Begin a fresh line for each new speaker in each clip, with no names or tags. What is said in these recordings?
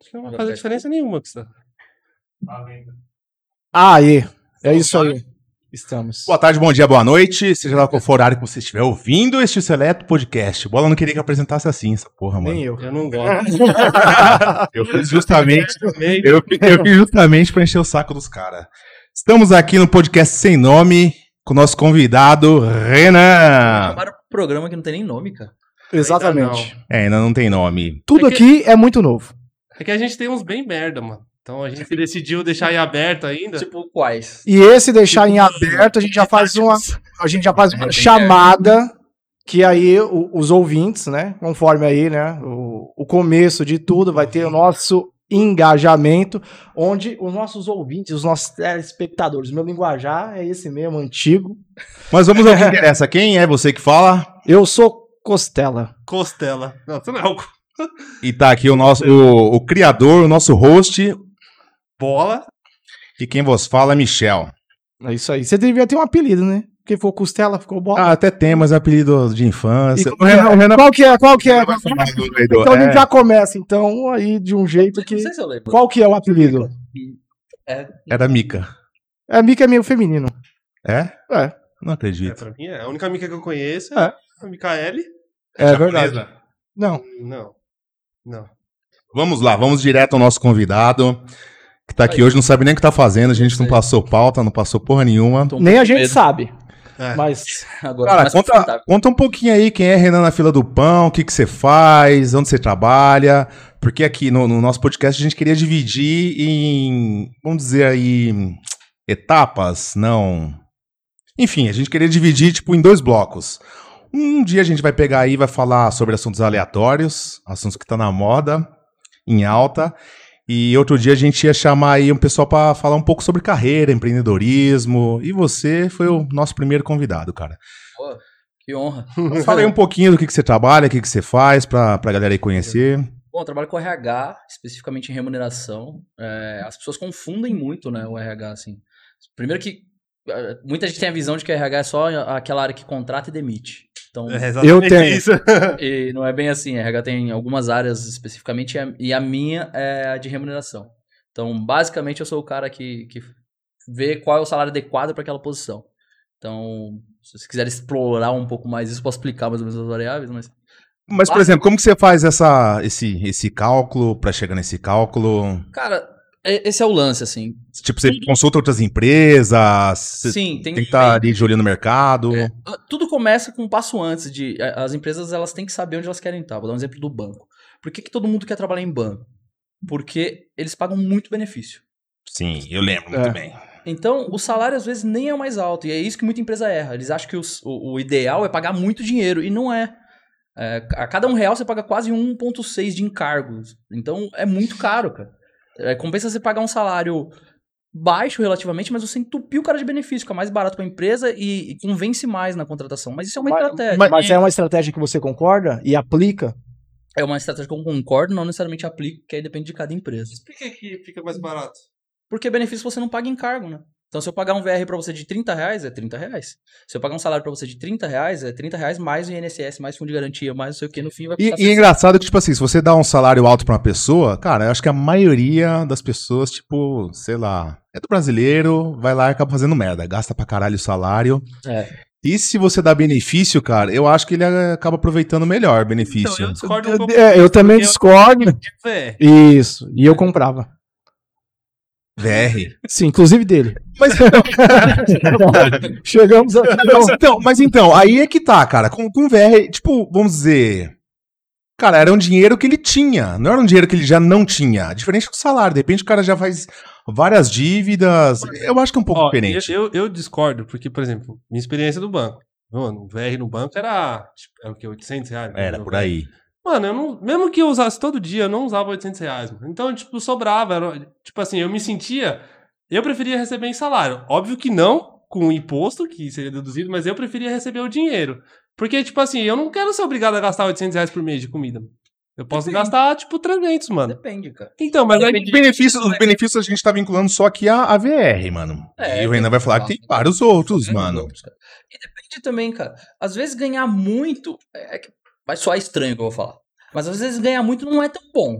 Acho que não vai fazer diferença nenhuma com isso.
Aê, é isso aí. Estamos.
Boa tarde, bom dia, boa noite. Seja lá qual for o horário que você estiver ouvindo este seleto podcast. Bola não queria que eu apresentasse assim, essa porra, mano.
Nem eu.
Eu não gosto.
Eu fiz justamente.
Meio-
eu, fi- eu fiz justamente pra encher o saco dos caras. Estamos aqui no podcast sem nome com o nosso convidado, Renan.
Para o programa que não tem nem nome, cara.
Exatamente.
É, ainda não tem nome.
Tudo
É que-
aqui é muito novo.
É que a gente tem uns bem merda, mano. Então a gente decidiu deixar aí aberto ainda.
Tipo, quais?
E esse deixar em aberto, a gente já faz uma, a gente já faz uma chamada que aí o- os ouvintes, né, conforme aí, né, o, o começo de tudo vai ter o nosso engajamento, onde os nossos ouvintes, os nossos telespectadores, meu linguajar é esse mesmo antigo.
Mas vamos ao que interessa. Quem é você que fala?
Eu sou Costela.
Costela. Não, você não é o co-
E tá aqui o nosso o, o criador, o nosso host.
bola.
E quem vos fala é Michel.
É isso aí. Você devia ter um apelido, né? Porque for Costela, ficou bom.
Ah, até tem, mas é apelido de
E
infância.
qual, que é? qual que é? Qual que é? Então a
É.
gente já começa, então, aí de um jeito que.
Não sei se eu lembro. É,
Qual que é o apelido?
Era Mica.
A Mica é meio feminino.
É?
É.
Não
É,
acredito.
pra mim é. A única amiga que eu conheço é,
É.
a Micaele.
É verdade. Não.
Não. Não.
Vamos lá, vamos direto ao nosso convidado, que tá aqui hoje, não sabe nem o que tá fazendo, a gente não passou pauta, não passou porra nenhuma.
Tô um
Nem
pouco
a
de
gente
medo
sabe.
É.
Mas.
Agora,
Cara,
mais
conta,
confortável.
conta um pouquinho aí quem é Renan na fila do pão, o que que você faz, onde você trabalha, porque aqui no, no nosso podcast a gente queria dividir em, vamos dizer aí, etapas, não... Enfim, a gente queria dividir, tipo, em dois blocos. Um dia a gente vai pegar aí e vai falar sobre assuntos aleatórios, assuntos que tá na moda, em alta. E outro dia a gente ia chamar aí um pessoal pra falar um pouco sobre carreira, empreendedorismo. E você foi o nosso primeiro convidado, cara.
Pô, que honra.
Então, Fala aí um pouquinho do que, que você trabalha, o que, que você faz pra, pra galera aí conhecer.
Bom, eu trabalho com RH, especificamente em remuneração. É, as pessoas confundem muito, né, o RH, assim. Primeiro que eh, muita gente tem a visão de que RH é só aquela área que contrata e demite. Então,
É.
Eu tenho.
É, Isso.
e não é bem assim. RH tem algumas áreas especificamente e a, e a minha é a de remuneração. Então, basicamente, eu sou o cara que, que vê qual é o salário adequado para aquela posição. Então, se você quiser explorar um pouco mais isso, posso explicar mais ou menos as variáveis, mas
Mas, por
Ah.
exemplo, como que você faz essa, esse, esse cálculo pra chegar nesse cálculo?
Cara, e- esse é o lance, assim.
Tipo, você consulta outras empresas? Você
Sim, tem,
tem que estar ali de olho no mercado?
É, a- Tudo começa com um passo antes de. a- As empresas elas têm que saber onde elas querem estar. Vou dar um exemplo do banco. Por que, que todo mundo quer trabalhar em banco? Porque eles pagam muito benefício.
Sim, eu lembro
É.
muito bem.
Então, o salário às vezes nem é o mais alto. E é isso que muita empresa erra. Eles acham que os- o, o ideal é pagar muito dinheiro. E não é. É, a cada um real você paga quase 1,6 de encargos. Então, é muito caro, cara. É, compensa você pagar um salário baixo relativamente, mas você entupiu o cara de benefício. Fica mais barato para a empresa e, e convence mais na contratação. Mas isso é uma
Mas-
estratégia.
Mas, é uma estratégia que você concorda e aplica?
É uma estratégia que eu concordo, não necessariamente aplico, que aí depende de cada empresa.
Por que, que fica mais barato?
Porque benefício você não paga encargo, né? Então, se eu pagar um VR pra você de 30 reais, é 30 reais. Se eu pagar um salário pra você de 30 reais, é 30 reais mais o INSS, mais fundo de garantia, mais não sei o que, no fim vai
E,
custar
e é engraçado que, tipo assim, se você dá um salário alto pra uma pessoa, cara, eu acho que a maioria das pessoas, tipo, sei lá, é do brasileiro, vai lá e acaba fazendo merda, gasta pra caralho o salário.
É.
E se você dá benefício, cara, eu acho que ele eh, acaba aproveitando melhor o benefício.
Então, eu discordo um pouco
É, eu um também
Eu-
discordo.
de fé.
Isso. E eu comprava.
VR.
Sim, inclusive dele.
Mas,
Chegamos aqui. então.
mas então, mas então, aí é que tá, cara. Com, com VR, tipo, vamos dizer. Cara, era um dinheiro que ele tinha, não era um dinheiro que ele já não tinha. Diferente do salário, de repente o cara já faz várias dívidas. Eu acho que é um pouco
Ó,
diferente.
Eu, eu, eu discordo, porque, por exemplo, minha experiência do banco. Mano, o VR no banco era, tipo, era o que, 800 reais? né?
Era,
Meu
por aí.
Mano, eu não. Mesmo que eu usasse todo dia, eu não usava 800 reais. Mano. Então, tipo, sobrava. era- tipo assim, eu me sentia. Eu preferia receber em salário. Óbvio que não, com o imposto, que seria deduzido, mas eu preferia receber o dinheiro. Porque, tipo assim, eu não quero ser obrigado a gastar 800 reais por mês de comida. Eu posso
Depende.
gastar, tipo, 300, mano.
Depende, cara.
Então, mas aí.
Os benefícios, os benefícios a gente tá vinculando só aqui a, a VR, mano.
É,
e o
então,
Renan vai falar que tem vários outros,
Depende dos
mano.
outros, cara. E depende também, cara. Às vezes ganhar muito. É que vai soar estranho o que eu vou falar. Mas às vezes ganhar muito não é tão bom.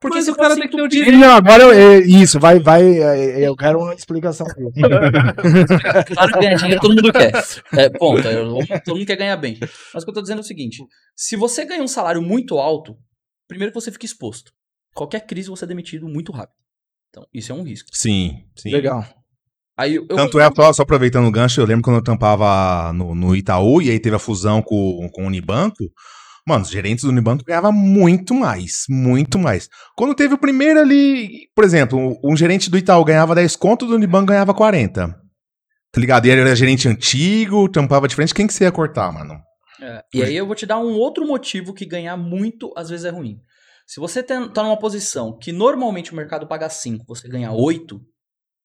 Porque
Mas
você
o cara
pode
tem que
se
ter o
entupir.
direito.
Não, agora eu, é, isso, vai, vai. é, Eu quero uma explicação.
Claro que ganhar dinheiro todo mundo quer. É, ponto. É, Todo mundo quer ganhar bem. Mas o que eu tô dizendo é o seguinte: se você ganha um salário muito alto, primeiro que você fica exposto. Qualquer crise você é demitido muito rápido. Então, isso é um risco.
Sim, sim.
Legal.
Aí eu, eu-
Tanto é, só, só aproveitando o gancho, eu lembro quando eu tampava no, no Itaú e aí teve a fusão com, com o Unibanco. Mano, os gerentes do Unibanco ganhavam muito mais, muito mais. Quando teve o primeiro ali, por exemplo, um, um gerente do Itaú ganhava 10 conto, do Unibanco ganhava 40. Tá ligado? E ele era gerente antigo, tampava de frente. Quem que você ia cortar, mano?
É, e aí eu vou te dar um outro motivo que ganhar muito às vezes é ruim. Se você ten- tá numa posição que normalmente o mercado paga 5, você ganha 8,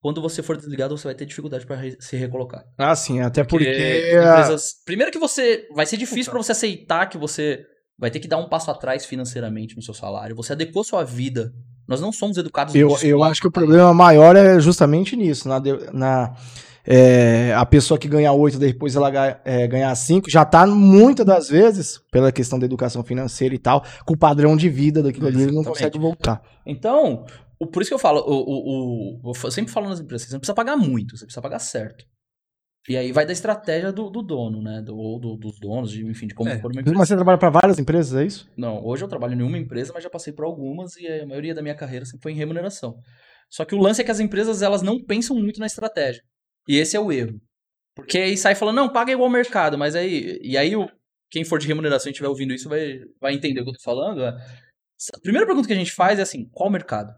quando você for desligado, você vai ter dificuldade para se recolocar.
Ah, sim, até porque. Então.
empresas- Primeiro que você. Vai ser difícil para você aceitar que você vai ter que dar um passo atrás financeiramente no seu salário. Você adequou sua vida. Nós não somos educados
Eu, eu acho que o problema maior é justamente nisso. Na, de- na, é, a pessoa que ganha 8, depois ela ga- é, ganhar 5, já tá muitas das vezes, pela questão da educação financeira e tal, com o padrão de vida daquilo ali, ele não
Exatamente.
consegue voltar.
Então, o- por isso que eu falo, o, o, o- eu fa- sempre falo nas empresas, você não precisa pagar muito, você precisa pagar certo. E aí vai da estratégia do, do dono, né? Do, ou do- dos donos, de, enfim, de como
É.
for uma empresa.
Mas você trabalha para várias empresas, é isso?
Não, hoje eu trabalho em uma empresa, mas já passei por algumas e a maioria da minha carreira sempre foi em remuneração. Só que o lance é que as empresas elas não pensam muito na estratégia. E esse é o erro. Porque aí sai falando, não, paga igual ao mercado, mas aí. E aí, o- quem for de remuneração e estiver ouvindo isso vai, vai entender o que eu tô falando. é. A primeira pergunta que a gente faz é assim: qual mercado?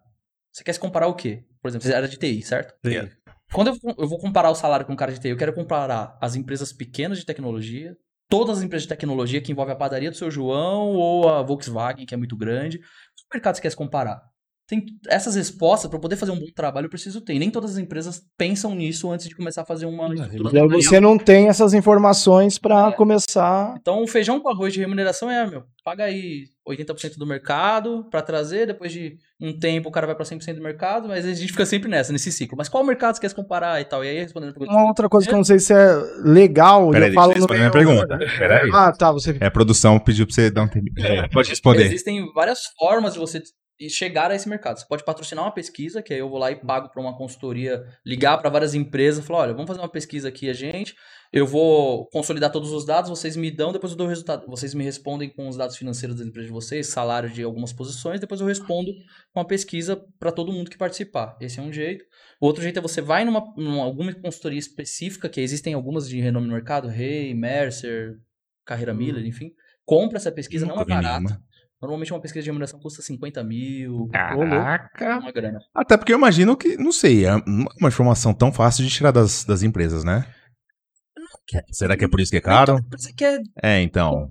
Você quer se comparar o quê? Por exemplo, você era de TI, certo?
Sim.
Quando eu, vou- eu vou comparar o salário com um cara de TI, eu quero comparar as empresas pequenas de tecnologia, todas as empresas de tecnologia que envolvem a padaria do seu João ou a Volkswagen, que é muito grande. Qual mercado você quer se comparar? Tem essas respostas, para eu poder fazer um bom trabalho, eu preciso ter. E Nem todas as empresas pensam nisso antes de começar a fazer uma
Ah,
estrutura
Daí você não tem essas informações para
É.
começar.
então, o feijão com arroz de remuneração é, meu, paga aí 80% do mercado pra trazer, depois de um tempo o cara vai pra 100% do mercado, mas a gente fica sempre nessa, nesse ciclo. Mas qual mercado você quer se comparar e tal? E aí, respondendo a pergunta...
Uma outra coisa que eu não sei se é legal, e
Peraí,
eu
deixa
falo
eu
no-
responder a minha pergunta. Peraí.
Ah, tá, você.
É, a produção pediu pra você dar um tempo. pode responder.
Existem várias formas de você chegar a esse mercado. Você pode patrocinar uma pesquisa, que aí eu vou lá e pago para uma consultoria, ligar para várias empresas, falar, olha, vamos fazer uma pesquisa aqui a gente, eu vou consolidar todos os dados, vocês me dão, depois eu dou o resultado. Vocês me respondem com os dados financeiros da empresa de vocês, salário de algumas posições, depois eu respondo com a pesquisa para todo mundo que participar. Esse é um jeito. O outro jeito é você vai numa, numa- alguma consultoria específica, que existem algumas de renome no mercado, Rei, Mercer, Carreira Miller, enfim. Compra essa pesquisa, não é
Hum. Nunca vi
barata.
nenhuma.
Normalmente uma pesquisa de remuneração custa 50 mil, é
Caraca.
uma grana.
Até porque eu imagino que, não sei, é uma informação tão fácil de tirar das, das empresas, né? Será que é por isso que é caro?
Você quer,
É, então.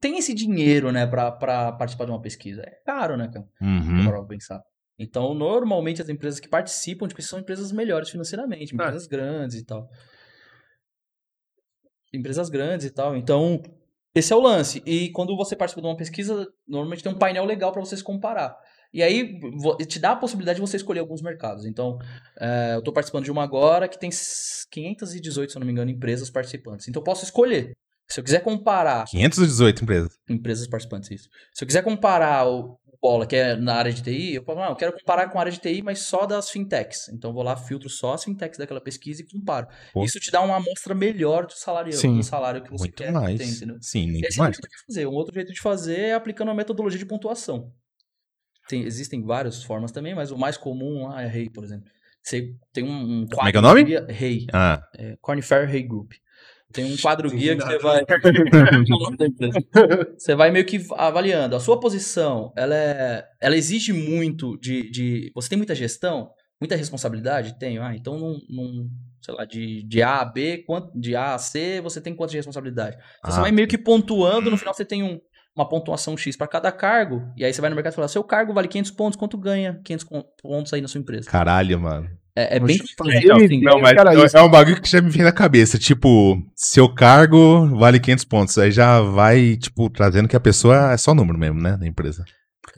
tem esse dinheiro, né, pra, pra participar de uma pesquisa. É caro, né, cara?
Uhum.
Pra pensar. Então, normalmente as empresas que participam de pesquisa são empresas melhores financeiramente, empresas grandes e tal. Empresas grandes e tal. Então, esse é o lance. E quando você participa de uma pesquisa, normalmente tem um painel legal pra você se comparar. E aí vo- te dá a possibilidade de você escolher alguns mercados. Então, eh, eu estou participando de uma agora que tem s- 518, se eu não me engano, empresas participantes. Então, eu posso escolher. Se eu quiser comparar
518 empresas.
empresas participantes, isso. Se eu quiser comparar o o Bola, que é na área de TI, eu falo, não, eu quero comparar com a área de TI, mas só das fintechs. Então eu vou lá, filtro só as fintechs daquela pesquisa e comparo.
Pô.
Isso te dá uma amostra melhor do salário,
Sim.
do salário que você
Muito
quer
mais.
ter, entendeu?
Sim, muito
Esse é um
mais.
jeito de fazer. Um outro jeito de fazer é aplicando a metodologia de pontuação. Tem- existem várias formas também, mas o mais comum lá é REI, por exemplo. Você tem um, um
é que é o nome?
guia- REI.
Ah.
É, Cornifer Hay Group. Tem um quadro guia que você
Entendi
vai. você vai meio que avaliando. A sua posição, ela, é- ela exige muito de, de- Você tem muita gestão? Muita responsabilidade? Tenho. Ah, então não. não- sei lá, de, de A a B, quanto, de A a C, você tem quanto de responsabilidade? Então você
Ah.
vai meio que pontuando, no final você tem um- uma pontuação X para cada cargo, e aí você vai no mercado e fala: seu cargo vale 500 pontos, quanto ganha 500 con- pontos aí na sua empresa?
Caralho, mano.
É, é bem.
Fazia
assim,
Não, mas
Cara,
é- é um bagulho que já me vem na cabeça. Tipo, seu cargo vale 500 pontos. Aí já vai, tipo, trazendo que a pessoa é só número mesmo, né? Da empresa.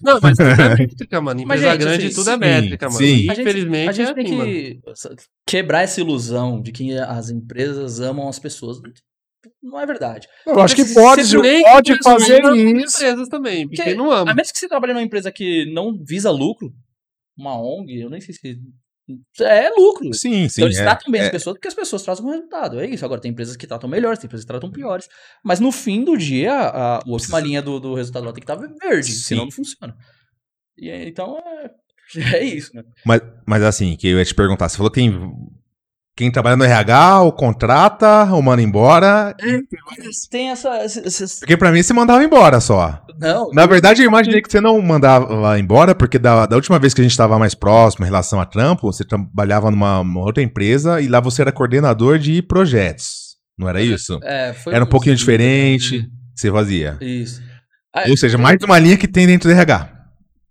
Não, mas tudo é métrica, mano.
Mas,
Empresa
gente,
grande,
assim,
tudo é
sim,
métrica, mano.
sim.
E,
A gente-
Infelizmente,
A gente
é
tem
assim, mano.
que quebrar essa ilusão de que as empresas amam as pessoas. não é verdade.
Eu acho que
se-
pode,
se
Gil,
nem
pode
que
fazer
presume
isso.
Empresas também, porque
Porque
não ama.
A menos que você trabalhe numa empresa que não visa lucro, uma ONG, eu nem sei se. É lucro.
Sim, sim.
então eles
é.
tratam bem
é.
as pessoas porque as pessoas tratam com resultado. É isso. Agora tem empresas que tratam melhores, tem empresas que tratam piores. Mas no fim do dia, a, a última linha do, do resultado lá tem que estar verde,
Sim.
senão não funciona. E é- então é, é isso, né?
Mas, mas assim, que eu ia te perguntar, você falou que tem quem trabalha no RH ou contrata ou manda embora.
É. Tem essa. essa- essa-
Porque pra mim você mandava embora só.
não,
Na verdade, eu imaginei que você não mandava embora, porque da, da última vez que a gente estava mais próximo em relação a trampo, você trabalhava numa numa outra empresa e lá você era coordenador de projetos. Não era isso?
é, foi
Era um pouquinho
isso.
diferente que você fazia.
Isso. Ah,
Ou seja, mais uma linha que tem dentro do RH.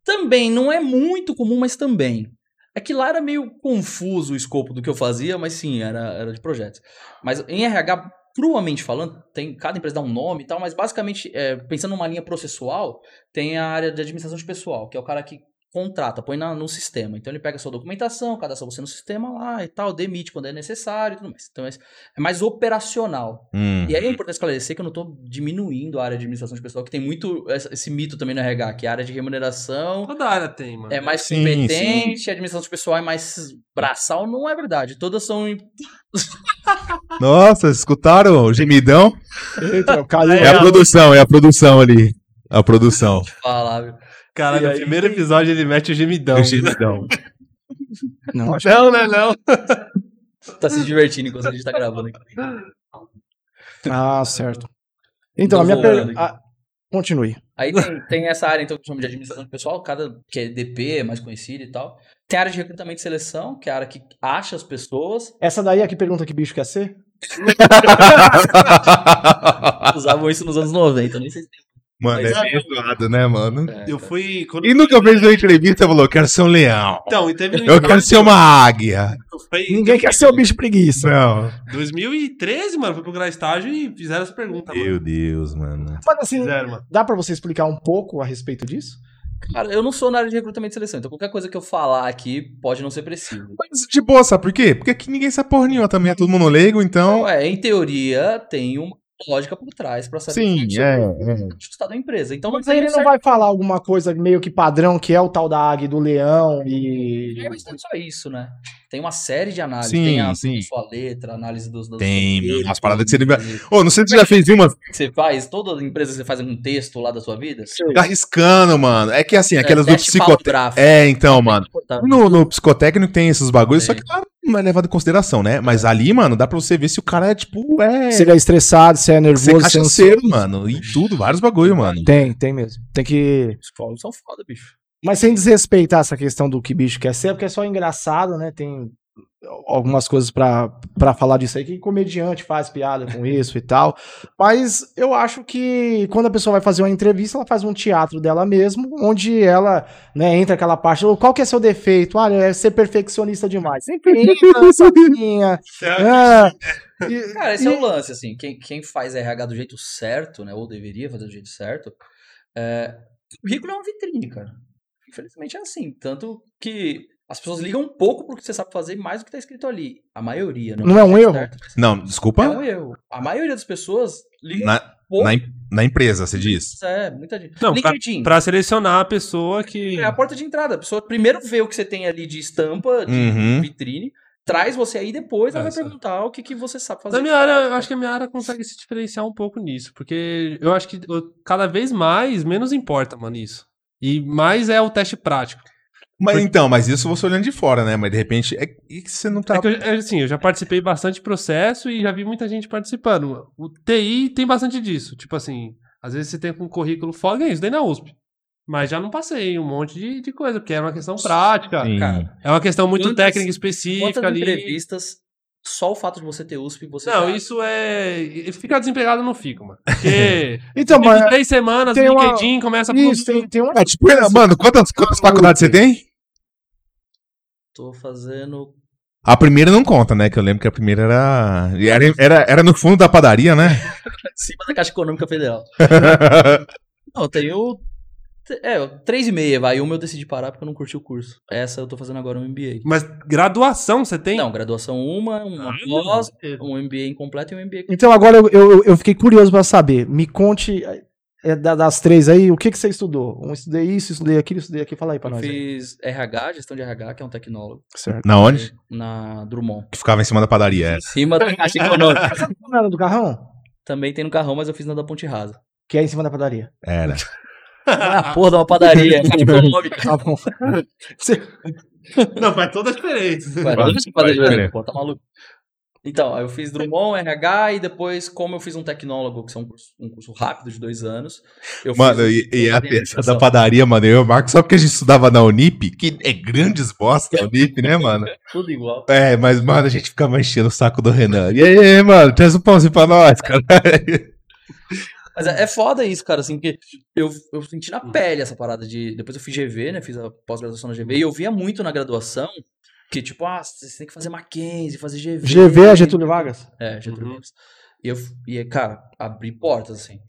Também, não é muito comum, mas também. É que lá era meio confuso o escopo do que eu fazia, mas sim, era, era de projetos. Mas em RH, cruamente falando, tem cada empresa dá um nome e tal, mas basicamente, é, pensando numa linha processual, tem a área de administração de pessoal, que é o cara que contrata, põe na- no sistema. Então ele pega a sua documentação, cadastra você no sistema lá e tal, demite quando é necessário e tudo mais. Então é, é mais operacional.
Hum.
E aí é importante esclarecer que eu não estou diminuindo a área de administração de pessoal, que tem muito essa- esse mito também no RH, que a área de remuneração
Toda área tem, mano.
é mais
Sim,
competente, a administração de pessoal é mais braçal, não é verdade. Todas são. em-
Nossa, escutaram o gemidão?
Eita, caiu.
É a produção, é a produção ali. A produção.
Fala, viu?
Cara,
E
no
aí-
primeiro episódio ele mete o gemidão.
O gemidão.
Não, acho
Não, né, não.
tá se divertindo enquanto a gente tá gravando aqui.
Ah, certo. Então, a
Tô
minha
voltando
pergunta. Continue.
Aí tem, tem essa área, então, que chama de administração de pessoal, cada, que é DP, é mais conhecida e tal. Tem a área de recrutamento e seleção, que é a área que acha as pessoas,
Essa daí é que pergunta que bicho quer ser?
usavam isso nos anos 90, nem sei se tem.
mano, é bem zoado, né, mano?
Eu fui. quando-
E nunca fez uma entrevista e falou: quero ser um leão.
Então, e teve um
Eu quero ser uma águia.
Foi em
Ninguém quer ser o bicho preguiça.
Não.
2013, mano. Fui procurar estágio e fizeram essa pergunta, mano.
Meu Deus, mano.
Mas assim,
É.
Fizeram, mano.
dá pra você explicar um pouco a respeito disso?
Cara, eu não sou na área de recrutamento e seleção, então qualquer coisa que eu falar aqui pode não ser preciso.
Mas de boa, sabe por quê? Porque aqui ninguém sabe porra nenhuma também, é todo mundo leigo, então.
É, em teoria, tem uma lógica por trás pra saber
Sim,
como
é.
funciona o estado da empresa. Então
Mas
tem
aí ele não
certo-
vai falar alguma coisa meio que padrão, que é o tal da águia e do leão e.
É, mas não é só isso, né? Tem uma série de análises.
Sim,
tem a
sim.
sua letra, análise dos... dos
Tem,
roteiros,
umas paradas que você
tudo
Ô, não sei se você já fez uma.
que você faz, toda empresa você faz um texto lá da sua vida.
Tá arriscando, mano. É que assim, aquelas do
teste
psicotécnico.
pautográfico.
É, então, mano.
Tá.
No, no psicotécnico tem esses bagulhos, só
Tem.
que claro, não é levado em consideração, né? Mas ali, mano, dá pra você ver se o cara é, tipo, é.
Se ele é estressado, se é
Você
nervoso, se é
cachaceiro, mano. E tudo, vários bagulho, mano.
Tem, tem mesmo. Tem que.
Psicólogos são foda, bicho.
Mas sem desrespeitar essa questão do que bicho quer ser, porque é só engraçado, né? Tem algumas coisas pra pra falar disso aí, que comediante faz piada com isso e tal. Mas eu acho que quando a pessoa vai fazer uma entrevista, ela faz um teatro dela mesmo, onde ela, né, entra aquela parte, "Ô, qual que é seu defeito? Ah, é ser perfeccionista demais. Sempre entra, sabinha. Ah, e-
Cara, esse
e-
é o lance, assim. Quem, quem faz RH do jeito certo, né? Ou deveria fazer do jeito certo, é... o currículo é uma vitrine, cara. Infelizmente é assim. Tanto que as pessoas ligam um pouco pro que você sabe fazer mais do que tá escrito ali. A maioria, não.
Não é um erro?
Certo?
Não,
É
desculpa.
um erro. A maioria das pessoas liga um
Na,
pouco.
na, em- na empresa, você diz.
É, muita gente.
Não,
LinkedIn.
Pra selecionar a pessoa que.
É a porta de entrada. A pessoa primeiro vê o que você tem ali de estampa, de
Uhum.
vitrine, traz você aí depois ela vai
Essa.
perguntar o que, que você sabe fazer.
Na minha área, eu acho que a minha área consegue se diferenciar um pouco nisso, porque eu acho que eu- cada vez mais, menos importa, mano, isso. E mais é o teste prático.
Mas então, mas isso você olhando de fora, né? Mas de repente. É, e que você não tá.
É que eu, é assim, eu já participei bastante de processo e já vi muita gente participando. O TI tem bastante disso. Tipo assim, às vezes você tem um currículo foda, é isso, dei na USP. Mas já não passei um monte de, de coisa, porque é uma questão prática,
Sim.
cara.
é uma questão muito
Quantas-
técnica
Quantas
específica ali.
entrevistas, só o fato de você ter USP, você
Não,
já-
isso é. Ficar desempregado eu não fico, mano. Porque.
Então,
Depois de
mas.
três semanas,
tem uma-
LinkedIn começa a
Isso, tem, um tem uma.
É, tipo, mano, quantas, quantas faculdades você tem?
Tô fazendo.
A primeira não conta, né? Que eu lembro que a primeira era. Era, era, era no fundo da padaria, né?
Em cima da Caixa Econômica Federal. Não, eu tenho É, eu- três e meia, vai. Uma eu decidi parar porque eu não curti o curso. Essa eu tô fazendo agora um MBA.
Mas graduação você tem?
Não, graduação uma, uma
Ah, não.
pós, um MBA incompleto e um MBA.
Então agora eu, eu, eu fiquei curioso pra saber. Me conte é, da- das três aí, o que, que você estudou? Um estudei isso, estudei aquilo, estudei aquilo. Fala aí pra
Eu
nós. aí.
fiz RH, gestão de RH, que é um tecnólogo. assim,
Certo.
Na onde?
Na Drummond.
Que ficava em cima da padaria. é.
Cima da Caixa Econômica.
Sabe como era do carrão?
Também tem no carrão, mas eu fiz na da Ponte Rasa.
Que é em cima da padaria.
Era.
Ah, porra, dá uma padaria. Caixa Econômica.
Tá bom.
Não, faz toda a diferença.
Ué,
Vai,
não sei fazer
vai,
direito,
vai.
pô, tá maluco. Então, aí eu fiz Drummond, RH, e depois, como eu fiz um tecnólogo, que é um curso, um curso rápido de dois anos, eu
Mano,
fiz. um
e, e a peça da
Organização.
padaria, mano, eu e o Marco, só porque a gente estudava na Unip, que é grandes bosta a Unip, né, mano?
Tudo igual.
É, mas, mano, a gente ficava enchendo o saco do Renan. E aí, mano, traz um pãozinho pra nós, cara.
Mas é, é foda isso, cara, assim, porque eu, eu senti na pele essa parada de. Depois eu fiz GV, né? Fiz a pós-graduação na GV, e eu via muito na graduação que, tipo, ah, você tem que fazer Mackenzie, fazer GV.
GV é a Getúlio Vargas?
É, Getúlio
Uhum.
Vargas. E, eu, e, cara, abri portas, assim.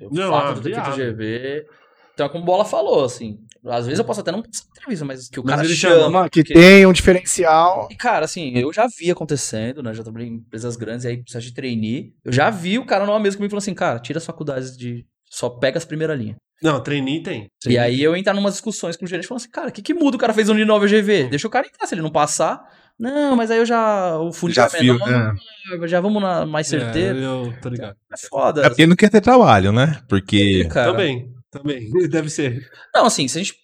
Eu,
Não,
o fato de eu ter feito
abre,
GV. Então é como o Bola falou, assim. Às vezes eu posso até não passar entrevista, mas que o
Mas
cara
ele
chama.
chama.
Mano, que
porque-
tem um diferencial.
E, cara, assim, eu já vi acontecendo, né? Já trabalhei em empresas grandes, aí precisa de trainee. Eu já vi o cara numa mesa comigo falando assim, cara, tira as faculdades de. Só pega as primeira linha.
Não, trainee tem.
E aí eu entrar numas discussões com o gerente falando assim, cara, o que, que muda o cara fez um de nova GV? Deixa o cara entrar, se ele não passar. Não, mas aí eu já. O fundo
Já
é
viu,
menor, já vamos na mais certeiro.
É, eu tô ligado.
É, foda.
É porque não quer ter trabalho, né? Porque.
cara.
Também, também. Deve ser.
Não, assim, se a gente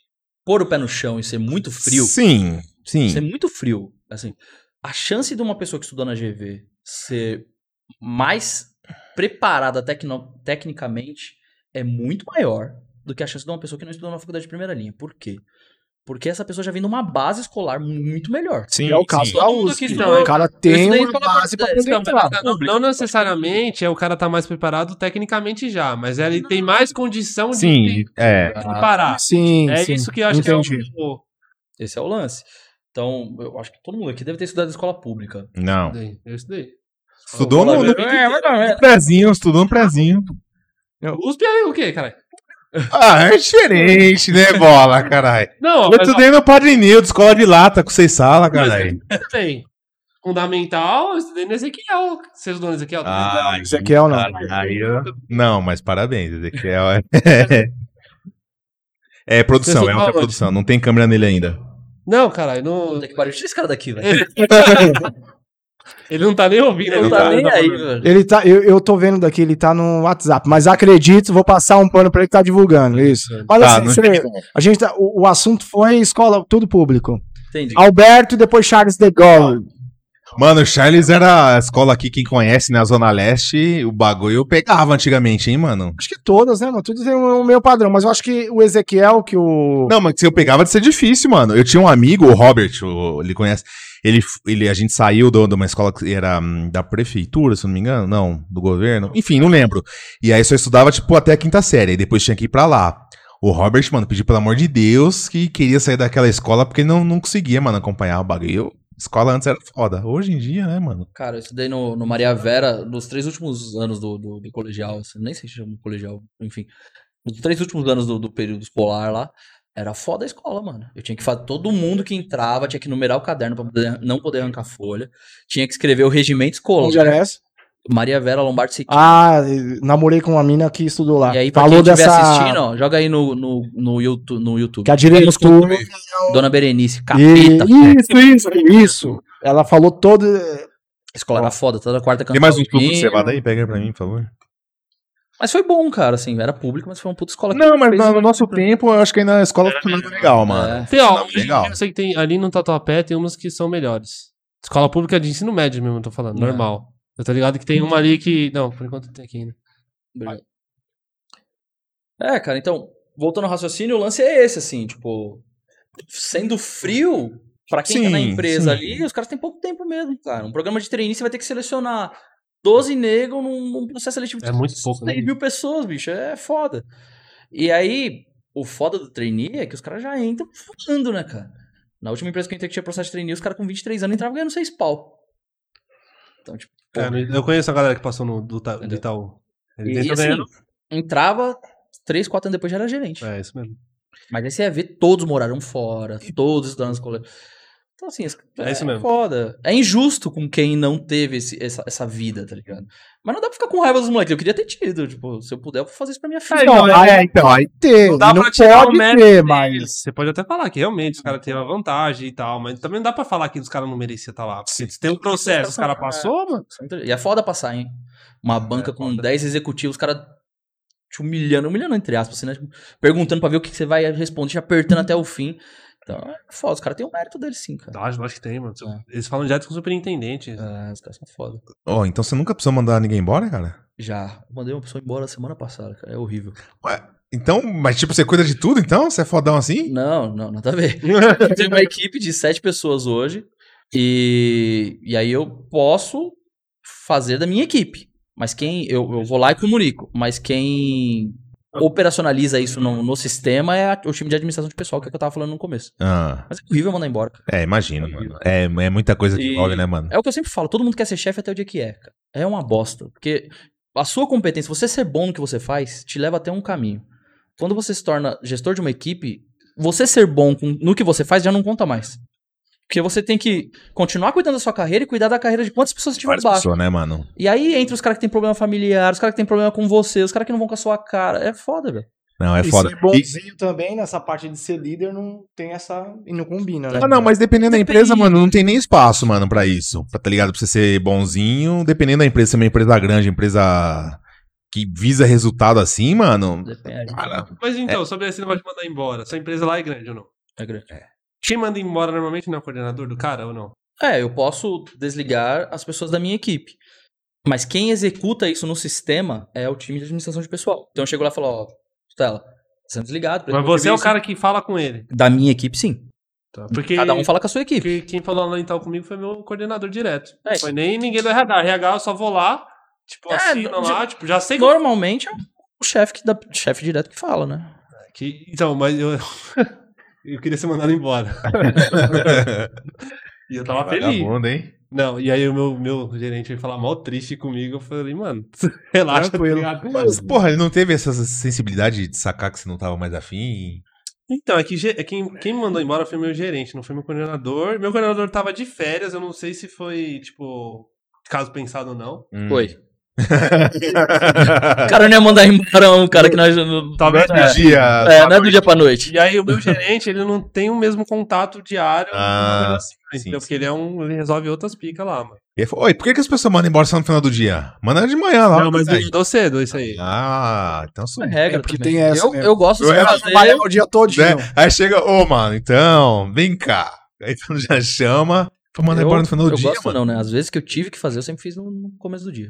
pôr o pé no chão e ser muito frio,
Sim,
ser
sim.
muito frio, assim, a chance de uma pessoa que estudou na GV ser mais preparada tecno- tecnicamente é muito maior do que a chance de uma pessoa que não estudou na faculdade de primeira linha. Por quê? Porque essa pessoa já vem de uma base escolar muito melhor.
Sim,
é o caso
sim.
da
Todo mundo que
USP.
estudou-
o cara
eu
tem
estudei em
uma
escola
base pra poder
partidária,
entrar.
escola
Não,
pública.
não necessariamente é o cara tá mais preparado tecnicamente já, mas ele tem mais condição de
Sim, é.
se
Ah,
preparar.
Ah, Sim,
é
sim.
isso que eu acho que
Entendi.
é o.
Esse é o lance. Então, eu acho que todo mundo aqui deve ter estudado escola pública.
Não.
Eu estudei.
Estudou no, no
É, mais ou menos.
prezinho, estudou no prezinho.
USP é o quê, cara?
Ah, é diferente, né, bola, caralho?
Não, ó,
Eu
mas, ó,
estudei no Padre Nildo, escola de lata, com seis salas, caralho.
tem. Fundamental, eu estudei no Ezequiel. Você estudou no Ezequiel? também?
Ah,
Ezequiel não.
Aí eu- Não, mas parabéns, Ezequiel. É, é produção,
Você
é
só
outra
fala-
produção. Não tem câmera nele ainda.
Não, caralho, não,
Puta que pariu, tira esse cara daqui, velho.
ele não tá nem ouvindo.
Ele não
né,
tá
cara,
nem
tá
aí,
falando.
velho.
Ele tá, eu, eu tô vendo daqui, ele tá no WhatsApp, mas acredito, vou passar um pano pra ele que tá divulgando isso. Olha
Tá,
assim,
não-
você- a gente tá- o, o assunto foi escola, tudo público.
Entendi.
Alberto e depois Charles de Gaulle.
Mano, o Charles era a escola aqui, quem conhece, na Zona Leste, o bagulho eu pegava antigamente, hein, mano?
Acho que todas, né, mano? Tudo tem o meu padrão, mas eu acho que o Ezequiel, que o.
Não, mas se eu pegava de ser difícil, mano. Eu tinha um amigo, o Robert, o- ele conhece. Ele, ele, a gente saiu do- de uma escola que era hum, da prefeitura, se eu não me engano. Não, do governo. Enfim, não lembro. E aí só estudava, tipo, até a quinta série. E depois tinha que ir pra lá. O Robert, mano, pediu pelo amor de Deus que queria sair daquela escola porque ele não, não conseguia, mano, acompanhar o bagulho. Eu- escola antes era foda. Hoje em dia, né, mano?
Cara, eu estudei no, no Maria Vera nos três últimos anos do, do, do colegial, assim, nem sei se chama colegial, enfim. Nos três últimos anos do, do período escolar lá, era foda a escola, mano. Eu tinha que fazer todo mundo que entrava, tinha que numerar o caderno pra poder- não poder arrancar folha, tinha que escrever o regimento escolar.
Onde era essa?
Maria Vera Lombardi Siqueira.
Ah, namorei com uma mina que estudou lá.
E aí, pra
Ah, Falou
quem estiver
dessa.
assistindo, ó, joga aí no, no, no YouTube. No YouTube.
Que a diretora.
Dona Berenice,
E-
capeta.
Isso, isso, isso. Ela falou todo.
Escola era foda, toda quarta
Tem mais um
cantava
suco de
hino.
cevada aí? Pega aí pra mim, por favor.
Mas foi bom, cara, assim, era público, mas foi uma puta escola. que fez- É.
nosso tempo, eu acho que ainda a escola funcionava legal,
mano.
Tem, ó,
Não,
hoje em
legal.
dia Eu sei que tem ali no Tatuapé tem umas que são melhores. Escola pública de ensino médio mesmo, eu tô falando,
Não.
normal. Eu tô ligado que tem uma ali que. Não, por enquanto tem aqui ainda.
Obrigado. É, cara, então, voltando ao raciocínio, o lance é esse, assim, tipo, sendo frio, pra quem tá na
Sim,
empresa
sim.
ali, os caras têm pouco tempo mesmo, cara. Um programa de trainee, você vai ter que selecionar 12 negros num, num processo seletivo de
É muito pouco, né?
6 mil pessoas, bicho, é foda. E aí, o foda do trainee é que os caras já entram fudendo, né, cara? Na última empresa que eu entrei que tinha processo de trainee, os caras com 23 anos entravam ganhando 6 pau. Então, tipo,
Cara, eu conheço a galera que passou no do, Ita- do Itaú. Ele
e,
entra
assim,
ganhando-
entrava 3, 4 anos depois já era gerente.
É, isso mesmo.
Mas aí você ia ver todos moraram fora, todos estudaram nas escolas. Então, assim,
É isso mesmo.
foda. É injusto com quem não teve esse- essa, essa vida, tá ligado? Mas não dá pra ficar com raiva dos moleques. Eu queria ter tido, tipo, se eu puder, eu vou fazer isso pra minha filha.
Não,
mas-
ah, é, então, aí ter. Não,
dá pra tirar o
pode
mérito
ter,
Mas
mas.
você pode até falar que realmente os caras têm uma vantagem e tal, mas também não dá pra falar que os caras não mereciam estar lá. Porque tem um processo, os caras passou, mano.
E é foda passar, hein? Uma banca com
É, foda.
10 executivos, os caras te humilhando, humilhando entre aspas, assim, né? Tipo, perguntando pra ver o que, que você vai responder, te apertando até o fim. Então, é foda. Os caras têm o mérito deles sim, cara.
Lógico, lógico que tem, mano.
É.
Eles falam direto com o superintendente.
É, os caras são foda.
Ó, então você nunca precisou mandar ninguém embora, cara?
Já. Mandei uma pessoa embora semana passada, cara. É horrível.
Então, mas tipo, você cuida de tudo então? Você é fodão assim?
Não, não, nada a ver. Eu tenho uma equipe de sete pessoas hoje. E, e aí eu posso fazer da minha equipe. Mas quem. Eu, eu vou lá e comunico. Mas quem operacionaliza isso no, no sistema é a- o time de administração de pessoal, que é o que eu tava falando no começo.
Ah,
Mas é horrível mandar embora. cara.
é, imagino, mano. É, é muita coisa que
E-
envolve, né, mano?
É o que eu sempre falo, todo mundo quer ser chefe até o dia que é, cara. É uma bosta. Porque a sua competência, você ser bom no que você faz, te leva até um caminho. Quando você se torna gestor de uma equipe, você ser bom com- no que você faz já não conta mais. Porque você tem que continuar cuidando da sua carreira e cuidar da carreira de quantas pessoas tiver
Várias
embaixo.
pessoas, né, mano?
E aí entra os caras que tem problema familiar, os caras que tem problema com você, os caras que não vão com a sua cara. É foda, velho.
Não, é
e
foda.
ser
E-
bonzinho também, nessa parte de ser líder, não tem essa. E não combina, né?
Ah, não, mas dependendo da
Depende.
empresa, mano, não tem nem espaço, mano, pra isso. Pra, tá ligado? Pra você ser bonzinho. Dependendo da empresa, se é uma empresa grande, empresa que visa resultado assim, mano.
Depende.
Cara,
Mas então, sobre esse negócio de mandar embora, sua empresa lá é grande ou não?
É grande.
Quem manda embora normalmente não é o coordenador do cara ou não?
É, eu posso desligar as pessoas da minha equipe. Mas quem executa isso no sistema é o time de administração de pessoal. Então eu chego lá e falo, ó, Stella, tá sendo desligado.
Mas você é o cara que fala com ele.
Da minha equipe, sim.
Porque
Cada um fala com a sua equipe.
porque quem falou lá em tal comigo foi meu coordenador direto.
É.
Foi nem ninguém do RH. RH eu só vou lá, tipo,
É,
assino
não-
lá, tipo, já sei que
Normalmente é o chefe que dá, chefe direto que fala, né?
Que- então, mas eu. eu queria ser mandado embora. e eu tava feliz.
Vagabundo, hein?
Não, e aí o meu, meu gerente veio falar mal triste comigo. Eu falei, mano, relaxa, tá
Tranquilo.
ligado?
Mas, porra, ele não teve essa sensibilidade de sacar que você não tava mais afim?
Então, é que ge- é quem, quem me mandou embora foi meu gerente, não foi meu coordenador. Meu coordenador tava de férias, eu não sei se foi, tipo, caso pensado ou não.
Hum.
Oi. O cara não ia mandar embora um cara que nós.
Talvez
é,
no dia.
é, não é do dia pra noite.
E aí o meu gerente, ele não tem o mesmo contato diário,
Ah,
uma coisa assim,
sim,
entendeu?
sim.
Porque ele é um. Ele resolve outras picas lá, mano.
E ele falou, Oi, por que, que as pessoas mandam embora só no final do dia? Manda de manhã lá.
eu mandou cedo isso aí.
Ah, então sou.
É regra.
É, porque
também.
tem essa
Eu,
mesmo.
eu gosto de
Eu ia
fazer.
Trabalhar o dia todinho.
Né? Aí chega, ô, mano, então, vem cá. Aí tu já chama pra mandar
eu,
embora no final do
eu
dia,
gosto
mano.
não, né? Às vezes que eu tive que fazer, eu sempre fiz no, no começo do dia.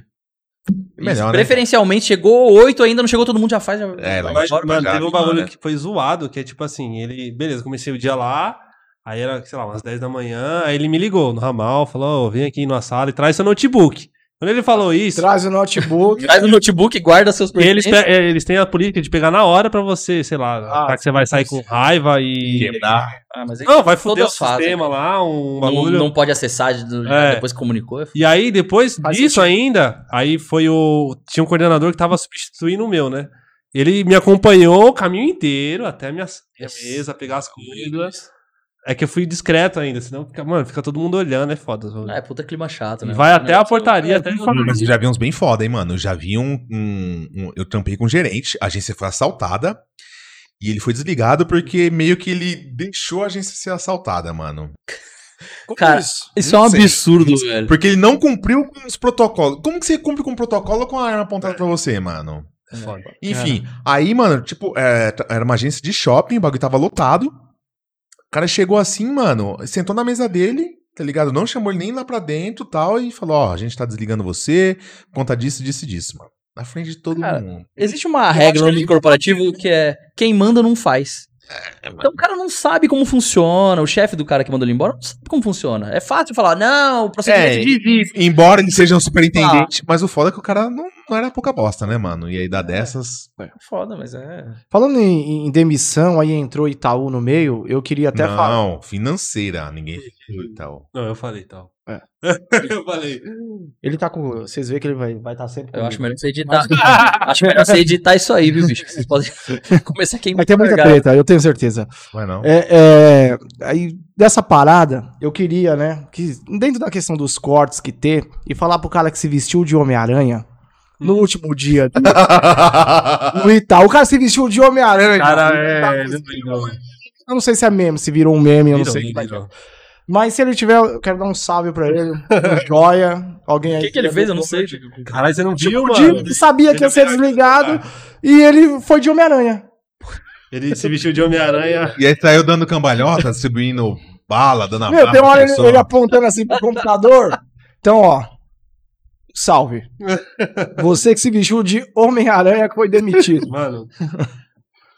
Melhor, né?
Preferencialmente, chegou 8 ainda, não chegou, todo mundo já faz. Já...
É,
vai
Mas,
embora.
mano,
já
teve um
animal,
bagulho
né?
que foi zoado, que é tipo assim, ele, beleza, comecei o dia lá, aí era, sei lá, umas 10 da manhã, aí ele me ligou no ramal, falou, ô, vem aqui na sala e traz seu notebook. Quando ele falou isso,
Traz o notebook.
Traz o notebook, guarda seus
eles,
pertences.
pe- é, eles têm a política de pegar na hora pra você, sei lá,
Ah,
achar que você vai sair com raiva e...
Quebrar.
Ah, mas aí
Não, vai
Todas
foder o
fazem,
sistema lá, um
não,
bagulho...
não pode acessar de- do-
É.
depois que comunicou. é f-
E aí, depois
Faz
disso ainda, aí foi o. Tinha um coordenador que tava substituindo o meu, né? Ele me acompanhou o caminho inteiro até a minha, minha mesa, pegar as coisas. É que eu fui discreto ainda, senão, fica, mano, fica todo mundo olhando, é foda.
Ah, É, puta clima chato,
E
né? é
vai
Não,
até a
isso-
portaria, até
tudo-
é
falar.
Mas eu já vi uns bem foda, hein, mano. Eu já vi um. um- um- eu tampei com um gerente, a agência foi assaltada. E ele foi desligado porque meio que ele deixou a agência ser assaltada, mano.
Como
Cara,
isso?
Isso é um
Não sei.
absurdo, velho.
Porque ele não cumpriu com os protocolos. Como que você cumpre com um protocolo com a arma apontada pra você, mano?
É foda.
Enfim, aí, mano, tipo, é, t- era uma agência de shopping, o bagulho tava lotado. O cara chegou assim, mano, sentou na mesa dele, tá ligado? Não chamou ele nem lá pra dentro tal, e falou: Ó, a gente tá desligando você, por conta disso, disso e disso, mano. Na frente de todo
Cara,
mundo.
Existe uma regra no mundo corporativo que é quem manda não faz. Então o cara não sabe como funciona, o chefe do cara que mandou ele embora não sabe como funciona. É fácil falar, não, o procedimento
É,
de Ah.
Embora ele seja um superintendente, mas o foda é que o cara não era pouca bosta, né, mano? E aí
É.
dá dessas.
Foda, mas é.
Falando em, em demissão, aí entrou Itaú no meio, eu queria até falar.
não, financeira. Ninguém e tal.
Não, eu falei tal.
É.
eu falei.
Ele tá com. Vocês veem que ele vai estar vai tá sempre.
Eu
comigo.
acho melhor você editar. acho melhor você editar isso aí, viu, bicho? Vocês podem começar a queimar.
Vai ter muita
largada.
treta, eu tenho certeza.
Vai não.
É, é, aí, dessa parada, eu queria, né, que dentro da questão dos cortes que ter, e falar pro cara que se vestiu de Homem-Aranha,
Hum.
no último dia do, do Itaú, o cara se vestiu de Homem-Aranha.
Cara,
Tá-
é. ele virou,
Eu não sei se é meme, se virou um meme, eu não sei. o que
ele
vai
virou.
ter. Mas se ele tiver, eu quero dar um salve pra ele, um joia, alguém
O
aí.
que, que ele fez? Eu não sei.
Caralho, você não viu,
é. Tipo,
mano? tá
de- sabia que ia ser desligado, e ele foi de Homem-Aranha.
Ele se vestiu de Homem-Aranha.
E aí saiu dando cambalhota, distribuindo bala,
Tá
dando
Meu,
abraço
tem uma
pra
hora ele,
pessoa.
ele apontando assim pro computador. Então, ó. Salve. Você que se vestiu de Homem-Aranha que foi demitido.
Mano.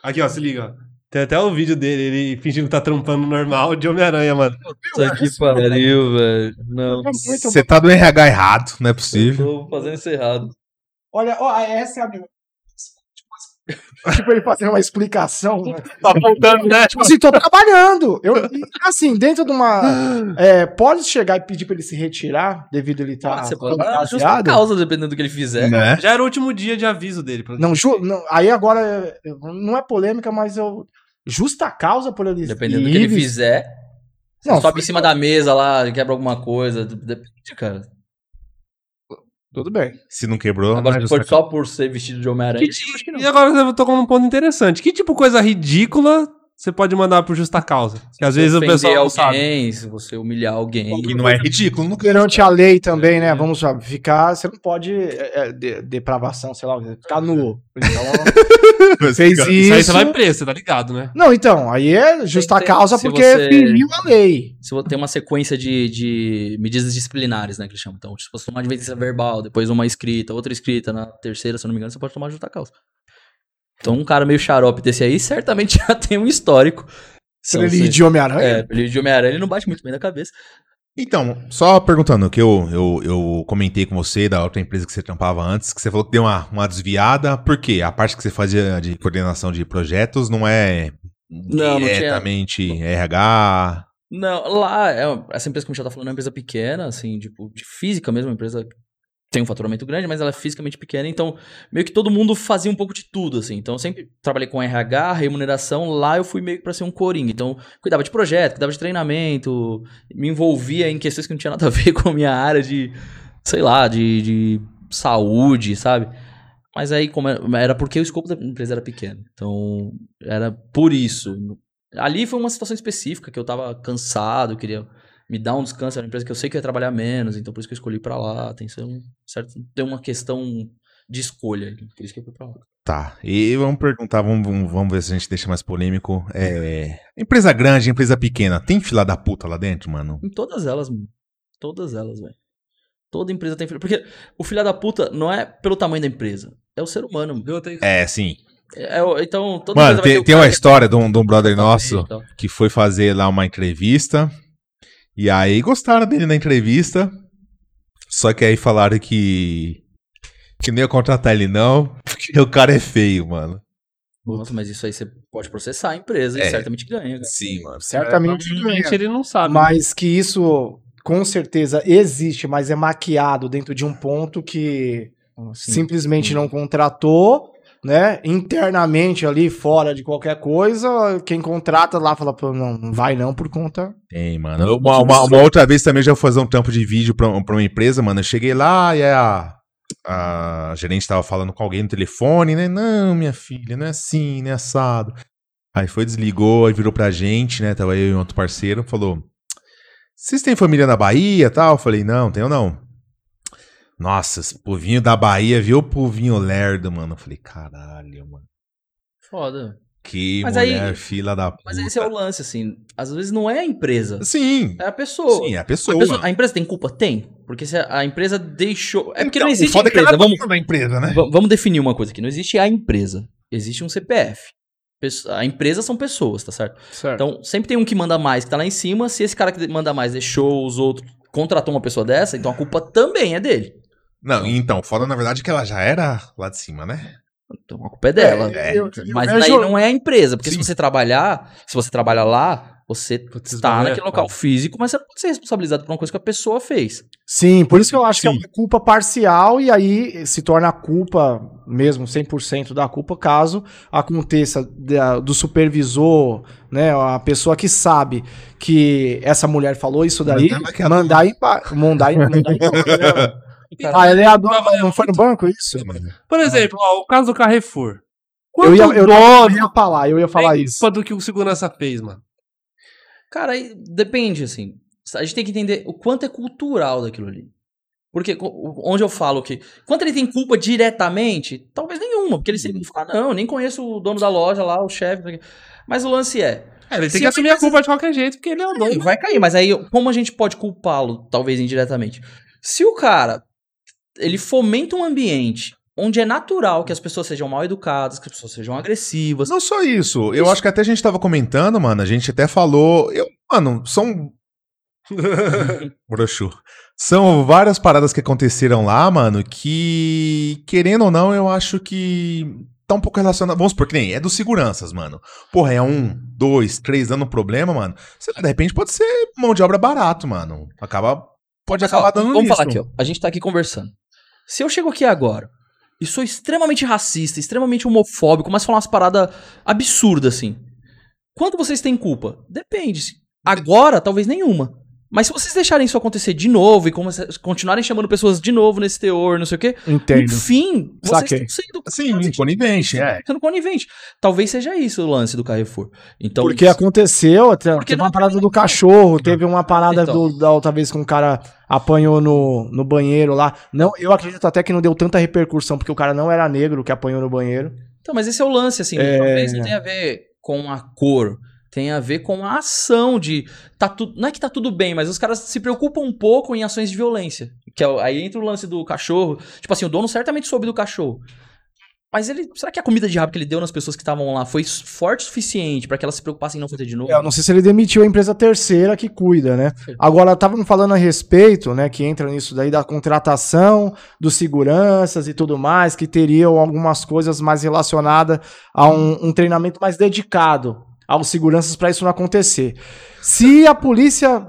Aqui, ó, se liga. ó. Tem até o vídeo dele, ele fingindo que tá trampando normal de Homem-Aranha, mano.
Puta que pariu, velho. Não.
Você tá do RH errado, não é possível.
Tô fazendo isso errado.
Olha, ó, essa é a minha. Tipo, ele fazendo uma explicação. Né?
Tá apontando, né?
Tipo assim, tô trabalhando. Eu, e, assim, dentro de uma. é, pode chegar e pedir pra ele se retirar, devido ele estar.
Ah,
Tá
você pode dar
fantasiado?
justa causa, dependendo do que ele fizer.
Né?
Já era o último dia de aviso dele. pra-
Não, ju, não, aí agora eu- não é polêmica, mas eu. Justa causa por ele
Dependendo do que ele
livre-
fizer. Você
Não,
sobe em cima da mesa lá, quebra alguma coisa. de- Depende, cara.
Tudo bem.
Se não quebrou,
Agora,
não é
se for
justa-
só por ser vestido de Homem-Aranha.
Que ti- E agora eu tô com um ponto interessante. Que tipo de coisa ridícula você pode mandar por justa causa? Que às vezes o
ofender
pessoal não tipo sabe.
alguém, se você humilhar alguém.
E não é ridículo, não
Perante a lei também, né? Vamos lá, ficar. Você não pode. é, é, de- depravação, sei lá, ficar nu. Então, fez isso.
Isso aí você vai preso, você tá ligado, né?
Não, então, aí é justa
Tem que ter-
causa
se
porque
você-
feriu a lei.
Se você tem uma sequência de, de medidas disciplinares, né, que eles chamam. Então, se você tomar uma advertência verbal, depois uma escrita, outra escrita, na terceira, se eu não me engano, você pode tomar justa causa. Então, um cara meio xarope desse aí, certamente já tem um histórico. São
Ele
seis-
de Homem-Aranha.
É, ele de Homem-Aranha, ele não bate muito bem na cabeça.
Então, só perguntando, que eu, eu, eu comentei com você da outra empresa que você trampava antes, que você falou que deu uma, uma desviada, por quê? A parte que você fazia de coordenação de projetos não é
Não, não tinha.
diretamente RH.
Não, lá, é, essa empresa que o Michel tá falando é uma empresa pequena, assim, tipo, de física mesmo, uma empresa que tem um faturamento grande, mas ela é fisicamente pequena, então meio que todo mundo fazia um pouco de tudo, assim. Então eu sempre trabalhei com RH, remuneração, lá eu fui meio que pra ser um coringa. Então cuidava de projeto, cuidava de treinamento, me envolvia em questões que não tinha nada a ver com a minha área de, sei lá, de, de saúde, sabe? Mas aí, como era, era porque o escopo da empresa era pequeno. Então, era por isso. Ali foi uma situação específica que eu tava cansado, eu queria me dar um descanso. Era uma empresa que eu sei que eu ia trabalhar menos, então por isso que eu escolhi ir pra lá. Tem, que ser um certo, tem uma questão de escolha, por isso que eu fui pra lá.
Tá, e vamos perguntar, vamos, vamos, vamos ver se a gente deixa mais polêmico. É, empresa grande, empresa pequena, tem fila da puta lá dentro, mano?
Em todas elas, mano. Todas elas, velho. Toda empresa tem filho. Porque o filho da puta não é pelo tamanho da empresa, é o ser humano. mano.
Eu tenho...
É, sim.
É, é o- então, toda
Mano,
empresa vai
tem,
ter o É, então.
tem uma
cara que é
história de um, de um brother
pequeno
nosso
e tal.
que foi fazer lá uma entrevista. E aí gostaram dele na entrevista. Só que aí falaram que. Que não ia contratar ele, não. Porque o cara é feio, mano.
Nossa, mas isso aí você pode processar a empresa
É.
e certamente ganha. cara.
Sim, mano.
Certamente.
Provavelmente ele não sabe.
Mas que isso, com certeza, existe, mas é maquiado dentro de um ponto que
Assim,
simplesmente não contratou. Né? Internamente ali, fora de qualquer coisa, quem contrata lá fala, pô, não, não vai não por conta
Tem, mano. Eu- Uma, uma- uma outra vez também eu já fui fazer um tampo de vídeo pra, um- pra uma empresa, mano. Eu cheguei lá e a, a gerente tava falando com alguém no telefone, né? Não, minha filha, não é assim, não é assado. Aí foi, desligou, aí virou pra gente, né? Tava eu e um outro parceiro, falou: Vocês têm família na Bahia tal? Eu falei: Não, tenho não. Nossa, esse povinho da Bahia, viu? Povinho lerdo, mano. Eu falei: Caralho, mano.
Foda.
Que
Mas aí-
mulher, fila da puta.
Mas esse é o lance, assim. Às vezes não é a empresa,
Sim,
é a pessoa.
sim, é a
A,
pessoa.
pessoa- a empresa tem culpa? Tem. Porque se a, a empresa deixou. É porque não existe
Então, foda
empresa.
que ela
vamos,
é da empresa, né?
va- vamos definir uma coisa aqui. Não existe a empresa. Existe um CPF. Pesso- A empresa são pessoas, tá certo?
Certo.
Então, sempre tem um que manda mais que tá lá em cima. Se esse cara que manda mais deixou os outros, contratou uma pessoa dessa, então a culpa também é dele.
Não, então, foda na verdade que ela já era lá de cima, né?
Então a culpa é dela.
É,
eu-
Mas
eu
daí
vejo-
não é a empresa, porque
Sim.
se você trabalhar, se você trabalha lá, você
Putz,
está
bagulho é
naquele local
foda.
físico, mas você não pode ser responsabilizado por uma coisa que a pessoa fez.
Sim, por isso que eu acho que é
Sim.
uma culpa parcial e aí se torna a culpa mesmo, 100% da culpa, caso aconteça da- do supervisor, né, a pessoa que sabe que essa mulher falou isso daí,
Mandar naquela-
mandar em pa- mandar em- mandar
então,
em- Ah, ele é a dona, mas não foi no banco é isso?
Por exemplo, ó, o caso do Carrefour.
tá Eu ia, eu,
dono
eu ia falar, eu ia falar
tem
isso.
culpa do que o segurança fez, mano?
Cara, aí depende, assim. A gente tem que entender o quanto é cultural daquilo ali. Porque co- onde eu falo que. Quanto ele tem culpa diretamente, talvez nenhuma, porque ele sempre fala, não, eu nem conheço o dono da loja lá, o chefe. não sei o quê." Mas o lance é.
É, ele tem
Se
que
a
assumir a
empresa-
culpa de qualquer jeito, porque ele é o
Ele
dono.
vai cair, mas aí como a gente pode culpá-lo, talvez indiretamente? Se o cara ele fomenta um ambiente onde é natural que as pessoas sejam mal educadas, que as pessoas sejam agressivas.
Não só isso. Eu acho que até a gente tava comentando, mano. A gente até falou. Eu, mano, são. Broxu. São várias paradas que aconteceram lá, mano, que. Querendo ou não, eu acho que. Tá um pouco relacionado. Vamos supor que nem. É dos seguranças, mano. Porra, é um, dois, três anos problema, mano. Sei lá, de repente pode ser mão de obra barato, mano. Acaba. Pode
Mas, ó,
acabar dando
Vamos
nisso.
falar aqui, ó. A gente tá aqui conversando. Se eu chego aqui agora e sou extremamente racista, extremamente homofóbico, mas falar umas paradas absurdas assim. Quanto vocês têm culpa? Depende. Agora, talvez nenhuma. Mas se vocês deixarem isso acontecer de novo e começa- continuarem chamando pessoas de novo nesse teor, não sei o quê,
Entendo.
no fim, vocês
Saquei.
estão sendo
Sim, conivente, é.
sendo conivente. Talvez seja isso o lance do Carrefour. Então,
Porque aconteceu, até-
Porque
teve
não-
uma parada do cachorro, teve uma parada
Então.
do- da outra vez que um cara apanhou no, no banheiro lá. Não, eu acredito até que não deu tanta repercussão, porque o cara não era negro que apanhou no banheiro.
então, mas esse é o lance, assim.
É.
Talvez não tenha a ver com a cor. Tem a ver com a ação de. Tá tu, não é que tá tudo bem, mas os caras se preocupam um pouco em ações de violência. Que é o- aí entra o lance do cachorro. Tipo assim, o dono certamente soube do cachorro. Mas ele. Será que a comida de rabo que ele deu nas pessoas que estavam lá foi forte o suficiente pra que elas se preocupassem em não fazer de novo?
É, Eu não sei se ele demitiu a empresa terceira que cuida, né? Agora, estavam falando a respeito, né, que entra nisso daí da contratação, dos seguranças e tudo mais, que teriam algumas coisas mais relacionadas a um, um treinamento mais dedicado aos seguranças para isso não acontecer. Se a polícia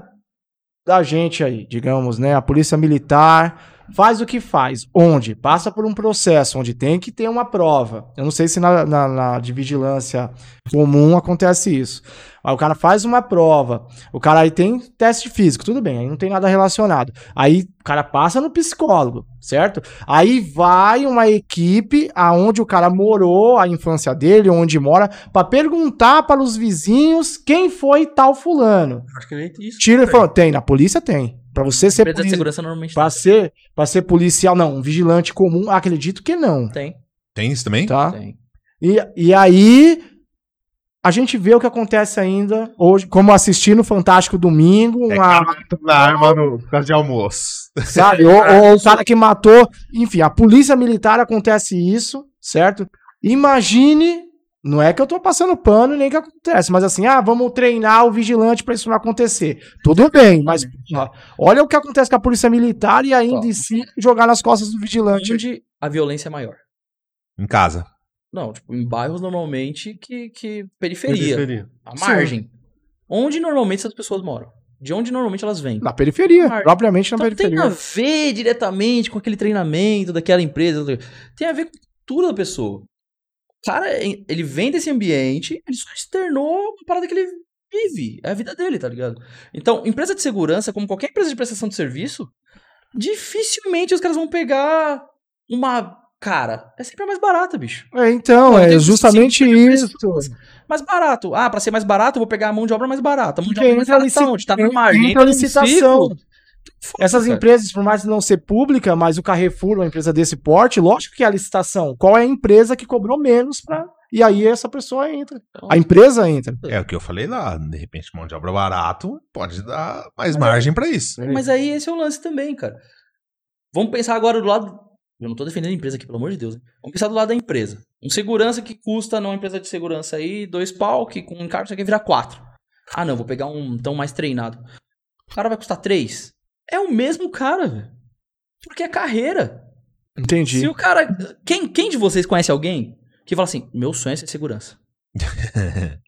da gente aí, digamos, né, a polícia militar faz o que faz, onde passa por um processo, onde tem que ter uma prova. Eu não sei se na- na- na de vigilância comum acontece isso. Aí o cara faz uma prova, o cara aí tem teste físico, tudo bem, aí não tem nada relacionado. Aí o cara passa no psicólogo, certo? Aí vai uma equipe aonde o cara morou, a infância dele, onde mora, pra perguntar para os vizinhos quem foi tal fulano.
Acho que nem isso.
Tira e fala, tem, na polícia tem. Pra você ser
Empresa de
policial,
segurança normalmente
pra ser, pra ser policial não, um vigilante comum, acredito que não,
tem.
Tem isso também?
tá?
Tem.
E, e aí a gente vê o que acontece ainda hoje, como assistir no Fantástico Domingo,
É
uma-
Na arma no por causa de almoço.
sabe? ou, ou o cara que matou. Enfim, a polícia militar acontece isso, certo? Imagine. Não é que eu tô passando pano nem que acontece, mas assim, ah, vamos treinar o vigilante pra isso não acontecer. Tudo bem, mas ó, olha o que acontece com a polícia militar e ainda
Ó.
em si jogar nas costas do vigilante.
Onde a violência é maior.
Em casa.
Não, tipo, em bairros normalmente que, que periferia, a
Sim.
margem. Onde normalmente essas pessoas moram? De onde normalmente elas vêm?
Na periferia,
Mar-
propriamente na
Então, tem
periferia.
a ver diretamente com aquele treinamento daquela empresa. Tem a ver com a cultura da pessoa. O cara, ele vem desse ambiente, ele só externou a parada que ele vive. É a vida dele, tá ligado? Então, empresa de segurança, como qualquer empresa de prestação de serviço, dificilmente os caras vão pegar uma. Cara, é sempre a mais barata, bicho.
É, então,
Não,
é
tem um
justamente
princípio,
isso.
Mais barato. Ah, pra ser mais barato, eu vou pegar a mão de obra mais barata. A mão de
Porque
obra mais
entra
barata tá
lici-
onde? Tá na
entra
margem. num
licitação.
ciclo. Foda,
Essas
cara.
empresas, por mais não ser pública, mas o Carrefour, uma empresa desse porte, lógico que é a licitação. Qual é a empresa que cobrou menos pra. E aí essa pessoa entra. A empresa entra.
É o que eu falei lá. De repente, mão de obra barato pode dar mais margem pra isso.
Mas aí esse é o lance também, cara. Vamos pensar agora do lado. Eu não tô defendendo a empresa aqui, pelo amor de Deus. né? Vamos pensar do lado da empresa. Um segurança que custa numa empresa de segurança aí, dois pau, que com um carro você quer virar quatro. Ah, não, vou pegar um então mais treinado. O cara vai custar três. É o mesmo cara, velho. Porque é carreira.
Entendi.
Se o cara. Quem, quem de vocês conhece alguém que fala assim: meu sonho é ser segurança?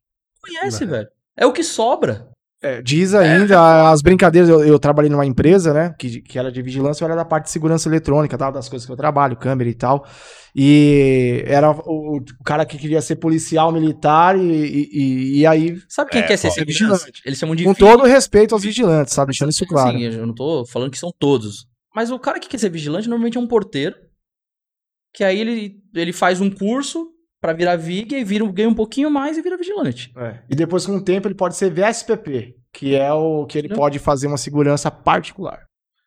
conhece, velho. É o que sobra.
É, diz ainda as brincadeiras. Eu, eu trabalhei numa empresa, né? Que, que era de vigilância, eu era da parte de segurança eletrônica, tal, das coisas que eu trabalho, câmera e tal. E era o, o cara que queria ser policial militar e, e, e aí.
Sabe quem
É,
quer ser
ó,
segurança?
vigilante.
Eles chamam de.
Com todo o respeito aos vigilantes, sabe? Deixando isso claro.
Sim, eu não tô falando que são todos. Mas o cara que quer ser vigilante normalmente é um porteiro. Que aí ele, ele faz um curso pra virar viga e vira, um- ganha um pouquinho mais e vira vigilante.
É. E depois, com o tempo, ele pode ser VSPP, que é o que ele
Não.
pode fazer uma segurança particular.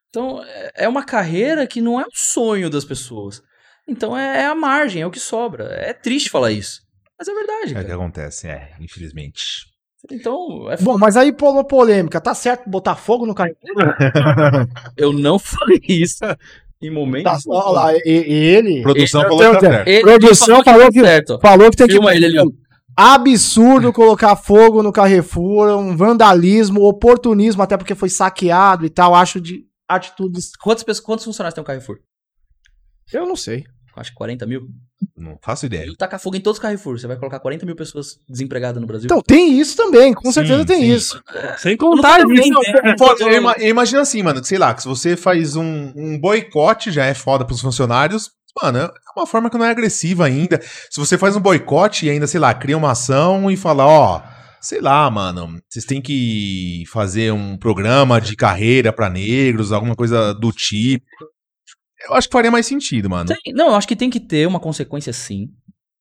Então é- é uma carreira que não é um sonho das pessoas. Então é, é a margem, é o que sobra. É triste falar isso. Mas é verdade.
É o que
Cara.
acontece, é, infelizmente.
Então, é f-
Bom, mas aí pulou polêmica. Tá certo botar fogo no carro?
eu não falei isso em momento.
Tá, ó lá, e, e ele.
Produção
eu
falou que tá
tenho-
certo.
Ele
Produção falou que,
certo.
falou que tem que.
Filma ele ali, ó.
Absurdo colocar fogo no Carrefour, um vandalismo, oportunismo, até porque foi saqueado e tal. Acho de atitudes.
Quantas pessoas, quantos funcionários tem o Carrefour?
Eu não sei.
Acho que 40 mil.
Não faço ideia.
Ele tá taca fogo em todos os Carrefour. Você vai colocar 40 mil pessoas desempregadas no Brasil.
Então, tem isso também, com
Sim,
certeza tem
sim.
isso. Então, tá
Sem contar
Eu não tô
isso.
entendendo.
né?
Foda, eu, ima- eu imagino assim, mano, que sei lá, que se você faz um, um boicote, já é foda pros funcionários, mano, é uma forma que não é agressiva ainda. Se você faz um boicote e ainda, sei lá, cria uma ação e fala, ó, sei lá, mano, vocês têm que fazer um programa de carreira pra negros, alguma coisa do tipo. Eu acho que faria mais sentido, mano.
Tem- não, eu acho que tem que ter uma consequência sim.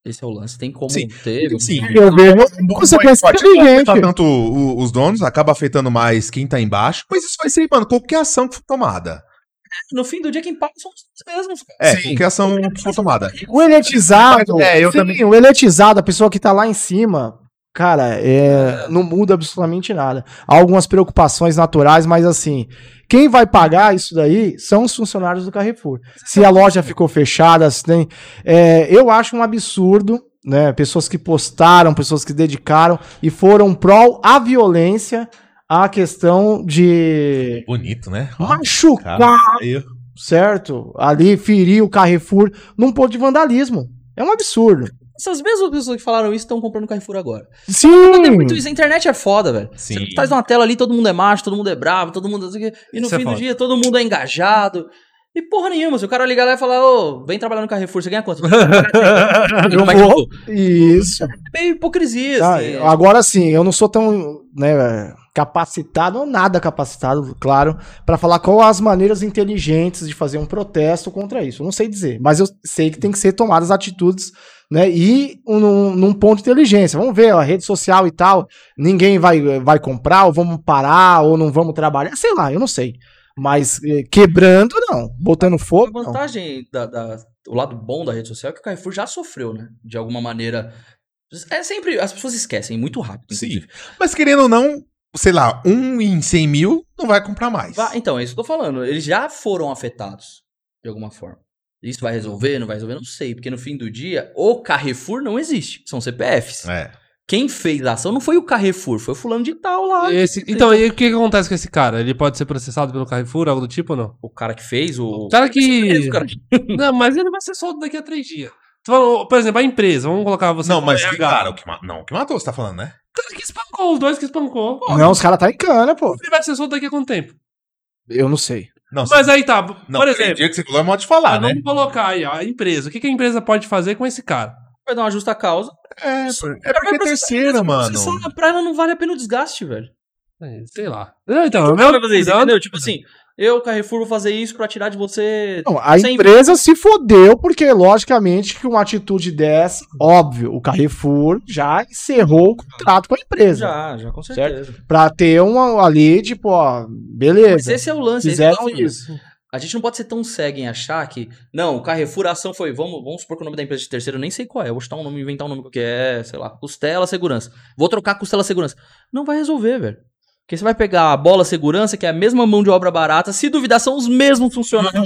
Esse é o lance. Tem como
Sim.
ter. um-
Sim.
Então, Eu vejo consequência
assim, boicote afeta
inteligente.
tanto o- os donos, acaba afetando mais quem tá embaixo, mas isso vai ser, mano, qualquer ação que for tomada.
No fim do dia, quem paga são os mesmos, cara.
É,
Sim.
qualquer ação que for tomada.
O eletizado,
É, eu
sim,
também-
o eletizado, a pessoa que tá lá em cima, cara, é, não muda absolutamente nada. Há algumas preocupações naturais, mas assim, quem vai pagar isso daí são os funcionários do Carrefour. Se a loja ficou fechada, se tem, é, eu acho um absurdo, né? Pessoas que postaram, pessoas que dedicaram e foram pró à violência, à questão de
Bonito, né? Ó, tá
machucar
aí.
certo? Ali ferir o Carrefour num ponto de vandalismo. É um absurdo.
Essas mesmas pessoas que falaram isso estão comprando Carrefour agora. Tem muito
Sim!
isso. A internet é foda, velho.
Sim.
Você faz uma tela ali, todo mundo é macho, todo mundo é bravo, todo mundo. não sei o quê. E no
Isso é
fim do
foda.
dia, todo mundo é engajado. E porra nenhuma, se o cara ligar lá e falar, ô, vem trabalhar no Carrefour, você ganha quanto?
Eu vou. Isso.
É meio hipocrisia,
Tá,
assim.
Agora sim, eu não sou tão né, capacitado, ou nada capacitado, claro, pra falar qual as maneiras inteligentes de fazer um protesto contra isso. Eu não sei dizer, mas eu sei que tem que ser tomadas atitudes, né? E um- num, num ponto de inteligência. Vamos ver, ó, a rede social e tal, ninguém vai, vai comprar, ou vamos parar, ou não vamos trabalhar, sei lá, eu não sei. Mas eh, quebrando, não. Botando
A
fogo, não.
vantagem da, da- o lado bom da rede social é que o Carrefour já sofreu, né? De alguma maneira. É sempre. As pessoas esquecem muito rápido.
Sim.
inclusive.
Mas querendo ou não, sei lá, um em 100 mil não vai comprar mais.
Va- então, é isso que eu tô falando. Eles já foram afetados de alguma forma. Isso vai resolver, não vai resolver, não sei. Porque no fim do dia, o Carrefour não existe. São CPFs.
É.
Quem fez a ação não foi o Carrefour, foi o fulano de tal lá.
Esse- então, e o que que acontece com esse cara? Ele pode ser processado pelo Carrefour, algo do tipo ou não?
O cara que fez, o.
O cara que.
Esse cara-
Não, mas ele vai ser solto daqui a três dias. Tu falou, por exemplo, a empresa, vamos colocar você. é
não,
como
mas
RH.
que, cara, o que, ma- não, o que matou, você tá falando, né?
O cara que espancou, os dois que espancou.
Não, os caras tá em cana, pô.
Ele vai ser solto daqui a quanto tempo?
Eu não sei.
Não,
Mas aí tá,
não
por
aquele
exemplo,
dia que você falou é modo de falar, né?
vamos colocar aí, ó, a empresa. O que, que a empresa pode fazer com esse cara?
Vai dar uma justa causa.
É,
Isso.
é porque é terceira, mano.
Processar, Pra ela não vale a pena o desgaste, velho.
É, Sei lá. Não, Então, eu
Não vai fazer isso, entendeu? Tipo assim, eu, Carrefour, vou fazer isso pra tirar de você.
Não, a
Sem-
empresa se fodeu, porque logicamente que uma atitude dessa, óbvio, o Carrefour já encerrou o contrato com a empresa.
Já, já, com certeza.
Pra ter uma ali, tipo, ó,
Mas
beleza.
esse é o lance. é isso que eu tô
Fizeram
falando.
isso.
A gente não pode ser tão cego em achar que. Não, o Carrefour, a ação foi. Vamos, vamos supor que o nome da empresa de terceiro, eu nem sei qual é. Eu vou chutar um nome, inventar um nome que é, sei lá, costela segurança. Vou trocar costela segurança. Não vai resolver, velho. Porque você vai pegar a bola segurança, que é a mesma mão de obra barata, se duvidar, são os mesmos funcionários.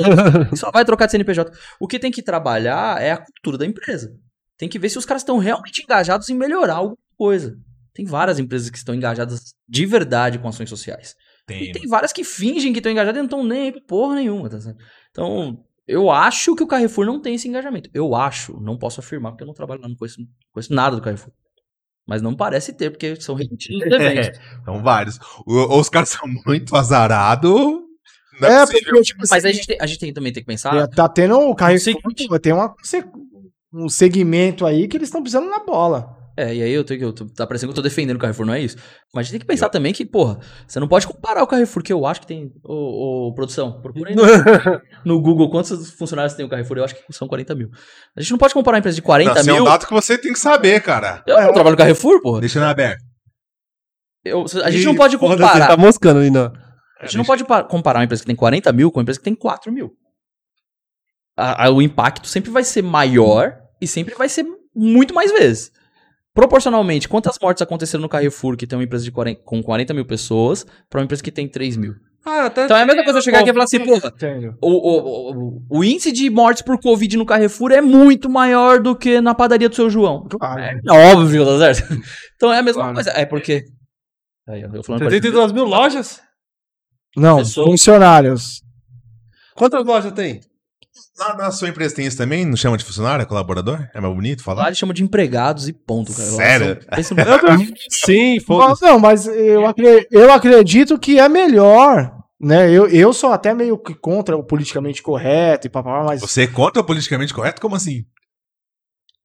que só vai trocar de CNPJ. O que tem que trabalhar é a cultura da empresa. Tem que ver se os caras estão realmente engajados em melhorar alguma coisa. Tem várias empresas que estão engajadas de verdade com ações sociais. E tem várias que fingem que estão engajadas e não estão nem aí pra porra nenhuma, tá certo? Então, eu acho que o Carrefour não tem esse engajamento. Eu acho, não posso afirmar, porque eu não trabalho lá, não conheço, não conheço nada do Carrefour. Mas não parece ter, porque são repetidos de eventos.
São Então, vários. O- ou os caras são muito azarados. Não
É,
é, possível.
porque, tipo assim,
Mas a gente, tem- a gente tem- também tem que pensar.
é, tá tendo o Carrefour,
Seguinte.
pô, tem uma, se- um segmento aí que eles estão pisando na bola.
É, e aí eu tenho que. Eu tô, tá parecendo que eu tô defendendo o Carrefour, não é isso? Mas a gente tem que pensar também que, porra, você não pode comparar o Carrefour, que eu acho que tem. Ô, ô, produção, procura aí no, no Google quantos funcionários tem o Carrefour, eu acho que são 40 mil. A gente não pode comparar uma empresa de 40
Não, esse é
mil.
um dado que você tem que saber, cara.
Eu não trabalho no Carrefour, porra.
Deixando aberto.
Eu- a gente não pode
Você
comparar.
tá moscando, Nina.
A gente não pode pa- comparar uma empresa que tem 40 mil com uma empresa que tem 4 mil. A- a- o impacto sempre vai ser maior e sempre vai ser muito mais vezes. Proporcionalmente, quantas mortes aconteceram no Carrefour, que tem uma empresa de 40 com 40 mil pessoas, pra uma empresa que tem 3 mil?
Ah, até
Então é a mesma coisa eu chegar aqui e falar assim, porra,
Entendo.
o, o, o, o índice de mortes por Covid no Carrefour é muito maior do que na padaria do seu João.
Claro.
É óbvio, tá certo? Então é a mesma
Claro.
coisa. É porque. Aí, ó, eu falando pra-
72 mil lojas?
Não,
Pessoa-
funcionários.
Quantas lojas tem?
Lá na sua empresa tem isso também? Não chama de funcionário, é colaborador? É mais bonito
Lá
falar?
eles chamam de empregados e ponto, cara. Lá
Sério?
são- pensa no-
Sim,
Mas, não, mas eu, acre- eu acredito que é melhor. Né? Eu, eu sou até meio que contra o politicamente correto e papapá, mas.
Você é contra o politicamente correto? Como assim?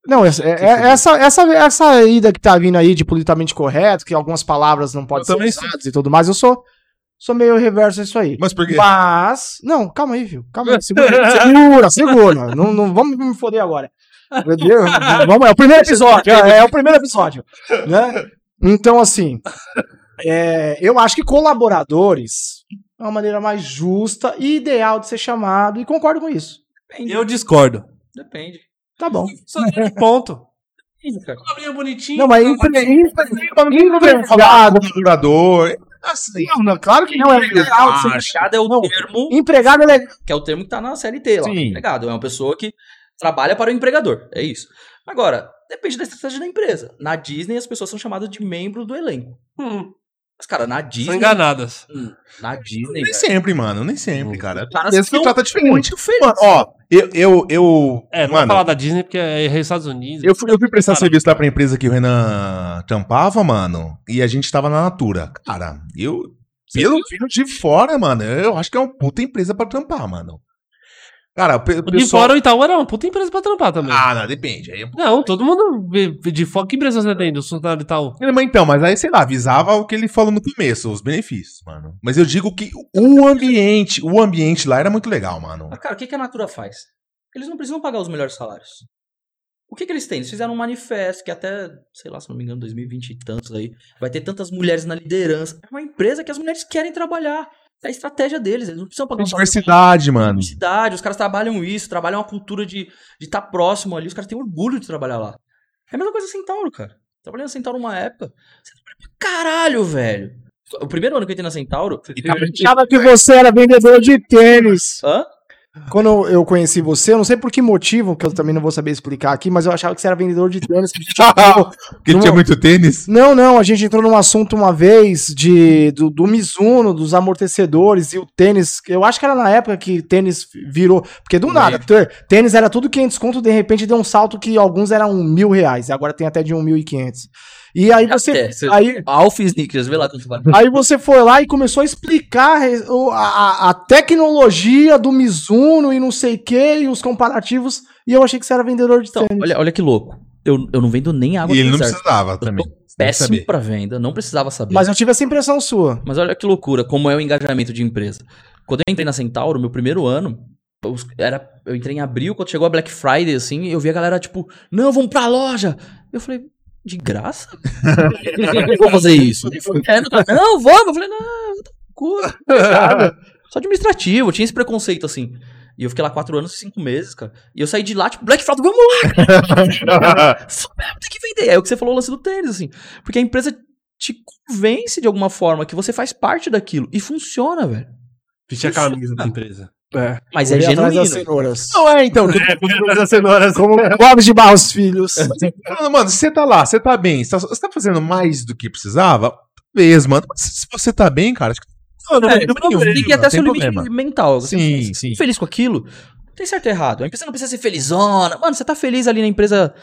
Não, essa, é- é- essa, essa, essa ida que tá vindo aí de politicamente correto, que algumas palavras não podem
Eu
ser
também
usadas e tudo mais, eu sou, sou meio reverso a isso aí.
Mas por quê?
Mas. Não, calma aí, viu? Calma aí. Segura, segura. segura. Não, não vamos me foder agora. Meu Deus, vamos, é o primeiro episódio. É, é o primeiro episódio. Né? Então, assim. é, eu acho que colaboradores é uma maneira mais justa e ideal de ser chamado, e concordo com isso.
Depende.
Eu discordo.
Depende.
Tá bom.
Só tem um ponto.
cara.
Palavrinha bonitinha.
um Não, mas
é
empre- empre- ninguém vai falar, "Ah,
Colaborador. Assim.
Não, não, claro que não é legal.
Ah,
você-
empregado é o
Não.
termo,
Empregado é legal.
que é o termo que tá na CLT lá.
Sim.
Empregado é uma pessoa que trabalha para o empregador, é isso. Agora, depende da estratégia da empresa. Na Disney as pessoas são chamadas de membro do elenco.
Hum,
Mas cara, na
são
Disney,
enganadas.
na Disney,
Nem
velho,
sempre, mano. Nem sempre, cara.
os caras
Esse que
são
trata diferente.
muito felizes.
Mano, ó, eu. eu, eu
É, não vai
mano,
falar da Disney porque é é Estados Unidos.
eu fui, eu fui prestar
Cara.
serviço lá pra empresa que o Renan tampava, mano. E a gente tava na Natura. Cara, eu. Pelo vindo de fora, mano, eu acho que é uma puta empresa pra tampar, mano. Cara, o pe- o
O De
pessoal.
fora o Itaú era uma puta empresa pra trampar também.
Ah, não, depende. Aí é
Não, todo mundo vê- vê de fora. Que empresa você tem do funcionário do Itaú?
Ele, Mas então, mas aí, sei lá, avisava o que ele falou no começo, os benefícios, mano. Mas eu digo que o ambiente, o ambiente lá era muito legal, mano.
Mas, cara, o que, que a Natura faz? Eles não precisam pagar os melhores salários. O que, que eles têm? Eles fizeram um manifesto que até, sei lá, se não me engano, 2020 e tantos aí, vai ter tantas mulheres na liderança. É uma empresa que as mulheres querem trabalhar. É a estratégia deles, eles não precisam pagar
Tem
um salário
diversidade, mano.
Diversidade, os caras trabalham isso, trabalham uma cultura de estar próximo ali, os caras têm orgulho de trabalhar lá. É a mesma coisa Centauro, cara. Trabalhei na Centauro uma época. Você trabalha pra caralho, velho. O primeiro ano que eu entrei na Centauro.
Você
e
teve-
tá
tava-
Achava que você era vendedor de tênis.
Hã?
Quando eu conheci você, eu não sei por que motivo, que eu também não vou saber explicar aqui, mas eu achava que você era vendedor de tênis.
Porque tinha muito tênis.
Não, não, a gente entrou num assunto uma vez de do, do Mizuno, dos amortecedores e o tênis. Eu acho que era na época que tênis virou. Porque do nada, tê- tênis era tudo 500 conto, de repente deu um salto que alguns eram mil reais, e agora tem até de 1.500. E
É,
aí você.
Até, você-
Aí,
Alf Snickers, vê lá quanto vale.
aí você foi lá e começou a explicar re- o- a, a- a tecnologia do Mizuno e não sei o que, e os comparativos, e eu achei que você era vendedor de
Então,
tênis.
olha, olha que louco. Eu, eu não vendo nem água
E
do
ele não
deserto.
precisava
Eu
também.
tô
tem que
péssimo
saber.
pra venda, não precisava saber. Mas,
Mas eu tive essa impressão sua.
olha que loucura, como é o engajamento de empresa. Quando eu entrei na Centauro, meu primeiro ano, eu, era, eu entrei em abril, quando chegou a Black Friday, assim, eu vi a galera tipo, não, vamos pra loja. Eu falei, de graça? Eu vou fazer isso. Ele falou, "É, não, não, vamos. Eu falei, não, eu tô com cu, nada." Só administrativo, eu tinha esse preconceito, assim. E eu fiquei lá quatro anos e cinco meses, cara. E eu saí de lá, tipo, Black Friday, vamos Só mesmo tem que vender. É o que você falou, o lance do tênis, assim. Porque a empresa te convence de alguma forma que você faz parte daquilo. E funciona, velho.
Vestir a camisa da empresa.
Mas é
Correr
genuíno.
atrás das cenouras.
Não, é, então.
Como Clóvis de Barros Filhos.
É.
Mano, mano, você tá lá, você tá bem, você tá, você tá fazendo mais do que precisava? Talvez, mano. Mas se você tá bem, cara, acho que tá
não, não
É,
tem problema nenhum,
tem que ir até
não
seu
tem
limite
problema.
mental. assim, Você
Sim,
fica
sim.
Feliz com aquilo? Não tem certo e errado. A empresa não precisa ser felizona. Mano, você tá feliz ali na empresa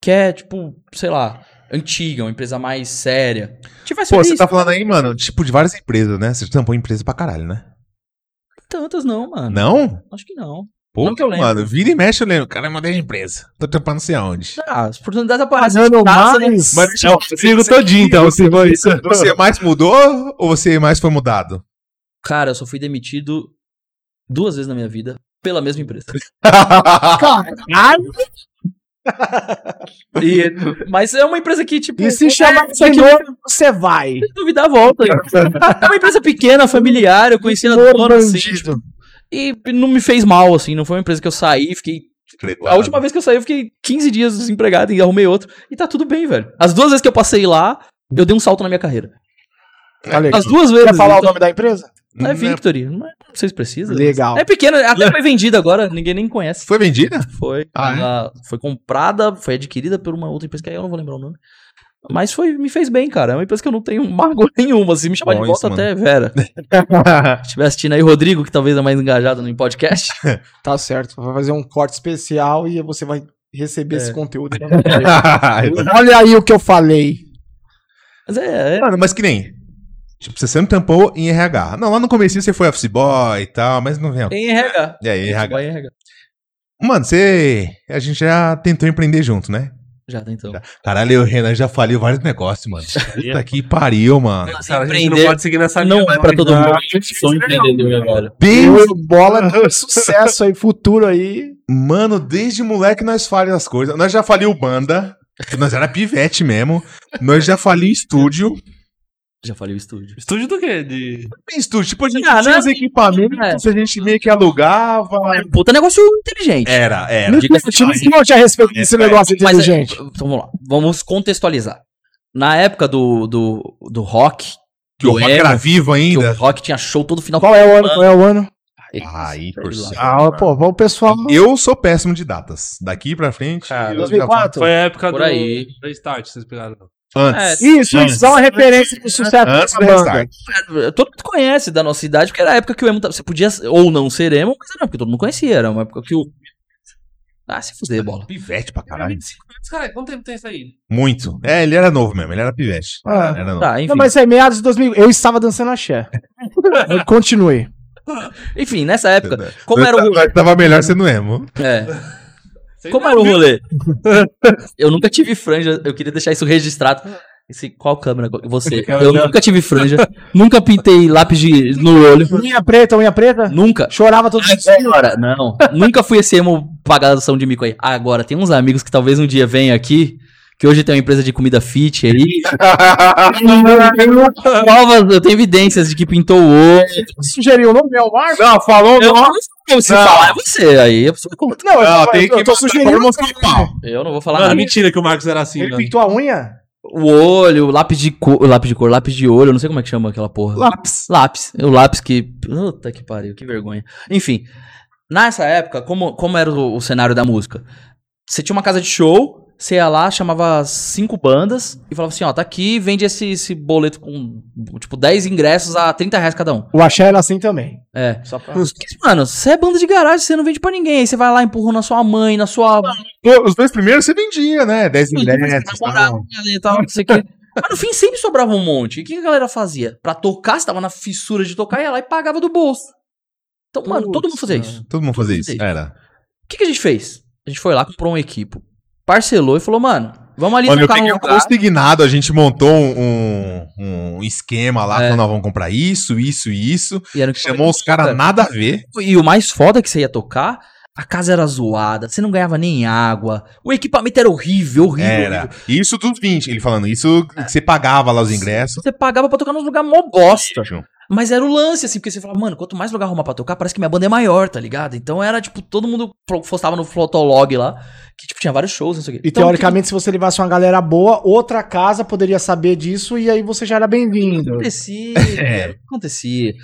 que é, tipo, sei lá, antiga, uma empresa mais séria. Te faz
Pô,
feliz.
você tá falando aí, mano,
Tipo, de várias empresas, né? Você tampou empresa pra caralho, né?
Tantas não, mano.
Não?
Acho que não.
Pô,
Não que eu lembro.
mano, vira e mexe, eu lembro. Cara, eu mandei de empresa. Tô tampando não sei aonde.
Ah, as oportunidades aparecem.
Fazendo
Taça, né?
mais.
Mas
É o
Sigo todinho, então, Simão. Isso.
Você mais mudou ou você mais foi mudado?
Cara, eu só fui demitido duas vezes na minha vida pela mesma empresa.
Caralho!
E- mas é uma empresa que, tipo.
E se
é,
chamar
só
de
que
novo, você vai.
se duvidar, volta. é uma empresa pequena, familiar, eu conheci a
Ô,
dona, assim, tipo,
bandido.
E não me fez mal, assim. Não foi uma empresa que eu saí, fiquei. A última vez que eu saí, eu fiquei 15 dias desempregado e arrumei outro. E tá tudo bem, velho. As duas vezes que eu passei lá, eu dei um salto na minha carreira.
Olha aí.
É, As duas vezes.
Quer falar o
então,
nome da empresa?
É Victory. Não, é- não sei se precisa.
Legal.
É pequena, até foi vendida agora, ninguém nem conhece.
Foi vendida?
Foi.
Ah, é?
ela foi comprada, foi adquirida por uma outra empresa que aí eu não vou lembrar o nome. Mas foi, me fez bem, cara. É uma empresa que eu não tenho mágoa nenhuma. Se me chamar
Bom
de volta
isso,
até, Vera. Se estiver assistindo aí, Rodrigo, que talvez é mais engajado no podcast.
Tá certo. Vai fazer um corte especial e você vai receber
É.
esse conteúdo.
Então,
Olha aí o que eu falei.
Mas é, é.
Mano, mas que nem. Tipo, você sempre tampou em RH. Não, lá no comecinho você foi office boy e tal, mas não vem. ao-
Tem RH.
É, RH.
Vai em RH.
Mano, você. A gente já tentou empreender junto, né?
Já tá então.
Caralho, eu, Renan já faliu vários negócios, mano. Puta que pariu, mano.
Cara, a gente não
Empreender
pode seguir
Tá
nessa
não
linha, né?
é pra todo mundo.
Sou empreendedor agora.
Desde,
Eu e o Bola tem um sucesso aí, futuro aí.
mano, desde moleque nós falhamos as coisas. Nós já faliu banda. que Nós era pivete mesmo. Nós já faliu estúdio.
Já falei o estúdio.
Estúdio do quê? De...
Bem estúdio. Tipo, a gente
Ah,
tinha
né?
os equipamentos, a gente meio que alugava.
É um puta negócio inteligente.
Era, era.
Não tinha respeito desse
Mas,
negócio
é,
inteligente.
então vamos lá. Vamos contextualizar. Na época do, do, do rock,
Que o rock era vivo
que o
ainda.
rock tinha show todo final.
Qual é o ano? Qual é o ano?
Aí, por
Sei lá.
cima.
Ah, pô, vamos pessoal. Ah,
Eu sou péssimo de datas. Daqui pra frente.
Cara,
eu
2004?
Foi a época
Por
do
aí.
do Start, vocês pegaram.
já falo.
É,
Antes.
Isso, isso, dá uma referência pro
É, tá
sucesso
Antes
da
do
banda.
Restart.
Todo mundo conhece da nossa idade, porque era a época que o emo. tava- Você podia ou não ser emo, mas era porque todo mundo conhecia. Era uma época que o. Ah, se fuder, bola.
Pivete pra caralho.
25 anos, cara, quanto tempo tem isso aí?
Muito. É, ele era novo mesmo. Ele era pivete.
Ah.
Era novo.
Tá, enfim.
Não, mas isso aí, meados de 2000. Eu estava dançando axé. Eu Continue.
Enfim, nessa época, como era o.
Nós Tava melhor sendo emo.
É.
Sei
Como
lá,
era o
viu?
rolê? eu nunca tive franja, eu queria deixar isso registrado. Esse, qual câmera? Você. Eu nunca tive franja, nunca pintei lápis de, no olho.
Unha preta, unha preta?
Nunca.
Chorava todo dia.
Agora, não. Nunca fui esse emo pagação de mico aí. Agora, tem uns amigos que talvez um dia venham aqui, que hoje tem uma empresa de comida fit aí. Provas, eu tenho evidências de que pintou o olho.
Sugeriu o nome, meu Marco?
Não, falou
Eu não sei se
Não.
falar é você aí. a pessoa conta.
Não,
Não,
eu,
Ah, tem
eu,
que
eu tô
mostrar pra
sugerindo.
mostrar o pau.
Eu não vou falar
Mano,
nada.
é mentira que o Marcos era assim,
né?
Ele
mano.
pintou a unha?
O olho, o lápis de cor, o lápis de cor, lápis de olho, eu não sei como é que chama aquela porra.
Lápis.
Lápis. O lápis que. Puta que pariu, que vergonha. Enfim, nessa época, como, como era o, o cenário da música? Você tinha uma casa de show, você ia lá, chamava cinco bandas e falava assim: ó, tá aqui, vende esse, esse boleto com, tipo, 10 ingressos a 30 reais cada um.
O axé era assim também.
É.
Só pra...
Porque, Mano, você é banda de garagem, você não vende pra ninguém. Aí você vai lá, empurrando na sua mãe, na sua
Pô, Os dois primeiros você vendia, né? 10 ingressos.
namorava
tal.
né, e tal, não sei o quê. Mas no fim sempre sobrava um monte. E o que a galera fazia? Pra tocar, você tava na fissura de tocar, ia lá e pagava do bolso. Então, mano, todo
Putz,
mundo fazia
mano.
isso.
Todo mundo fazia isso.
Sim.
Era.
O que, que a gente fez? A gente foi lá, comprou um equipo, parcelou e falou, mano, vamos ali
Olha, eu
tocar um
peguei um
lugar.
consignado, a gente montou um, um- um esquema lá,
É.
falando, nós vamos comprar isso, isso e isso.
E, era o que
Chamou os caras nada a ver.
e o mais foda é que você ia tocar, a casa era zoada, você não ganhava nem água, o equipamento era horrível, horrível,
Era.
horrível.
Isso dos 20, ele falando. Isso que você pagava lá os ingressos.
Você pagava pra tocar num lugar mó bosta. Mas era o lance, assim, porque você falava, mano, quanto mais lugar arrumar pra tocar, parece que minha banda é maior, tá ligado? Então era, tipo, todo mundo flo- postava no Flotolog lá, que, tipo, tinha vários shows, não sei o quê.
E
Então,
teoricamente, se você levasse uma galera boa, outra casa poderia saber disso e aí você já era
o que
bem-vindo.
acontecia? acontecia.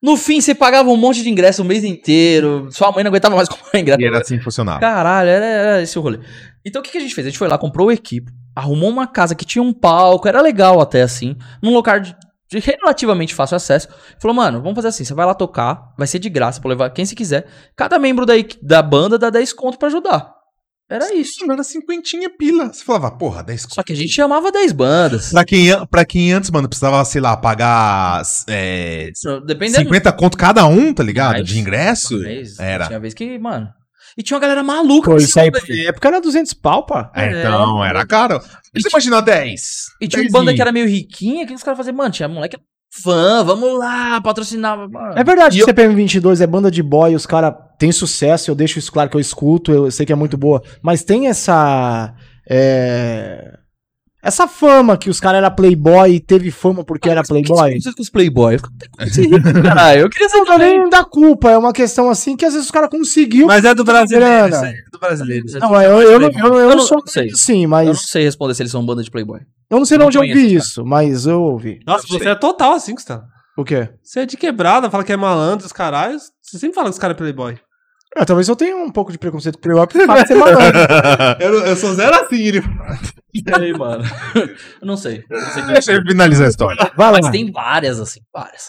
No fim, você pagava um monte de ingresso o mês inteiro, sua mãe não aguentava mais comprar ingresso.
E era assim que funcionava.
Caralho, era, era esse o rolê. Então o que, que a gente fez? A gente foi lá, comprou o equipe, arrumou uma casa que tinha um palco, era legal até assim, num lugar de de relativamente fácil acesso. Falou, mano, vamos fazer assim, você vai lá tocar, vai ser de graça pra levar quem você quiser. Cada membro da, equi- da banda dá 10 conto pra ajudar. Era isso.
Isso, era cinquentinha pila. Você falava, porra, 10
Só que a gente chamava 10 bandas.
Pra quem, an- pra quem antes, mano, precisava, sei lá, pagar é,
Isso, Dependendo
50 conto cada um, tá ligado?
Mas-
de ingresso.
Mas
Era.
Tinha vez que, mano. E tinha uma galera maluca.
Pô,
que
isso aí,
se-
na época era 200 pau, pá.
É, então, era caro. Você imagina 10.
E tinha uma
10
banda que era meio riquinha, que os caras faziam, mano, tinha moleque fã, vamos lá, patrocinava. Mano.
É verdade
E
que CPM 22 é banda de boy, os caras têm sucesso, eu deixo isso claro que eu escuto, eu sei que é muito boa, mas tem essa. é, Essa fama que os caras eram playboy e teve fama porque era playboy.
Vocês com os Playboy. Eu fico, "Tem como ser rico, caralho. Eu queria ser um
Não dá
também.
nem da culpa, é uma questão assim que às vezes os caras conseguiu.
Mas é do brasileiro.
grana.
isso aí, É do brasileiro.
Não, eu, eu, não- eu, eu
Eu
não
não-
sou
não sei. Eu
sim,
não
mas
sei responder se eles são banda de Playboy.
eu não sei de
não
onde eu
conheço,
vi isso, mas eu ouvi.
Nossa, você é total assim, Gustavo.
O quê?
Você é de quebrada, fala que é malandro, os caralhos. Você sempre fala que os caras é playboy.
Ah, talvez eu tenha um pouco de preconceito com playboy porque fala que você é malandro.
Eu, eu sou zero assim, ele
Sei, mano. Eu não sei. Eu não sei como é que
Deixa eu finalizar a história.
Vai lá.
Mas tem várias, assim, várias.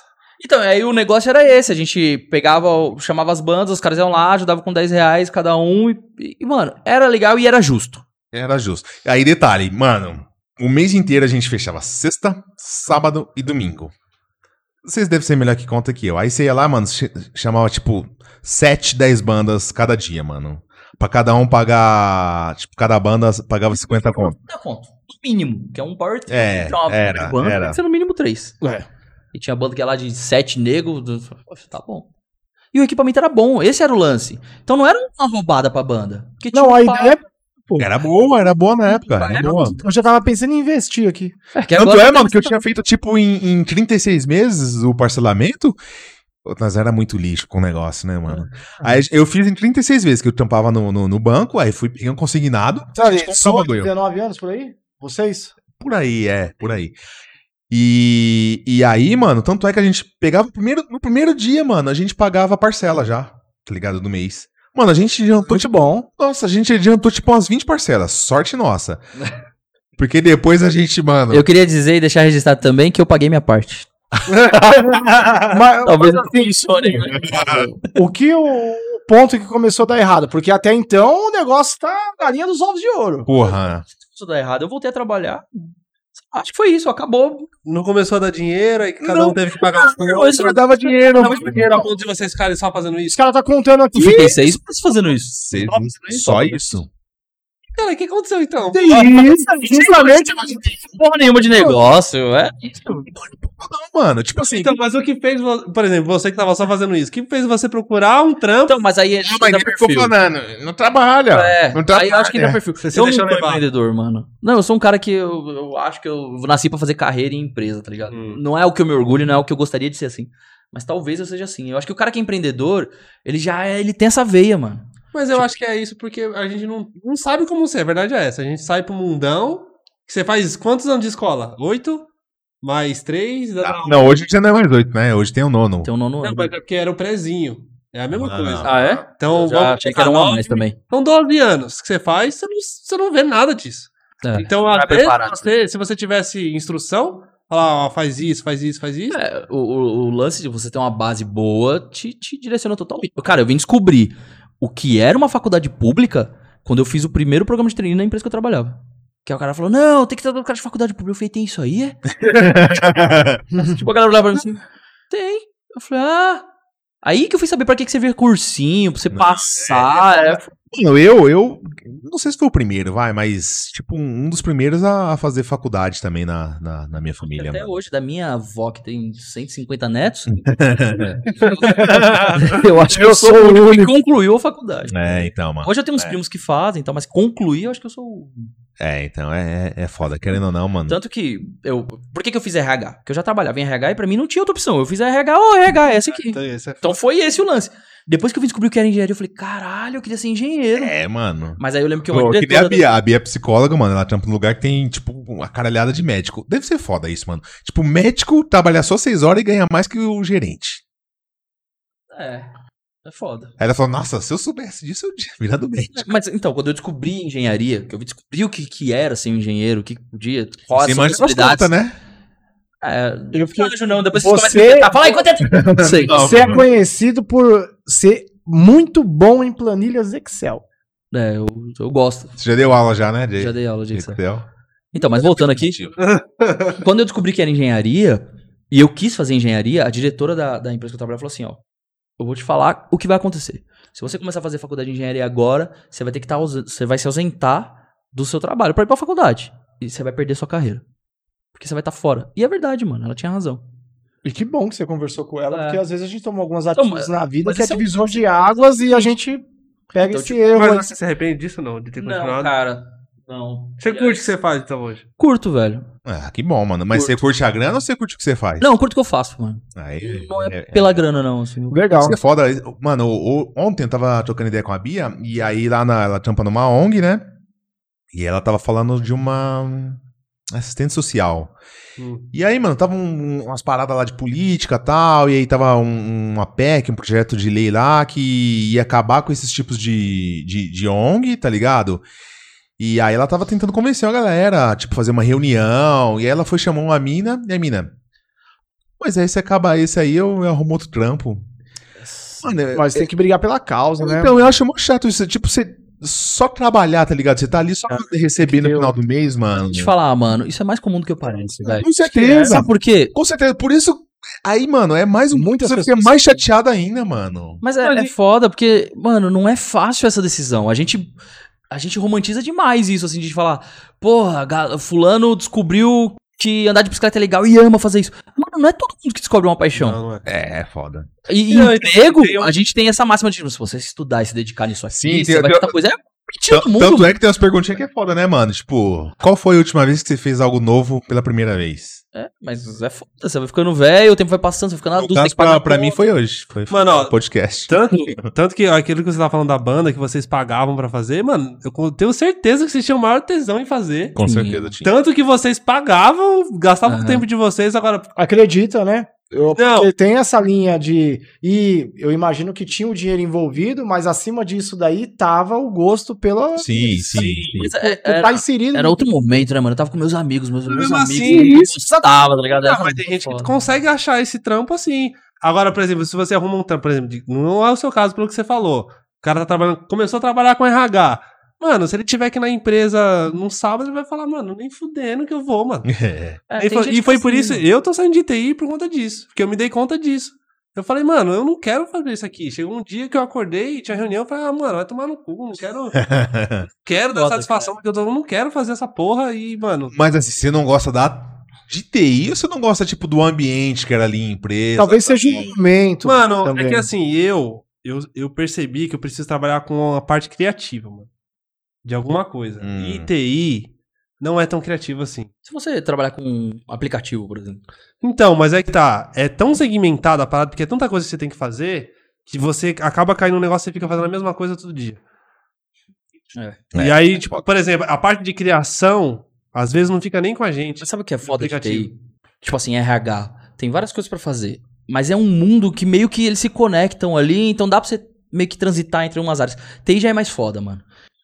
Então, aí o negócio era esse, a gente pegava, o- chamava as bandas, os caras iam lá, ajudavam com 10 reais cada um, e, e, mano, era legal e era justo.
Era justo. Aí, detalhe, mano. O mês inteiro a gente fechava sexta, sábado e domingo. Vocês devem ser melhor que conta que eu. Aí você ia lá, mano, ch- chamava tipo 7, 10 bandas cada dia, mano. Pra cada um pagar. Tipo, cada banda pagava 50 conto.
Dá conta, no mínimo, que é um power trio,
É,
que é uma
era,
banda,
era.
tem que ser no mínimo três.
É.
E tinha banda que é lá de sete negros, do- poxa, tá bom. E o equipamento era bom, esse era o lance. Então não era uma roubada pra banda. porque tinha
Não,
um
a
palco,
ideia é
Era boa, era boa na época. Era
Era
boa.
Eu já tava pensando em investir aqui.
que
Tanto
agora
é,
tem
mano,
essa-
que eu tinha feito, tipo, em, em 36 meses o parcelamento. Pô, Nós era muito lixo com o negócio, né, mano? Aí eu fiz em 36 vezes, que eu tampava no, no, no banco, aí fui pegar um consignado.
Sabe,
Tipo, um
18,
bagulho.
19 anos por aí? Vocês?
Por aí, é, por aí. E, e aí, mano, tanto é que a gente pegava o primeiro, no primeiro dia, mano, a gente pagava a parcela já, tá ligado? Do mês. Mano, a gente adiantou,
Muito
tipo,
bom.
nossa, a gente adiantou tipo umas 20 parcelas. Sorte nossa. Porque depois a gente, mano.
Eu queria dizer e deixar registrado também que eu paguei minha parte.
Mas
Talvez não funcione.
o que o ponto que começou a dar errado? Porque até então o negócio tá galinha dos ovos de ouro.
Porra.
isso dá errado. Eu voltei a trabalhar. Acho que foi isso, acabou.
Não começou a dar dinheiro, aí que cada
Não.
um teve que pagar as contas.
é
Isso dava dinheiro.
Não, mas dinheiro a ponto de vocês ficarem só fazendo
Os
isso.
caras tá contando aqui.
Eu fiquei seis meses fazendo isso. né?
Vocês-
Só
Só isso.
Cara, o que aconteceu então?
Isso, justamente.
Porra nenhuma de negócio, é.
Não, mano. Tipo assim.
Então, mas o que fez, vo- por exemplo, você que tava só fazendo isso, o que fez você procurar um trampo?
Então, mas aí a
Ah,
gente
mas
dá
ele ficou
perfil.
falando. Não trabalha.
É,
Tá. não trabalha.
aí eu acho que dá perfil.
Você se
eu não
deixou
sou
levar.
empreendedor, mano. Não, eu sou um cara que eu, eu acho que eu nasci pra fazer carreira em empresa, tá ligado?
Hum.
Não é o que eu me orgulho, não é o que eu gostaria de ser assim. Mas talvez eu seja assim. Eu acho que o cara que é empreendedor, ele já é- ele tem essa veia, mano.
Mas
Tipo
eu acho que é isso, porque a gente não, não sabe como ser, a verdade é essa. A gente sai pro mundão, que você faz quantos anos de escola? Oito? Mais três? Dá-
Ah, Não, hoje já não é mais oito, né? Hoje tem o nono.
Então não, não,
Não, mas é porque era o prezinho. É a mesma
Ah,
coisa.
Ah, é?
Então,
Eu já achei que era um a
nove.
mais também.
São 12 anos que você faz, você não, você não vê nada disso.
É.
Então,
Não é
às vezes,
preparado.
você- se você tivesse instrução, falar, ó, faz isso, faz isso, faz isso.
É, o, o- o lance de você ter uma base boa te, te direciona totalmente. Cara, eu vim descobrir o que era uma faculdade pública quando eu fiz o primeiro programa de treininho na empresa que eu trabalhava. Que aí o cara falou, não, tem que ter um cara de faculdade pública. Eu falei, tem isso aí? é?" tipo, a galera olhava pra mim assim, tem. Eu falei, ah... Aí que eu fui saber pra que que servia cursinho, pra você passar. é.
Mano, eu, eu. Não sei se foi o primeiro, vai, mas, tipo, um dos primeiros a a fazer faculdade também na, na, na minha família.
Até
mano.
hoje, da minha avó, que tem 150 netos, eu acho que eu, sou o único que concluiu a faculdade.
É, então, mano.
Hoje eu tenho uns primos que fazem, e tal, mas concluir, eu acho que eu sou o
É, então, é, é é foda, querendo ou não, mano.
Tanto que eu. Por que, que eu fiz RH? Porque eu já trabalhava em RH e pra mim não tinha outra opção. Eu fiz RH ou RH, é essa aqui.
Então, isso é-
Então foi esse o lance. Depois que eu vim descobrir que era engenharia, eu falei, caralho, eu queria ser engenheiro.
É, mano.
Mas aí eu lembro que
Que,
uma
Pô, que nem
diretora.
a Bia. A Bia é psicóloga, mano. Ela trampa num lugar que tem, tipo, uma caralhada de médico. Deve ser foda isso, mano. Tipo, médico trabalhar só seis horas e ganhar mais que o gerente.
É. É foda.
Aí ela falou, nossa, se eu soubesse disso, eu tinha virado médico.
Mas então, quando eu descobri engenharia, que eu descobri o que, que era ser um engenheiro, o que que podia, quais
Você
as
manja as
possibilidades.
contas, né?
É,
Eu fiquei-
não, não, depois
Você-
vocês começam a tentar. Fala aí, quanto é. Não sei.
Não.
Você é conhecido por ser muito bom em planilhas Excel.
É, eu, eu gosto.
Você já deu aula já, né, de,
Já dei aula de
de
Excel.
Excel?
Então, mas voltando aqui, quando eu descobri que era engenharia, e eu quis fazer engenharia, a diretora da, da empresa que eu trabalhava falou assim, ó, eu vou te falar o que vai acontecer. Se você começar a fazer faculdade de engenharia agora, você vai ter que estar, você vai se ausentar do seu trabalho pra ir pra faculdade. E você vai perder sua carreira. Porque você vai estar fora. E é verdade, mano, ela tinha razão.
E que bom que você conversou com
É.
ela, porque às vezes a gente toma algumas
Então,
atitudes na vida
mas
que é
esse é um-
divisor de águas e a gente pega
Então,
esse erro.
tipo, Mas
aí.
você se arrepende disso não? De ter continuado?
cara, não.
Você curte o que você faz então hoje?
Curto, velho.
Ah, que bom, mano. Mas
Curto.
você curte a grana ou você curte o que você faz?
Não, curto o que eu faço, mano.
Aí,
Não é,
é-
pela grana, não, assim.
Legal.
Isso é foda. Mano, o- o- ontem eu tava trocando ideia com a Bia, e aí lá na, ela trampa numa ONG, né? E ela tava falando de uma hum, assistente social.
Hum.
E aí, mano, tava um- umas paradas lá de política e tal, e aí tava um- uma PEC, um projeto de lei lá que ia acabar com esses tipos de, de, de ONG, tá ligado? E aí ela tava tentando convencer a galera, tipo, fazer uma reunião, e aí ela foi chamou uma mina, e a mina... Pois é, se acabar esse aí, eu, eu arrumo outro trampo. Mano, eu-
Mas tem que brigar pela causa, né?
então, eu acho muito chato isso. Tipo, você só trabalhar, tá ligado? Você tá ali só recebendo no
eu-
final do mês,
É,
mano.
Deixa eu te falar, mano, isso é mais comum do que parece, velho.
Com certeza.
Sabe por quê?
Com certeza. Por isso, aí, mano, é mais um.
Muitas
você
pessoas-
fica mais chateado ainda, mano.
Mas é, é foda, porque, mano, não é fácil essa decisão. A gente. A gente romantiza demais isso, assim, de falar, porra, ga- fulano descobriu que andar de bicicleta é legal e ama fazer isso. Mano, não é todo mundo que descobre uma paixão.
não é.
É, foda.
E, e
Não,
emprego,
tem um-
a gente tem essa máxima de, tipo, se você estudar e se dedicar nisso aqui,
Sim,
você
tem-
vai
tem-
ter coisa. É mentira do mundo.
Tanto é que tem umas perguntinhas que é foda, né, mano? Tipo, qual foi a última vez que você fez algo novo pela primeira vez?
É, mas é foda, você vai ficando velho, o tempo vai passando, você vai ficando adulto,
No
tem
caso,
que Ah, pagar
pra, pra
conta.
mim foi hoje. Foi
Mano, ó,
podcast.
Tanto, tanto que aquilo que você tava falando da banda que vocês pagavam pra fazer, mano, eu con- tenho certeza que vocês tinham o maior tesão em fazer.
Com
Sim.
certeza, tinha.
Tanto que vocês pagavam, gastavam
Aham.
o tempo de vocês, agora.
Acredita, né? Eu,
Não.
porque tem essa linha de. E eu imagino que tinha o dinheiro envolvido, mas acima disso daí tava o gosto pela.
Sim, sim, sim.
Mas é-
Você
era-
tá inserido.
Era outro momento, né, mano? Eu tava com meus amigos, meus, meus
Mesmo
amigos.
assim,
eu
isso-
gostava, tá ligado?
Ah,
Era
mas tem gente
foda.
que consegue achar esse trampo assim. Agora, por exemplo, se você arruma um trampo, por exemplo, de- não é o seu caso pelo que você falou. O cara tá trabalhando, começou a trabalhar com RH. Mano, se ele tiver aqui na empresa num sábado, ele vai falar, mano, nem fudendo que eu vou, mano.
É.
É,
Aí
tem
falou-
gente
e
que
foi por
assim,
isso, eu tô saindo de TI por conta disso. Porque eu me dei conta disso. Eu falei, mano, eu não quero fazer isso aqui. Chegou um dia que eu acordei e tinha reunião, eu falei, ah, mano, vai tomar no cu, não quero,
É,
não quero dar
Foda,
satisfação, porque eu tô- não quero fazer essa porra e, mano.
Mas assim, você não gosta da de TI ou você não gosta, tipo, do ambiente que era ali em empresa?
Talvez seja um momento.
Mano,
também.
é que assim, eu, eu eu percebi que eu preciso trabalhar com a parte criativa, mano. De alguma coisa.
Hum.
E TI não é tão criativo assim.
Se você trabalhar com um aplicativo, por exemplo.
Então, mas é que tá. É tão segmentada a parada, porque é tanta coisa que você tem que fazer, que você acaba caindo num negócio e fica fazendo a mesma coisa todo dia.
É.
E aí, tipo, por exemplo, a parte de criação, às vezes não fica nem com a gente.
Mas sabe o que é foda de
Aplicativo.
TI? Tipo assim, RH. Tem várias coisas pra fazer. Mas é um mundo que meio que eles se conectam ali, então dá pra você meio que transitar entre umas áreas. TI já é mais foda, mano.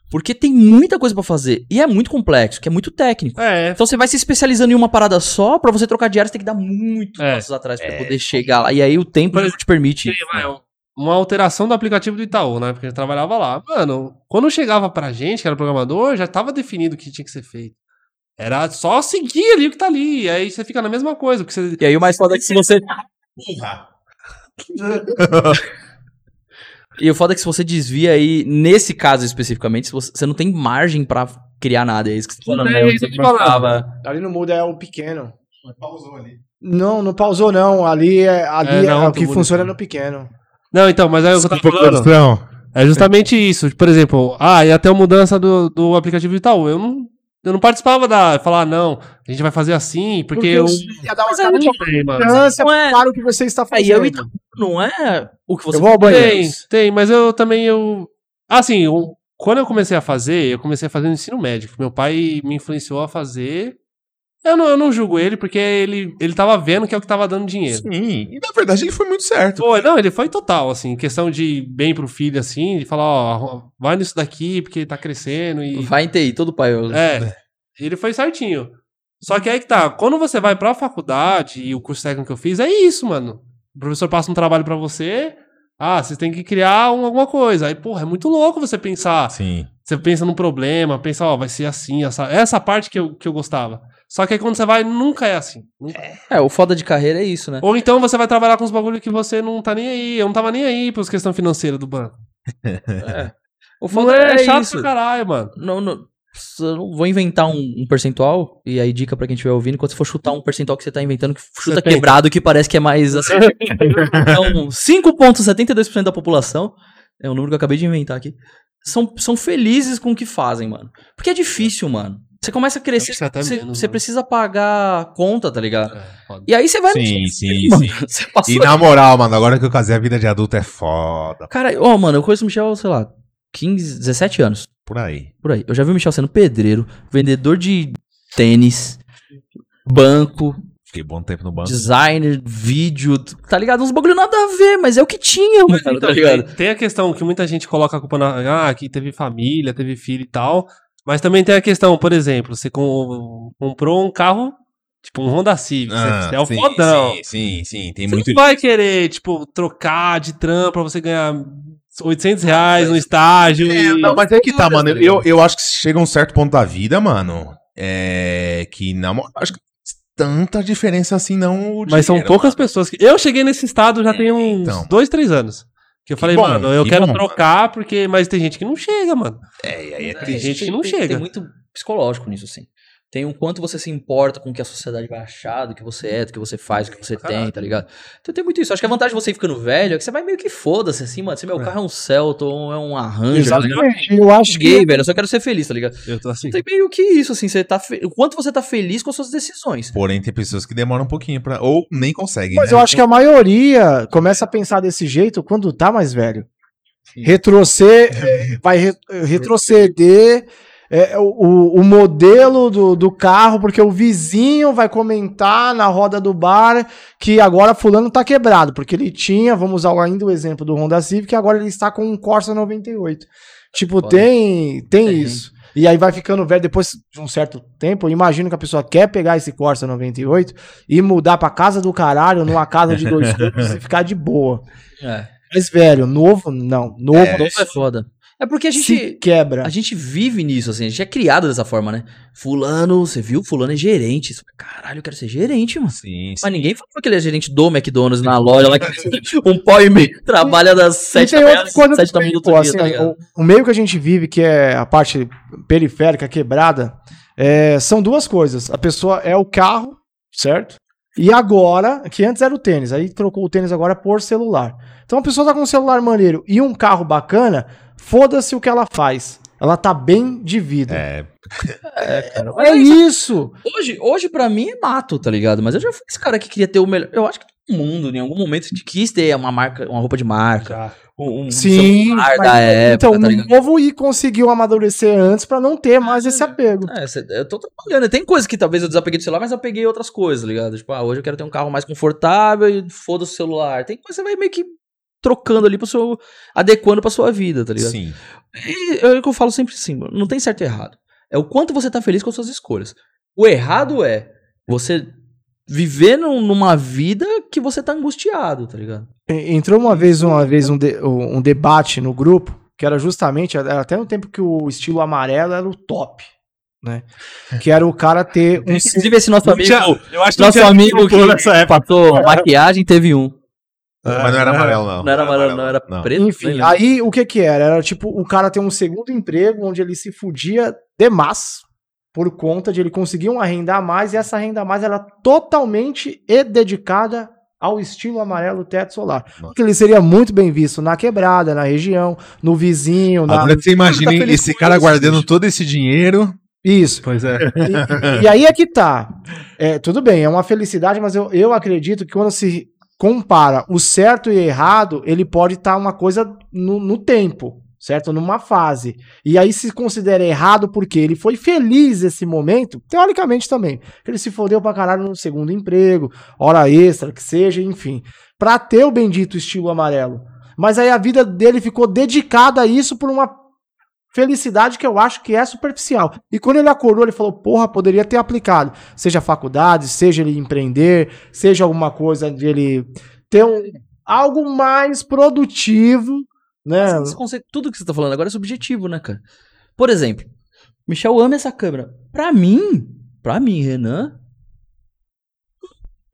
Porque tem muita coisa pra fazer. E é muito complexo, que é muito técnico.
É,
Então você vai se especializando em uma parada só, pra você trocar de áreas tem que dar muitos
É.
passos atrás pra poder chegar lá. E aí o tempo
Por
não te permite.
Sei lá, é um- uma alteração do aplicativo do Itaú, né? Porque a gente trabalhava lá. Mano, quando chegava pra gente, que era programador, já tava definido o que tinha que ser feito. Era só seguir ali o que tá ali. E aí você fica na mesma coisa. Porque você...
E aí o mais foda é que se você. E o foda é que se você desvia aí, nesse caso especificamente, se você, você não tem margem pra criar nada. É isso que você tá falando, né?
tem,
Eu
isso que eu tô
sempre
falando.
falava.
Ali no mundo é o pequeno. Não, não pausou, não. Ali é, ali
É, não,
é o que
todo mundo
funciona
sabe.
no pequeno.
Não, então, mas aí o que eu tava falando. É justamente isso. Por exemplo, ah, e até a mudança do, do aplicativo do Itaú. Eu não, eu não participava da. Falar, "Ah, não, a gente vai fazer assim, porque, eu.
eu ia dar uma
Mas aí
cara de
não
mano.
importância
Não é,
para o que você está
aí
fazendo.
é o Itaú, não é o que você
Eu vou ao
Tem,
banheiro.
tem, mas eu também eu. Assim, eu- quando eu comecei a fazer, eu comecei a fazer no ensino médio. Meu pai me influenciou a fazer. Eu não, eu não julgo ele, porque ele, ele tava vendo que é o que tava dando dinheiro.
Sim. E na verdade ele foi muito certo.
Foi, não, ele foi total, assim, questão de bem pro filho, assim, de falar, ó, arru- vai nisso daqui, porque tá crescendo e. Né?
Vai em TI, todo pai. eu-
É. Ele foi certinho. Só que aí que tá, quando você vai pra faculdade e o curso técnico que eu fiz, é isso, mano. O professor passa um trabalho pra você, ah, você tem que criar um- alguma coisa. Aí, porra, é muito louco você pensar.
Sim.
Você pensa num problema, pensa, ó, vai ser assim, essa, essa parte que eu, que eu gostava. Só que aí quando você vai, nunca é assim. Nunca.
É, o foda de carreira é isso, né?
Ou então você vai trabalhar com os bagulho que você não tá nem aí. Eu não tava nem aí pras questão financeira do banco.
É.
O
Não
foda
é,
é,
chato
isso.
pra caralho, mano.
Não, não, se eu não- vou inventar um, um percentual, e aí dica pra quem estiver ouvindo, quando você for chutar um percentual que você tá inventando, que chuta
70.
quebrado, que parece que é mais assertivo. Então, 5,72% da população, é o número que eu acabei de inventar aqui, são, são felizes com o que fazem, mano. Porque é difícil, mano. Você começa a crescer,
Acho que até
você,
menos,
você
mano.
precisa pagar conta, tá ligado?
É, foda.
E aí você vai no-
Sim, sim,
Mano,
sim.
Você passou
E na moral, mano, agora que eu casei, a vida de adulto é foda.
Cara, ó, mano, eu conheço o Michel, sei lá, 15, 17 anos,
Por aí.
por aí. Eu já vi o Michel sendo pedreiro, vendedor de tênis, banco,
Fiquei bom tempo no banco.
designer, vídeo, tá ligado? Uns bagulho nada a ver, mas é o que tinha, mano, tá ligado?
Então, Tem, tem a questão que muita gente coloca a culpa na. Ah, que teve família, teve filho e tal. Mas também tem a questão, por exemplo, você com- comprou um carro, tipo um Honda Civic.
Ah,
você é o
sim,
fodão.
Sim, sim, sim. Tem
Você
muito.
não vai querer, tipo, trocar de trampo pra você ganhar 800 reais no estágio.
É,
e-
não, mas é que tá, mano. Eu, eu acho que chega um certo ponto da vida, mano. É. Que na moral. Acho que tanta diferença assim não. o
Mas são
dinheiro,
poucas
mano.
pessoas que. Eu cheguei nesse estado já tem uns
então.
dois, três anos. Que eu falei,
bom,
mano, eu
que
quero
bom,
trocar, porque. Mas tem gente que não chega, mano.
É, e aí é
Tem gente que não
tem,
chega.
Tem muito psicológico nisso, assim. Tem o quanto você se importa com o que a sociedade vai achar, do que você é, do que você faz, do que você tem, tá ligado? Então tem muito isso. Acho que a vantagem de você ir ficando velho é que você vai meio que foda-se, assim, mano. Se meu
É.
carro é um Celta ou é um Arranjo, tá ligado?
Exatamente. Eu acho que
gay, velho. Eu só quero ser feliz, tá ligado?
Eu tô assim.
Tem meio que isso, assim. Você tá fe- O quanto você tá feliz com as suas decisões.
Porém, tem pessoas que demoram um pouquinho pra. Ou nem conseguem.
Mas
né?
eu acho que a maioria começa a pensar desse jeito quando tá mais velho. Retroceder, eh, vai re- retroceder eh, o, o modelo do, do carro, porque o vizinho vai comentar na roda do bar que agora fulano tá quebrado, porque ele tinha, vamos usar ainda o exemplo do Honda Civic, que agora ele está com um Corsa 98. Tipo,
Foda.
tem, tem
Tem.
isso. E aí vai ficando velho depois de um certo tempo. Eu imagino que a pessoa quer pegar esse Corsa 98 e mudar pra casa do caralho, numa casa de dois cômodos e ficar de boa.
É.
Mas, velho, novo, não. Novo
Novo é foda. É porque a gente.
se quebra.
A gente vive nisso, assim, a gente é criado dessa forma, né? Fulano, você viu? Fulano é gerente. Você fala, Caralho, eu quero ser gerente, mano.
Sim, sim.
Mas ninguém falou que ele é gerente do McDonald's na loja lá que um pau e meio. Trabalha das
E
sete
tem
da manhã,
outra
às
coisa
sete da
também,
manhã do
pô,
outro dia,
assim,
tá ligado?
o, o meio que a gente vive, que é a parte periférica, quebrada, é, são duas coisas. A pessoa é o carro, certo? E agora, que antes era o tênis, aí trocou o tênis agora por celular. Então a pessoa tá com um celular maneiro e um carro bacana, foda-se o que ela faz. Ela tá bem de vida. É,
É,
Mas aí,
isso!
Hoje, hoje para mim é mato, tá ligado? Mas eu já fui esse cara que queria ter o melhor. Eu acho que todo mundo, em algum momento, quis ter uma marca, uma roupa de marca.
Já.
Um, um
Sim.
celular
mas-
da época,
então,
tá
o
ligado?
novo e conseguiu amadurecer antes pra não ter mais esse apego.
É, cê- eu tô trabalhando. Tem coisas que talvez eu desapeguei do celular, mas eu peguei outras coisas, tá ligado? Tipo, ah, hoje eu quero ter um carro mais confortável e foda-se o celular. Tem coisa que você vai meio que trocando ali pro seu. adequando pra sua vida, tá ligado?
sim.
E é o que eu falo sempre assim, mano, não tem certo e errado. É o quanto você tá feliz com as suas escolhas. O errado é você viver num- numa vida que você tá angustiado, tá ligado?
Entrou uma vez, uma vez um, de- um debate no grupo, que era justamente, era até no tempo que o estilo amarelo era o top, né?
É.
Que era o cara ter um...
Inclusive, esse nosso amigo.
eu acho
Nosso amigo
que
que passou maquiagem teve um.
Mas não era amarelo, não.
Não era amarelo, não, era preto.
Enfim,
né?
aí o que que era? Era tipo o cara ter um segundo emprego onde ele se fudia demais por conta de ele conseguir uma renda a mais e essa renda a mais era totalmente e dedicada ao estilo amarelo teto solar.
Nossa.
Que ele seria muito bem visto na quebrada, na região, no vizinho, na...
Agora você imagina
Tá
hein,
feliz
esse
com
cara
isso,
guardando todo esse dinheiro.
Isso.
Pois é.
E, e aí é que tá. É, tudo bem, é uma felicidade, mas eu, eu acredito que quando se compara o certo e errado, ele pode estar uma coisa no, no tempo, certo? Numa fase. E aí se considera errado porque ele foi feliz esse momento, teoricamente também. Ele se fodeu pra caralho no segundo emprego, hora extra, que seja, enfim. Pra ter o bendito estilo amarelo. Mas aí a vida dele ficou dedicada a isso por uma felicidade que eu acho que é superficial. E quando ele acordou, ele falou: porra, poderia ter aplicado. Seja faculdade, seja ele empreender, seja alguma coisa de ele ter um, algo mais produtivo, né?
Esse- esse conceito- tudo que você tá falando agora é subjetivo, né, cara? Por exemplo, Michel ama essa câmera. Pra mim, pra mim, Renan.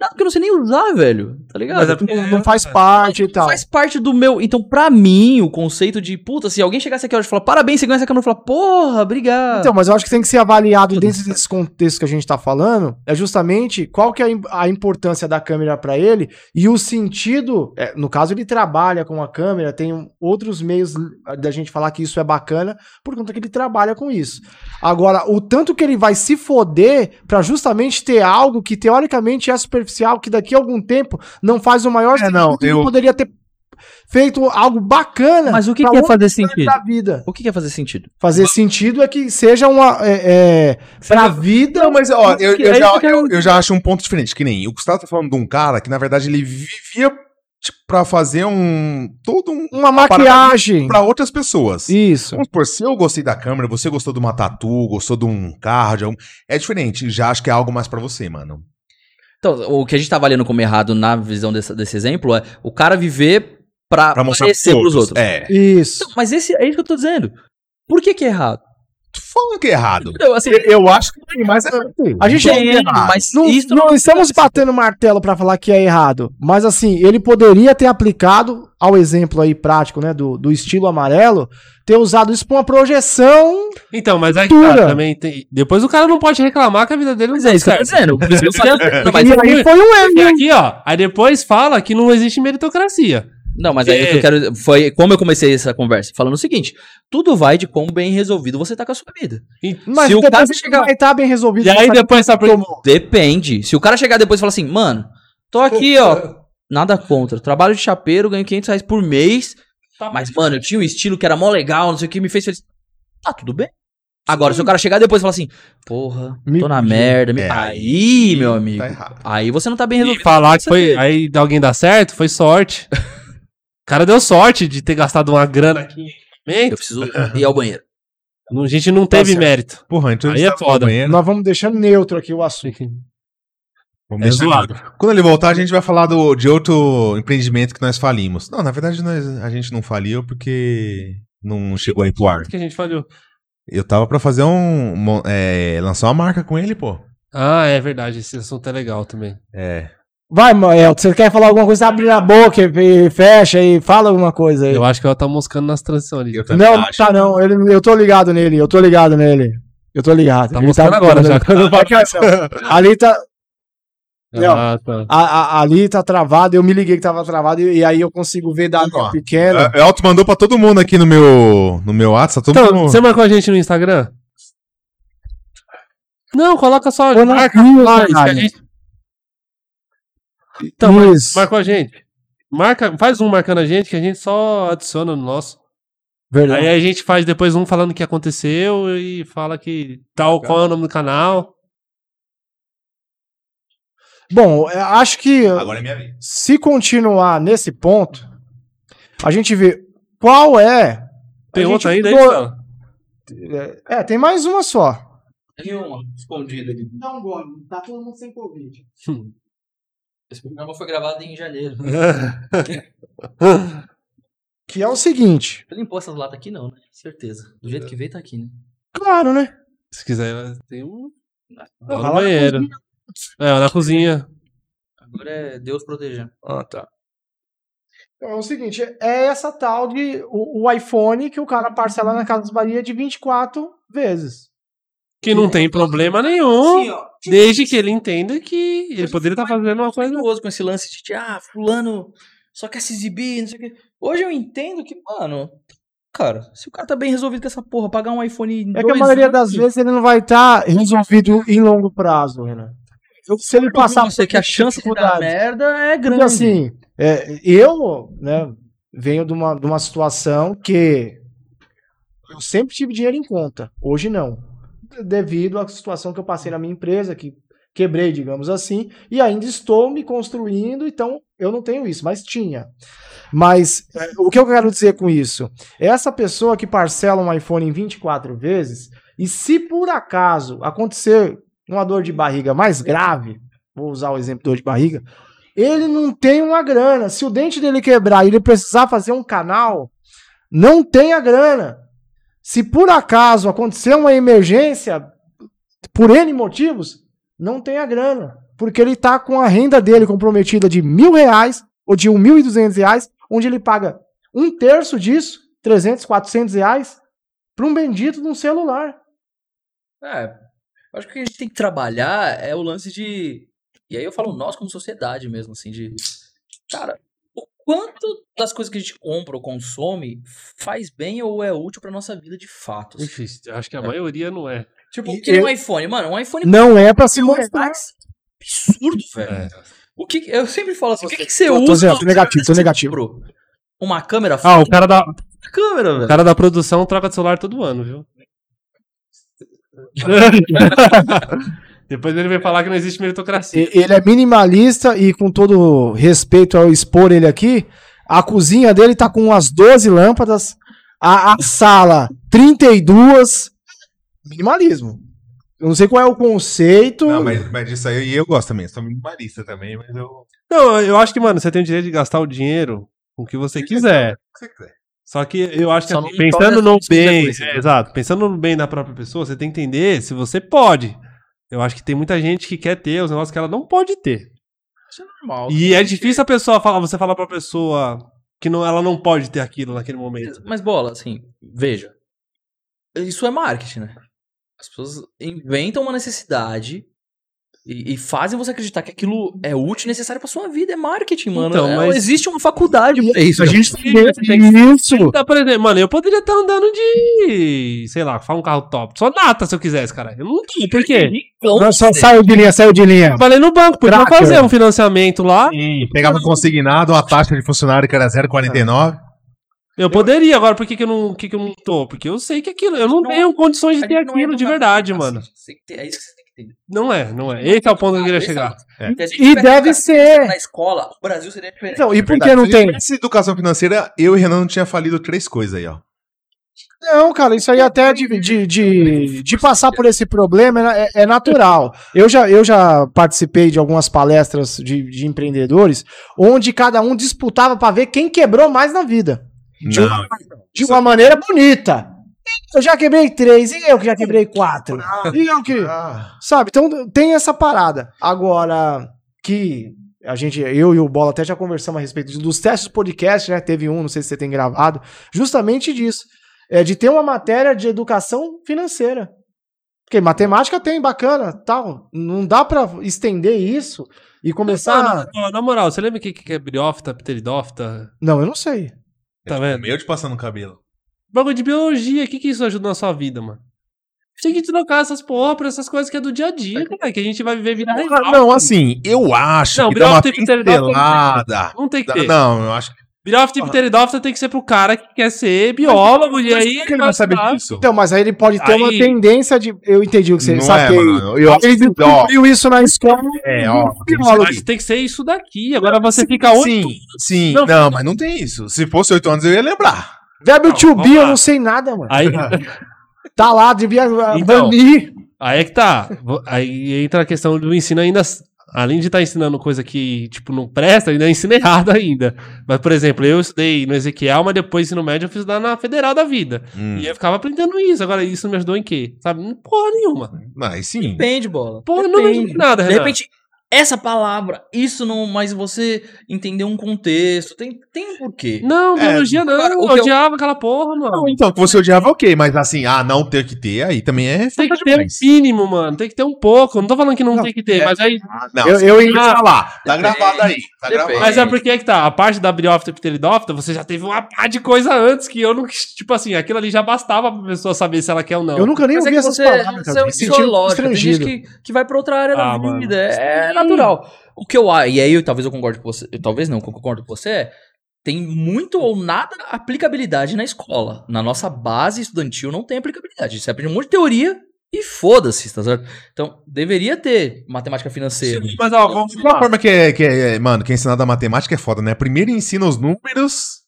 Nada que eu não sei nem usar, velho. Tá ligado?
Mas é porque
Não, não faz parte e tal.
Faz parte do meu. Então, pra mim, o conceito de puta, se alguém chegasse aqui hoje e falar, parabéns, você ganhou essa câmera, eu falar, porra, obrigado.
Então, mas eu acho que tem que ser avaliado dentro desse contexto que a gente tá falando, é justamente qual que é a im- a importância da câmera para ele e o sentido, é, no caso ele trabalha com a câmera, tem um- outros meios l- da gente falar que isso é bacana por conta que ele trabalha com isso. Agora, o tanto que ele vai se foder para justamente ter algo que teoricamente é superficial, que daqui a algum tempo não faz o maior
É, não,
ele
eu-
poderia ter feito algo bacana
Mas o que,
pra
que é
outra
fazer
área
sentido?
da vida.
O que que é fazer sentido?
Fazer sentido é que seja uma. É, é, pra vida.
Não, mas ó, eu, eu
É
já,
isso que eu-
eu- eu já acho um ponto diferente, que nem o Gustavo tá falando de um cara que, na verdade, ele vivia tipo, pra fazer um. todo um.
Uma maquiagem.
pra outras pessoas.
Isso.
Vamos supor, se eu gostei da câmera, você gostou de uma tatu, gostou de um carro, de algum... é diferente. Já acho que é algo mais pra você, mano.
Então, o que a gente tá avaliando como errado na visão desse, desse exemplo é o cara viver pra,
Pra mostrar
Ah, parecer pros outros.
É.
Isso.
Mas esse, é isso que eu tô dizendo. Por que que é errado?
Tu falou que é errado.
Não, assim,
Eu acho que tem mais.
A gente
tem, mas
não,
Então, isso é
não estamos batendo martelo pra falar que é errado. Mas assim, ele poderia ter aplicado ao exemplo aí prático, né? Do, do estilo amarelo, ter usado isso pra uma projeção.
Então, mas aí
Cultura.
cara, também tem. Depois o cara não pode reclamar que a vida dele não tá
Mas é isso que eu tô dizendo. Por isso que eu tô dizendo. Não, mas, é,
e aí foi um erro.
E aqui, ó. Aí depois fala que não existe meritocracia.
não, mas aí o que eu quero. Foi como eu comecei essa conversa, falando o seguinte: tudo vai de quão bem resolvido você tá com a sua vida.
Mas
Se o
depois
cara
ele
chegar-
vai estar bem resolvido.
E aí
vai saber
depois tá sabe
que
por
tomou.
Depende. Se o cara chegar depois e falar assim, mano, tô aqui, ó. Nada contra. Trabalho de chapeiro, ganho 500 reais por mês.
Tá.
Mas, mano, eu tinha um estilo que era mó legal, não sei o que, me fez feliz. Tá tudo bem. Agora, se o cara chegar depois e falar assim, porra,
Me
tô na
fudi.
merda. me-
É,
Aí, meu amigo.
Tá errado.
Aí você não tá
E
bem resolvido.
falar que
Você
foi. Aí alguém dá certo, foi sorte. O cara deu sorte de ter gastado uma grana aqui em
Eu
equipamento.
preciso ir ao banheiro.
A gente não teve
certo.
mérito.
Porra, então
Aí
ele
é
tá no
foda.
banheiro.
Nós vamos deixando neutro aqui o assunto.
Vamos
É
deixar
zoado.
Quando ele voltar, a gente vai falar do- de outro empreendimento que nós falimos. Não, na verdade, nós, a gente não faliu porque não chegou aí pro ar.
Tanto que a gente falhou.
Eu tava pra fazer um. mo- é, lançar uma marca com ele, pô.
Ah, é verdade. Esse assunto é legal também.
É.
Vai, Mael, você quer falar alguma coisa? Abre a boca e e fecha e fala alguma coisa aí.
Eu acho que ela tá moscando nas transições ali.
Eu também
Não, não
acho.
tá não. Ele- eu tô ligado nele, eu tô ligado nele. Eu tô ligado.
Tá
Ele
mostrando agora já.
no podcast, não. ali tá, Não.
Ah, tá.
a- a- ali tá travado, eu me liguei que tava travado e, e aí eu consigo ver da
Ó.
minha pequena.
É, Elton mandou pra todo mundo aqui no meu, no meu WhatsApp. Todo
Então,
mundo...
você marcou a gente no Instagram? Não, coloca só.
Eu não
marca,
vi,
marca,
cara.
a gente- Então,
Isso.
marcou a gente. Marca, faz um marcando a gente que a gente só adiciona no nosso. Aí
Verdade.
a gente faz depois um falando o que aconteceu e fala que tal, qual é o nome do canal.
é- Bom, eu acho que
Agora é minha vez.
se continuar nesse ponto, a gente vê qual é.
Tem
a gente
outra ainda aí,
mudou-
Marcelo?
É, tem mais uma só.
Tem uma escondida ali.
Não, Gordo, tá todo mundo sem Covid.
Esse programa foi gravado em janeiro.
Que é o seguinte.
Você limpou essas latas aqui, não, né? Certeza. Do
É.
jeito que veio, tá aqui, né?
Claro, né?
Se quiser, tem um. Lá
Fala
no
na
banheiro. É, na cozinha.
Agora é Deus proteger.
Ah, tá.
Então é o seguinte, é essa tal de o, o iPhone que o cara parcela na Casa dos Bahia de 24 vezes.
Que não tem problema nenhum.
ó.
Desde que ele entenda que ele poderia estar fazendo uma coisa.
Nervoso com esse lance de, de, ah, fulano só quer se exibir, não sei o quê. Hoje eu entendo que, mano, cara, se o cara tá bem resolvido com essa porra, pagar um iPhone em
É que a
dois
maioria
anos-
das vezes ele não vai estar resolvido em longo prazo, Renan. Se ele
Eu
passar
passar você que a chance de dar
dificuldades.
merda é
Porque,
grande.
assim, é, eu né, venho de uma, de uma situação que eu sempre tive dinheiro em conta. Hoje não. Devido à situação que eu passei na minha empresa, que quebrei, digamos assim, e ainda estou me construindo, então eu não tenho isso, mas tinha. Mas é, o que eu quero dizer com isso? É Essa pessoa que parcela um iPhone em 24 vezes, e se por acaso acontecer uma dor de barriga mais grave, vou usar o exemplo de dor de barriga, ele não tem uma grana. Se o dente dele quebrar e ele precisar fazer um canal, não tem a grana. Se por acaso acontecer uma emergência, por N motivos, não tem a grana. Porque ele tá com a renda dele comprometida de mil reais ou de um mil e duzentos reais, onde ele paga um terço disso, 300, 400 reais, para um bendito de um celular.
É, eu acho que o que a gente tem que trabalhar é o lance de. E aí eu falo nós como sociedade mesmo, assim, de. Cara, o quanto das coisas que a gente compra ou consome faz bem ou é útil pra nossa vida de fato. assim.
Difícil. Acho que a maioria não é.
Tipo,
E
que nem
eu-
um iPhone, mano, um iPhone
Não é para se
custa um
mostrar.
reais absurdo, velho.
É.
O que, eu sempre falo assim, o que, que você
Tô- tô
usa?
zero, tô
que
negativo, tô
você
negativo.
comprou? Uma câmera?
Ah, o cara da,
Uma câmera,
o
velho.
cara da produção troca de celular todo ano, viu? Depois ele vai falar que não existe meritocracia.
E- Ele é minimalista e com todo respeito ao expor ele aqui, a cozinha dele tá com umas 12 lâmpadas, a, a sala 32, minimalismo. Eu não sei qual é o conceito.
Não, mas, mas disso aí eu gosto também. Sou minimalista também, mas eu. O
Não, eu acho que, mano, você tem o direito de gastar o dinheiro com o que você quiser.
que você quiser.
Só que eu acho que
então. Só
assim,
não
pensando
torna
no
as
bem,
consequências,
é,
né?
exato, pensando no bem da própria pessoa, você tem que entender se você pode. Eu acho que tem muita gente que quer ter os negócios que ela não pode ter.
Isso é normal.
E é difícil a pessoa falar, você falar pra pessoa que não, ela não pode ter aquilo naquele momento.
Mas bola, assim, veja. Isso é marketing, né? As pessoas inventam uma necessidade e, e fazem você acreditar que aquilo é útil e necessário pra sua vida. É marketing, mano.
Então,
É-
mas- É
Existe uma faculdade pra isso.
a
né?
gente
tem-
tem isso.
Tá, por exemplo, mano, eu poderia estar andando de. sei lá, falar um carro top. Só nata se eu quisesse, cara. Eu não tô, por quê?
Então,
Não, só
você-
saiu de linha, saiu de linha.
Trabalhei no banco, podia
Cracker.
fazer um financiamento lá.
Sim,
Pegava consignado, uma taxa de funcionário que era 0,49.
Eu poderia, agora, por que, que, eu não, que, que eu não tô? Porque eu sei que aquilo, eu não,
Não,
tenho condições de
a
ter
gente não é
aquilo de
educado,
verdade,
assim,
mano.
você tem que ter- É isso que você tem que entender.
Não é, não é. Esse é o ponto que eu queria
Esse é o
chegar.
lance.
É.
Se a gente
E
tivesse
deve
educação
ser.
Na escola, o Brasil seria diferente.
Então, e por
Verdade.
que não
Se
tem?
tivesse educação financeira, eu e Renan não tinha falido três coisas aí, ó.
Não, cara, isso aí até de, de, de, de passar por esse problema é, é natural. Eu já, eu já participei de algumas palestras de, de empreendedores onde cada um disputava pra ver quem quebrou mais na vida. De
Não.
uma, de uma maneira bonita. Eu já quebrei três, e eu que já quebrei quatro. E eu que.
Ah,
Sabe? Então tem essa parada. Agora, que a gente, eu e o Bola até já conversamos a respeito disso, dos testes do podcast, né? Teve um, não sei se você tem gravado, justamente disso. É de ter uma matéria de educação financeira. Porque matemática tem, bacana, tal. Não dá pra estender isso e começar.
Ó, na moral, você lembra o que, que é briófita, pteridófita?
Não, eu não sei.
Tá vendo?
É, meio de passando o cabelo.
Bagulho de biologia, o que, que isso ajuda na sua vida, mano? Tem que trocar essas porra por essas coisas que é do dia a dia, cara, que a gente vai viver vida real.
Não, assim, eu acho
Não,
que dá uma
Biroff tem que ter-
pincelada.
Não tem que
Dá-
ter.
Não, eu acho que
Biófita
Ah.
e pteridófta tem que ser pro cara que quer ser biólogo, e aí. é
ele vai saber disso.
Então, mas aí ele pode ter uma
Aí-
tendência de. Eu entendi o que um você
Não
saquei.
é, mano. Eu acho
Ele
que, ó,
descobriu isso na escola.
é, ó.
Mas tem que ser isso daqui. Agora você fica Tá oito.
Sim, sim.
Não.
Não, mas não tem isso. Se fosse oito anos, eu ia lembrar.
Verbo
Não,
to
vamos
be, eu
lá.
não sei nada, mano.
Aí,
É.
Tá lá, devia
Então.
banir.
aí é que tá. Vo- Aí entra a questão do ensino ainda. s- Além de estar ensinando coisa que, tipo, não presta, ainda ensina errado ainda. Mas, por exemplo, eu estudei no Ezequiel, mas depois ensino médio eu fiz lá na Federal da Vida.
Hum.
Hum,
E é eu ficava aprendendo isso. Agora, isso me ajudou em quê? Sabe? Porra nenhuma.
Mas sim.
Depende, bola.
Porra, não me
Depende.
ajudou em nada,
De
Renan.
repente, essa palavra, isso não, mas você entendeu um contexto, tem, tem um porquê.
Não,
É,
biologia não.
agora, o
eu
que eu-
odiava aquela porra, mano.
Não, então, que você odiava, ok, mas assim, ah, não ter que ter, aí também é.
Tem
falta
que ter um
demais.
mínimo, mano. Tem que ter um pouco. Não tô falando que não,
Não,
tem que ter,
é-
mas aí
Ah, Não,
Eu-
eu,
eu
eu
ia-
ia falar. Tá
Depende,
gravado aí. Tá
depende.
gravado.
Mas é porque é que tá, a parte da briófita e pteridófita, você já teve uma pá de coisa antes que eu não. quis- Tipo assim, aquilo ali já bastava pra pessoa saber se ela quer ou não.
Eu nunca nem
Mas é
ouvi
que
essas
você, você
palavras, cara.
é
Me
um
senti
psicológico, tem gente
constrangido.
que, que vai pra outra área
Ah,
da
mano.
vida. É, é natural. O que eu acho, e aí eu, talvez eu concorde com você, eu, talvez não, que eu concordo com você, é tem muito ou nada aplicabilidade na escola. Na nossa base estudantil não tem aplicabilidade. Você aprende um monte de teoria E foda-se, tá certo? Então, deveria ter matemática financeira.
Sim,
Mas, ó, vamos
vamos
lá.
lá.
Uma forma que é, que é, é, mano, que é ensinada a matemática é foda, né? Primeiro ensina os números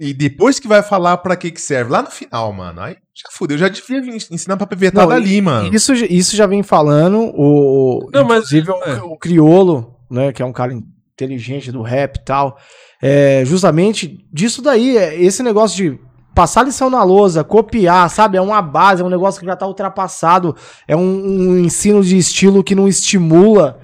e depois que vai falar pra que que serve. Lá no final, mano. Aí já fudeu, já devia vir ensinar pra pivetar
Não,
dali, mano.
Isso, isso já vem falando o, o-
Não, mas-
inclusive o,
é.
o Criolo, né, que é um cara inteligente do rap e tal, é, justamente disso daí, é, esse negócio de passar lição na lousa, copiar, sabe, é uma base, é um negócio que já tá ultrapassado, é um, um ensino de estilo que não estimula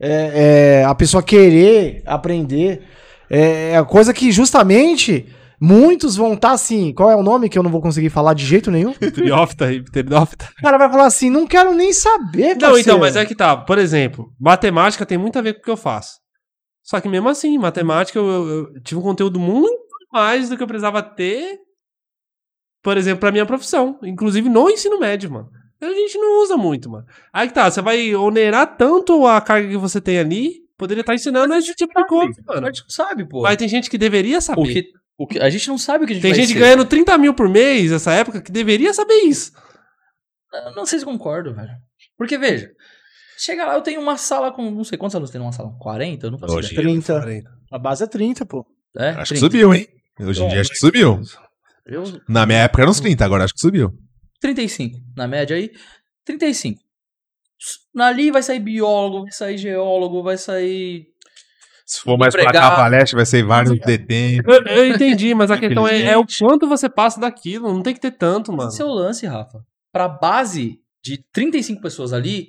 é, é, a pessoa querer aprender, é, é coisa que justamente... Muitos vão estar assim. Qual é o nome que eu não vou conseguir falar de jeito nenhum?
é. Pteriófita e pteridófita.
O cara vai falar assim, não quero nem saber,
Não, então,
parceiro.
mas é que tá. Por exemplo, matemática tem muito a ver com o que eu faço. Só que mesmo assim, matemática eu, eu- eu tive um conteúdo muito mais do que eu precisava ter, por exemplo, pra minha profissão. Inclusive no ensino médio, mano. A gente não usa muito, mano. Aí que tá, você vai onerar tanto a carga que você tem ali, poderia estar ensinando esse tipo
é
de coisa, mano.
Mas tu sabe, pô.
Mas tem gente que deveria saber.
o que, o que, a gente não sabe o que a gente
Tem
vai
gente
ser.
ganhando 30 mil por mês nessa época que deveria saber isso.
Eu Não sei se concordo, velho. Porque, veja, chega lá, eu tenho uma sala com. Não sei quantos alunos tem numa sala? 40? Eu não faço
Hoje.
ideia.
30. A base é 30, pô.
É,
Acho
30.
que subiu, hein? Hoje em dia acho que subiu.
Eu-
Na minha época era uns 30, agora acho que subiu.
35, na média aí. 35. S- Ali vai sair biólogo, vai sair geólogo, vai sair.
Se for mais pra
Empregar.
cá, pra leste, vai ser vários detentos.
Eu, eu entendi, mas a questão é, é o quanto você passa daquilo. Não tem que ter tanto, mano.
Seu lance, Rafa. Pra base de 35 pessoas ali,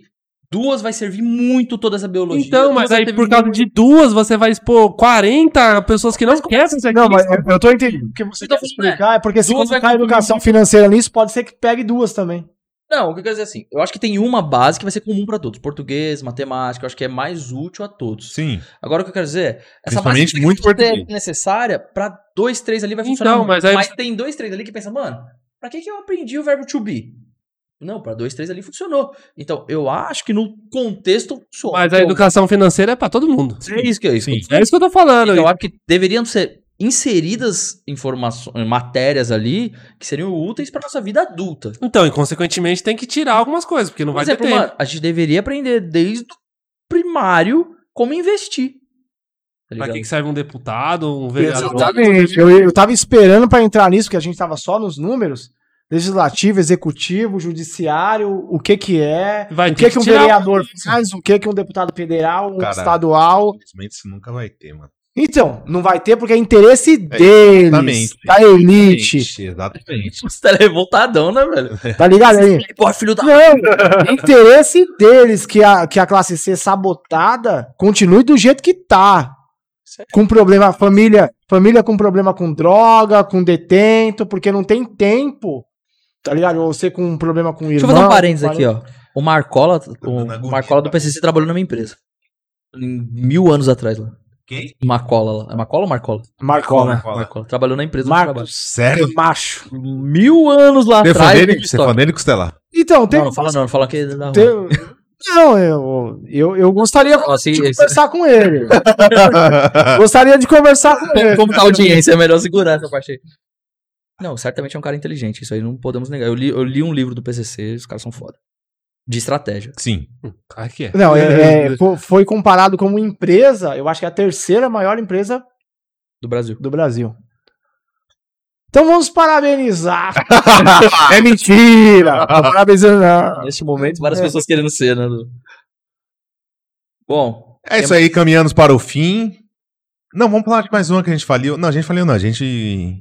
duas vai servir muito toda essa biologia.
Então,
duas
mas
vai
aí
ter
por causa de duas você vai expor 40 pessoas que não querem isso aqui.
Não, mas é- eu, eu tô entendendo. O que você
Eu tô
quer
falando,
explicar é porque se
duas vai
colocar a
confundir
educação financeira nisso, pode ser que pegue duas também.
Não, o que eu quero dizer é assim, eu acho que tem uma base que vai ser comum pra todos, português, matemática, eu acho que é mais útil a todos.
Sim.
Agora o que eu quero dizer, é, essa
Principalmente
base
muito
que é
português.
necessária pra dois, três ali vai funcionar.
Então, mas aí-
tem dois, três ali que pensa, mano, pra que que eu aprendi o verbo to be? Não, pra dois, três ali funcionou. Então, eu acho que no contexto funciona.
Mas a educação financeira é pra todo mundo.
É isso que é isso.
Sim.
É isso que eu tô falando.
Então, eu acho que deveriam ser inseridas informações, matérias ali que seriam úteis pra nossa vida adulta.
Então, e consequentemente tem que tirar algumas coisas, porque não
Por
vai
exemplo,
ter tempo.
mano, a gente deveria aprender desde o primário como investir. Tá
pra
ligado?
que que serve um deputado, um vereador?
Exatamente. Eu, eu tava esperando pra entrar nisso, porque a gente tava só nos números. Legislativo, executivo, judiciário, o que que é...
Vai
O que, que um
tirar
vereador faz? O que, que um deputado federal, um
Cara.
estadual?
Infelizmente isso nunca vai ter, mano.
Então, não vai ter porque é interesse deles,
exatamente.
da elite,
Exatamente.
Você tá revoltadão, né, velho?
tá ligado aí?
Pô, filho da.
Não, é interesse deles que a, que a classe C sabotada continue do jeito que tá. Com problema, família, família com problema com droga, com detento, porque não tem tempo. Tá ligado? Ou você com um problema com irmão.
Deixa eu fazer um parênteses
com
aqui, ó. O Marcola, o,
dando agonia,
Marcola do
tá?
PCC trabalhou na minha empresa. Em mil anos atrás lá.
Quem?
Marcola lá. É Marcola ou Marcola?
Marcola.
Marcola. Trabalhou na empresa. onde eu trabalho.
Marcos.
Sério?
Tá Macho.
Mil anos
é
lá atrás.
Defandendo,
teve história.
defandendo Costela.
Então, tem.
Não, não fala não, não fala que. Não,
tem- não, eu, eu, eu gostaria
Não, assim,
de
esse-
conversar com ele. Gostaria de conversar com ele.
Como- Como tá a audiência, é melhor segurar essa parte aí. Não, certamente é um cara inteligente, isso aí não podemos negar. Eu li, eu li um livro do PCC, os caras são foda. De estratégia.
Sim.
Claro que é.
Não, é, é, fo- foi comparado como empresa, eu acho que é a terceira maior empresa
Do Brasil.
do Brasil. Então vamos parabenizar.
é
Mentira! Parabenizar.
Neste momento, várias pessoas querendo ser, né? Lu? Bom.
É isso aí, caminhamos para o fim. Não, vamos falar de mais uma que a gente faliu. Não, a gente faliu não, a gente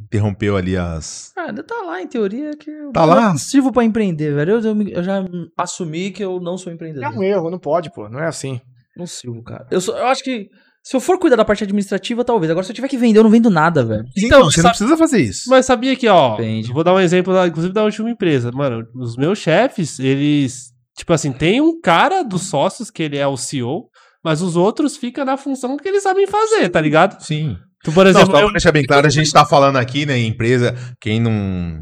interrompeu ali as...
Ah, ainda tá lá, em teoria, que eu
Tá lá?
eu sirvo pra empreender, velho. Eu, eu me- eu já assumi que eu não sou empreendedor.
É um erro, não pode, pô. Não é assim.
Não sirvo, cara. Eu, sou- eu acho que se eu for cuidar da parte administrativa, talvez. Agora, se eu tiver que vender, eu não vendo nada, velho.
Então,
Então,
você não
sabe-
precisa fazer isso.
Mas sabia que, ó,
Depende.
vou dar um exemplo, da- inclusive, da última empresa. Mano, os meus chefes, eles. Tipo assim, tem um cara dos sócios que ele é o CEO, mas os outros ficam na função que eles sabem fazer, tá ligado?
Sim.
Tu, por
Não, só
exemplo,
pra
eu-
deixar bem claro, a gente tá falando aqui, né, em empresa, quem não...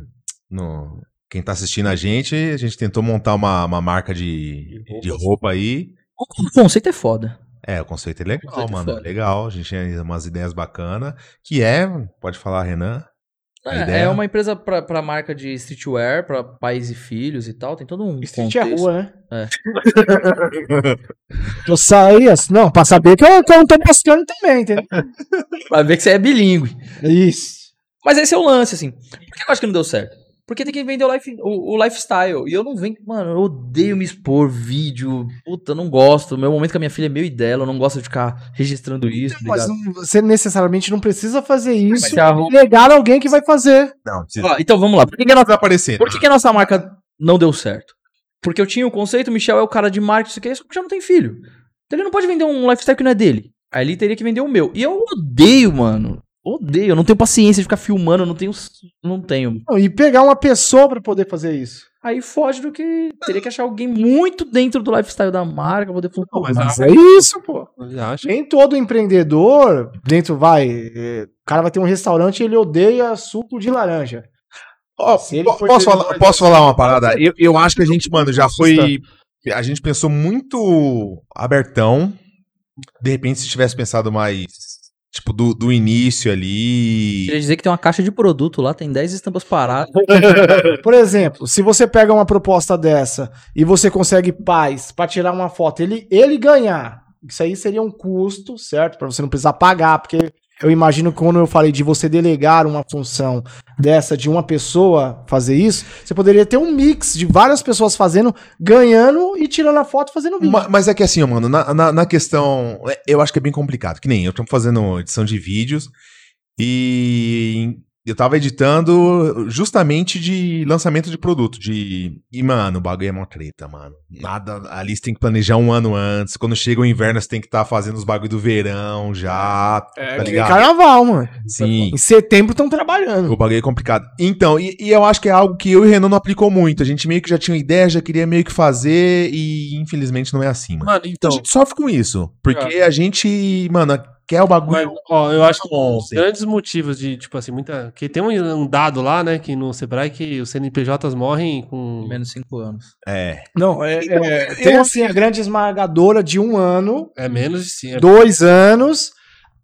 no- quem tá assistindo a gente, a gente tentou montar uma, uma marca de, de roupa aí.
O conceito é foda.
É, o conceito é legal,
Conceito é
mano.
foda.
Legal, a gente tinha umas ideias bacanas, que é, pode falar, Renan, A
É,
ideia-
é uma empresa pra, pra marca de streetwear, pra pais e filhos e tal. Tem todo um.
Street é
contexto.
rua, né?
É.
eu saí assim, não, pra saber que eu, que eu não tô buscando também, entendeu?
Vai ver que você é bilíngue.
Isso.
Mas esse é o lance, assim. Por que eu acho que não deu certo? Porque tem que vender o, life- o- o lifestyle. E eu não venho. Mano, eu odeio me expor, vídeo. Puta, eu não gosto. Meu momento com a minha filha é meu e dela. Eu não gosto de ficar registrando isso. tá
Mas
ligado?
não- você necessariamente não precisa fazer
Mas é
isso.
se arruma-
Negar alguém que vai fazer.
Não, precisa.
Ó, então vamos lá.
Por que, que ela vai aparecer?
Por que, que a nossa marca não deu certo? Porque eu tinha o conceito, o Michel é o cara de marketing, isso aqui, só que o Michel não tem filho. Então ele não pode vender um lifestyle que não é dele. Aí ele teria que vender o meu. E eu odeio, mano. Odeio. Eu não tenho paciência de ficar filmando, eu não tenho. Não tenho.
Não, E pegar uma pessoa pra poder fazer isso.
Aí foge do que. Teria que achar alguém muito dentro do lifestyle da marca, pra poder falar. pô,
mas
Mas é isso, pô.
Eu acho.
Nem todo empreendedor, dentro vai, é, o cara vai ter um restaurante e ele odeia suco de laranja.
Ó,
Se ele
po-
for
posso,
ter
falar,
dois-
posso falar uma parada? Eu, eu acho que a gente, mano, já foi. A gente pensou muito abertão. De repente, se tivesse pensado mais. Tipo, do, do início ali.
Queria dizer que tem uma caixa de produto lá, tem 10 estampas paradas.
Por exemplo, se você pega uma proposta dessa e você consegue paz pra tirar uma foto, ele, ele ganhar, isso aí seria um custo, certo? Pra você não precisar pagar, porque eu imagino que quando eu falei de você delegar uma função dessa, de uma pessoa fazer isso, você poderia ter um mix de várias pessoas fazendo, ganhando e tirando a foto, fazendo vídeo.
Ma- mas é que assim, ó, mano, na, na, na questão. é- Eu acho que é bem complicado. Que nem eu tô fazendo edição de vídeos e eu tava editando justamente de lançamento de produto. De. E, mano, o bagulho é mó treta, mano. Nada. Ali você tem que planejar um ano antes. Quando chega o inverno, você tem que estar fazendo os bagulho do verão já. tá
É
ligado?
carnaval, mano.
Sim.
Em setembro estão trabalhando.
O bagulho é complicado. Então, e, e eu acho que é algo que eu e o Renan não aplicou muito. A gente meio que já tinha uma ideia, já queria meio que fazer e infelizmente não é assim, mano.
Mano,
Então,
então. É.
a gente sofre com isso. Porque a gente, mano, quer
Mas,
o bagulho.
ó, eu acho que
é Bom,
um dos
sim.
grandes motivos de, tipo assim, muita. Que tem um, um dado lá, né, que no Sebrae que os CNPJs morrem com.
Menos 5 anos.
É.
Não, é, é- tem assim a grande esmagadora de um ano,
É menos de cinco.
dois anos.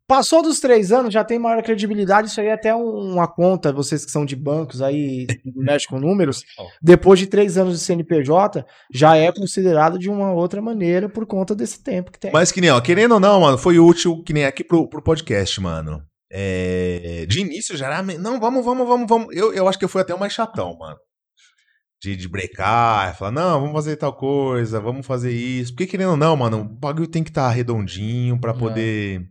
Passou dos três anos, já tem maior credibilidade. Isso aí é até um- uma conta, vocês que são de bancos aí, mexem com números. Depois de três anos de CNPJ, já é considerado de uma outra maneira por conta desse tempo que tem.
Mas que nem, ó, querendo ou não, mano, foi útil, que nem aqui pro, pro podcast, mano. É, de início já era. me- Não, vamos, vamos, vamos, vamos. Eu, eu acho que eu fui até o mais chatão, mano. De, de brecar, falar, não, vamos fazer tal coisa, vamos fazer isso. Porque querendo ou não, mano, o bagulho tem que estar redondinho
É.
pra poder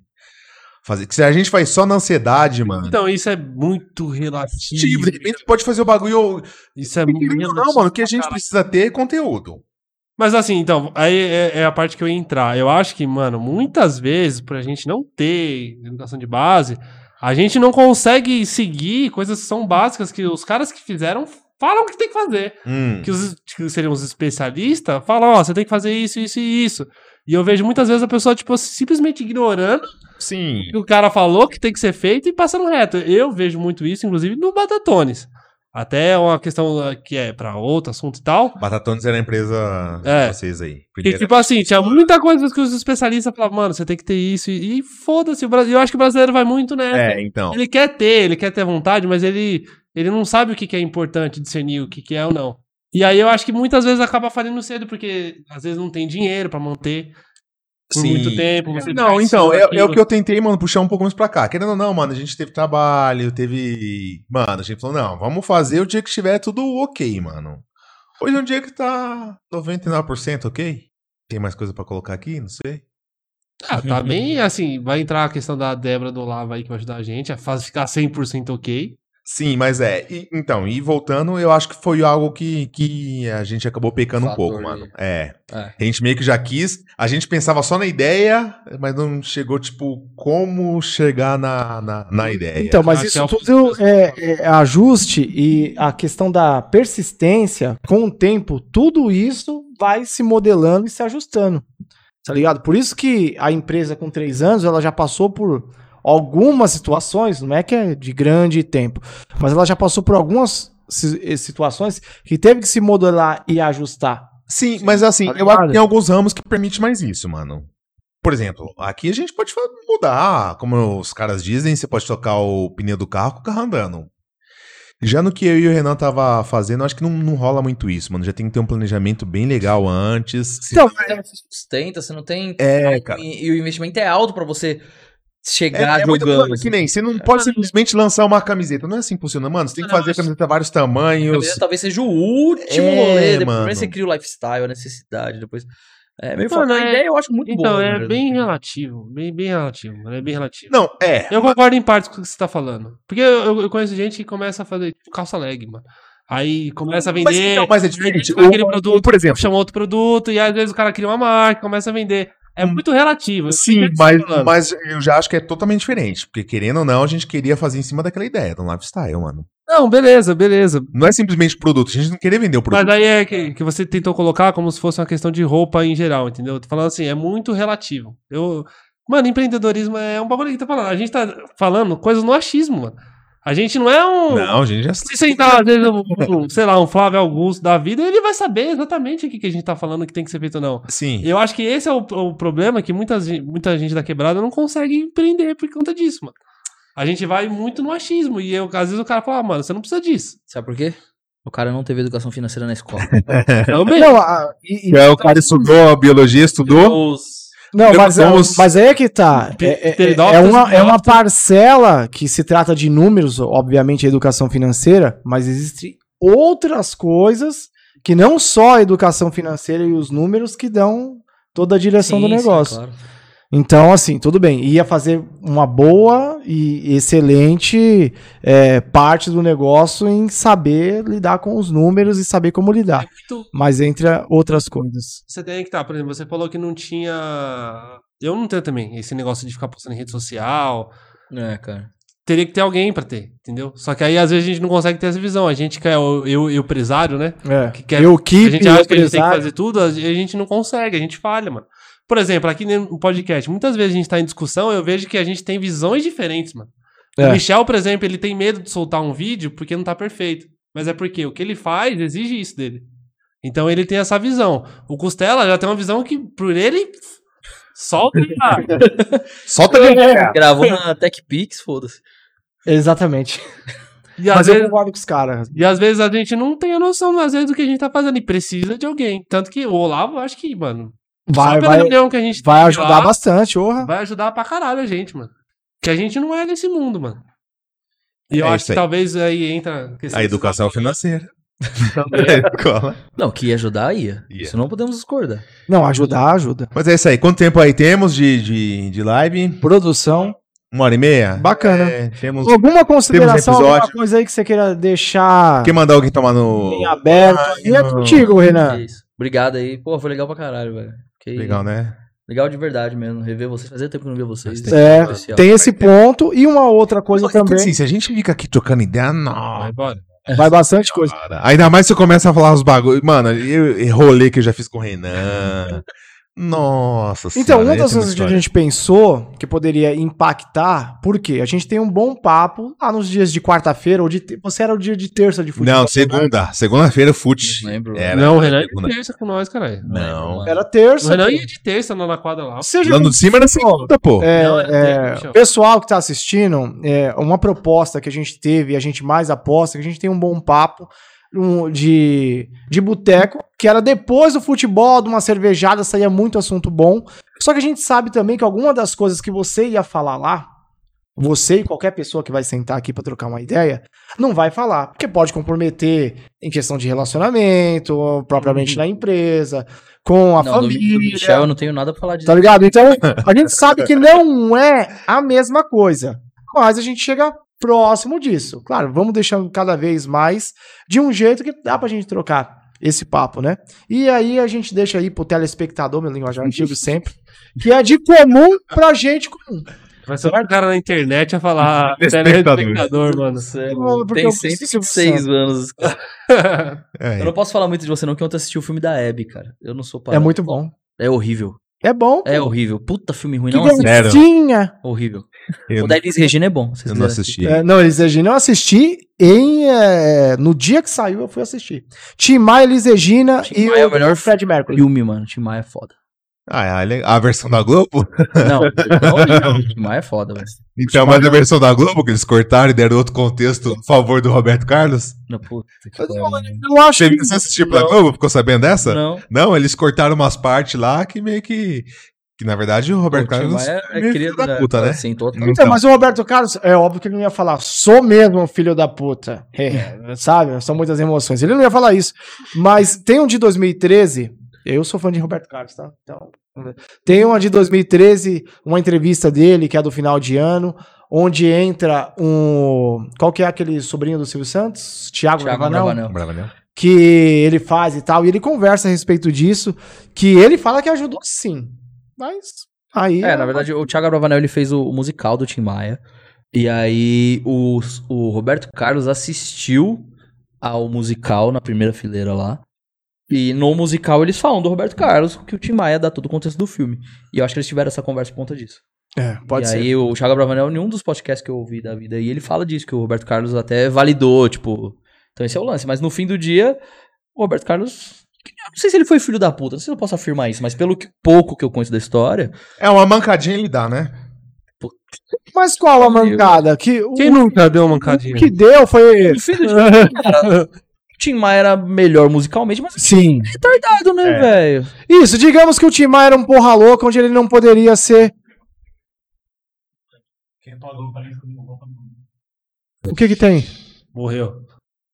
fazer. Que se a gente faz só na ansiedade, mano.
Então, isso é muito relativo.
de repente pode fazer o bagulho.
Isso é muito
Querendo ou não,
relativo.
mano, o que a gente precisa ter é conteúdo.
Mas assim, então, aí é, é a parte que eu ia entrar. Eu acho que, mano, muitas vezes, pra gente não ter educação de base, a gente não consegue seguir coisas que são básicas que os caras que fizeram falam o que tem que fazer.
Hum.
que, os, que seriam os especialistas, falam, ó, você tem que fazer isso, isso e isso. E eu vejo muitas vezes a pessoa, tipo, simplesmente ignorando
Sim.
o que o cara falou que tem que ser feito e passando reto. Eu vejo muito isso, inclusive, no Batatones. Até é uma questão ah, que é pra outro assunto e tal.
Batatones era a empresa
É.
de vocês aí.
Que,
Primeira.
tipo assim, tinha muita coisa que os especialistas falavam, mano, você tem que ter isso. E, e foda-se, o Brasil. Eu acho que o brasileiro vai muito nessa.
É, então.
Ele quer ter, ele quer ter vontade, mas ele, ele não sabe o que, que é importante discernir o que, que é ou não. E aí eu acho que muitas vezes acaba falhando cedo, porque às vezes não tem dinheiro pra manter por
Sim.
muito tempo. você
Não,
fica
então, é,
ensinando
é o
aquilo.
que eu tentei, mano, puxar um pouco mais pra cá. Querendo ou não, mano, a gente teve trabalho, teve. Mano, a gente falou, não, vamos fazer o dia que estiver tudo ok, mano. Hoje é um dia que tá 99% ok. Tem mais coisa pra colocar aqui? Não sei.
Ah, tá bem, assim, vai entrar a questão da Débora do Lava aí que vai ajudar a gente a faz- ficar 100% ok.
Sim, mas é. e- então, e voltando, eu acho que foi algo que, que a gente acabou pecando um
Fator
pouco,
ali.
mano. É.
É.
A gente meio que já quis. A gente pensava só na ideia, mas não chegou, tipo, como chegar na, na, na ideia.
Então, mas
Acho que
isso
é o-
tudo é, é ajuste e a questão da persistência com o tempo, tudo isso vai se modelando e se ajustando. Tá ligado? Por isso que a empresa com três anos ela já passou por algumas situações, não é que é de grande tempo, mas ela já passou por algumas si- eh, situações que teve que se modelar e ajustar.
Sim, mas assim,
Tá
eu acho
ligado?
que tem alguns ramos que permite mais isso, mano. Por exemplo, aqui a gente pode fa- mudar, como os caras dizem, você pode tocar o pneu do carro com o carro andando. Já no que eu e o Renan tava fazendo, eu acho que não, não rola muito isso, mano. Já tem que ter um planejamento bem legal antes.
Então,
Você não se sustenta, você não tem.
É, cara.
E, e o investimento é alto pra você
É,
chegar
é muito
jogando. assim.
plano, que nem, você não pode simplesmente lançar uma camiseta. Não é assim que funciona, mano. Você tem que
Não,
fazer a
isso-
camiseta vários
Talvez,
tamanhos.
tá
talvez seja o último
É,
rolê. Depois
mano.
primeiro você cria o lifestyle, a necessidade. Depois. É meio
Mano,
foda. A
é-
ideia eu acho muito
Então,
boa. na
é
verdade. assim.
bem relativo. Bem, bem relativo, mano. É bem relativo.
Não, é.
Eu concordo em partes com o que você tá falando. Porque eu, eu- eu conheço gente que começa a fazer tipo, calça leg, mano. Aí começa a vender.
Mas, então, mas é diferente.
identificar aquele
O-
produto,
por exemplo,
chama outro produto, e às vezes o cara cria uma marca, começa a vender. É
Hum.
muito relativo. eu
Sim,
entendo o que você
mas,
tá falando.
mas eu já acho que é totalmente diferente. Porque querendo ou não, a gente queria fazer em cima daquela ideia do lifestyle, mano.
Não, beleza, beleza.
Não é simplesmente produto, a gente não queria vender o produto.
Mas aí é que, que você tentou colocar como se fosse uma questão de roupa em geral, entendeu? Eu Tô falando assim, é muito relativo. Eu, mano, empreendedorismo é um bagulho que tá falando. A gente tá falando coisas no achismo, mano. A gente não é um.
Não, a gente já
Se sentar, às vezes, um, um, sei lá, um Flávio Augusto da vida, ele vai saber exatamente o que, que a gente tá falando que tem que ser feito ou não.
Sim.
Eu acho que esse é o, o problema que muitas, gen- muita gente da quebrada não consegue empreender por conta disso, mano. A gente vai muito no achismo. E eu, às vezes o cara fala, ah, mano, você não precisa disso.
Sabe por quê? O cara não teve educação financeira na escola.
É
Também.
Não, a- e- e-
Aí é o cara estudou, a biologia estudou.
Os-
não,
Eu
mas,
somos-
mas aí é que tá.
um
É, é- é- é uma, é uma parcela que se trata de números, obviamente, a educação financeira, mas existem outras coisas que não só a educação financeira e os números que dão toda a direção do
Sim, sim,
negócio.
é claro.
Então, assim, tudo bem. Ia fazer uma boa e excelente é, parte do negócio em saber lidar com os números e saber como
É
lidar.
muito-
Mas entre a- outras coisas.
Você tem que tá, por exemplo, você falou que não tinha. Eu não tenho também esse negócio de ficar postando em rede social.
É, cara.
Teria que ter alguém pra ter, entendeu? Só que aí às vezes a gente não consegue ter essa visão. A gente que é o eu, eu empresário, né?
É.
Que quer-
e o
a
Keep,
gente acha que a gente tem que
empresário-
fazer tudo, a gente não consegue, a gente falha, mano. Por exemplo, aqui no podcast, muitas vezes a gente tá em discussão, eu vejo que a gente tem visões diferentes, mano.
É.
O Michel, por exemplo, ele tem medo de soltar um vídeo porque não tá perfeito. Mas é porque o que ele faz exige isso dele. Então ele tem essa visão. O Costela já tem uma visão que, por ele, solta. e tá.
Solta de
Gravou na TechPix, foda-se.
Exatamente.
E, às
Mas eu
vezes,
concordo com os caras.
e às vezes a gente não tem a noção, às vezes, do que a gente tá fazendo. E precisa de alguém. Tanto que o Olavo, acho que, mano,
Vai,
só pela
vai,
reunião que a gente
vai
teve
ajudar
lá,
bastante, orra.
Vai ajudar pra caralho a gente, mano. Que a gente não é nesse mundo, mano. E eu
É
acho
isso
que
aí.
talvez aí entra a questão tá
A
de-
educação é financeira. Cola.
Não, que ia ajudar, ia.
Ia.
Isso não podemos discordar.
Não, ajudar, ajuda.
Mas é isso aí. Quanto tempo aí temos de, de, de live?
Produção,
Uma hora e meia?
bacana.
É, temos.
Alguma consideração, alguma
episódio.
coisa aí que você queira deixar
Quem mandar alguém tomar no.
em aberto? E é
não.
contigo, Renan.
É isso. Obrigado aí. Pô, foi legal pra caralho, velho. Que-
Legal, né?
Legal de verdade mesmo. Rever vocês. Fazia tempo que eu não via vocês.
Faz
tempo. É,
Especial.
Tem esse ponto e uma outra coisa
Então, assim,
também.
se a gente fica aqui trocando ideia, não.
Vai embora.
Vai bastante coisa.
Cara, Ainda mais se eu começa a falar os bagulhos. Mano, eu eu rolê que eu já fiz com o Renan. Nossa
Então, uma
senhora,
das
essa é
coisas que a
história.
gente pensou que poderia impactar, por quê? A gente tem um bom papo lá nos dias de quarta-feira ou de. te- Você era o dia de terça de futebol? né?
Não, segunda. Segunda-feira, fute.
Não lembro.
Era.
não, o Renan ia
segunda.
de terça com nós, caralho.
Não.
mano.
Era
O
terça.
Renan ia de terça lá na quadra lá.
Seja
Lá no de cima era segunda, pô.
É,
Não, era
é,
terça, Michel.
o pessoal que tá assistindo, é, uma proposta que a gente teve, e a gente mais aposta, que a gente tem um bom papo um, de, de boteco, que era depois do futebol, de uma cervejada, saía muito assunto bom. Só que a gente sabe também que alguma das coisas que você ia falar lá, você e qualquer pessoa que vai sentar aqui pra trocar uma ideia, não vai falar, porque pode comprometer em questão de relacionamento, propriamente na empresa, com a
Uhum. não, do,
família.
do Michel eu não tenho nada pra falar disso.
Tá ligado? Então, a gente sabe que não é a mesma coisa. Mas a gente chega próximo disso. Claro, vamos deixando cada vez mais de um jeito que dá pra gente trocar esse papo, né? E aí a gente deixa aí pro telespectador, meu linguajar antigo sempre, que é de comum pra gente comum.
Vai ser o cara na internet a falar
Telespectador.
telespectador, mano.
Você,
Mano,
mano,
porque
É, tem
eu-
106 anos.
É,
Eu não posso falar muito de você, não, que ontem eu assisti o filme da Abby, cara. Eu não sou
É
parado.
muito bom.
É horrível.
É bom.
É horrível. Puta filme ruim,
Que é
não assisti. É
gracinha!
Horrível.
eu,
O da Elis Regina é bom. vocês
eu não
quiserem
assisti.
É, não, Elisegina, eu assisti em. é, no dia que saiu, eu fui assistir. Timar, Elisegina
Tim
e
Maia é o
o
melhor
Fred Mercury.
Filme, mano. Tim Maia é foda.
Ah, é le- a versão da Globo?
Não, não, não, mas é foda, velho.
Então, mas a versão da Globo que eles cortaram e deram outro contexto a favor do Roberto Carlos?
Não, puta que
Mas
pariu.
Eu não acho
Você viu- você assistiu pela Globo? Ficou sabendo dessa?
Não,
Não, eles cortaram umas partes lá que meio que. Que na verdade o Roberto
Pô, o Tim
Carlos.
Maia é,
meio
querido
filho da
da
puta, né?
Sim, total.
Não-
Então,
Então.
mas o Roberto Carlos, é óbvio que ele não ia falar, sou mesmo um filho da puta. É, sabe? São muitas emoções. Ele não ia falar isso. Mas tem um de 2013, eu sou fã de Roberto Carlos, tá? Então, tem uma de 2013, uma entrevista dele, que é a do final de ano, onde entra um. Qual que é aquele sobrinho do Silvio Santos? Tiago
Thiago
Bravanel?
Bravanel.
Brava, né?
que ele faz e tal, e ele conversa a respeito disso, que ele fala que ajudou sim. Mas aí.
né?
É, na verdade, o Thiago Bravanel ele fez o, o musical do Tim Maia. E aí o, o Roberto Carlos assistiu ao musical na primeira fileira lá. E no musical eles falam do Roberto Carlos, que o Tim Maia dá todo o contexto do filme. E eu acho que eles tiveram essa conversa por conta disso.
É, pode
e
ser.
aí o Thiago Bravanel, em um dos podcasts que eu ouvi da vida, e ele fala disso, que o Roberto Carlos até validou, tipo... Então esse é o lance. Mas no fim do dia, o Roberto Carlos... eu Não sei se ele foi filho da puta, não sei se eu posso afirmar isso, mas pelo que- pouco que eu conheço da história,
É uma mancadinha ele dá, né?
Mas qual a mancada? Que, o,
Quem nunca deu uma
o
mancadinha?
que deu foi.
No fim do dia, cara, o Tim Maia era melhor musicalmente, mas
Sim.
retardado, né,
É.
velho?
Isso, digamos que o Tim Maia era um porra louca onde ele não poderia ser. O que que tem?
Morreu.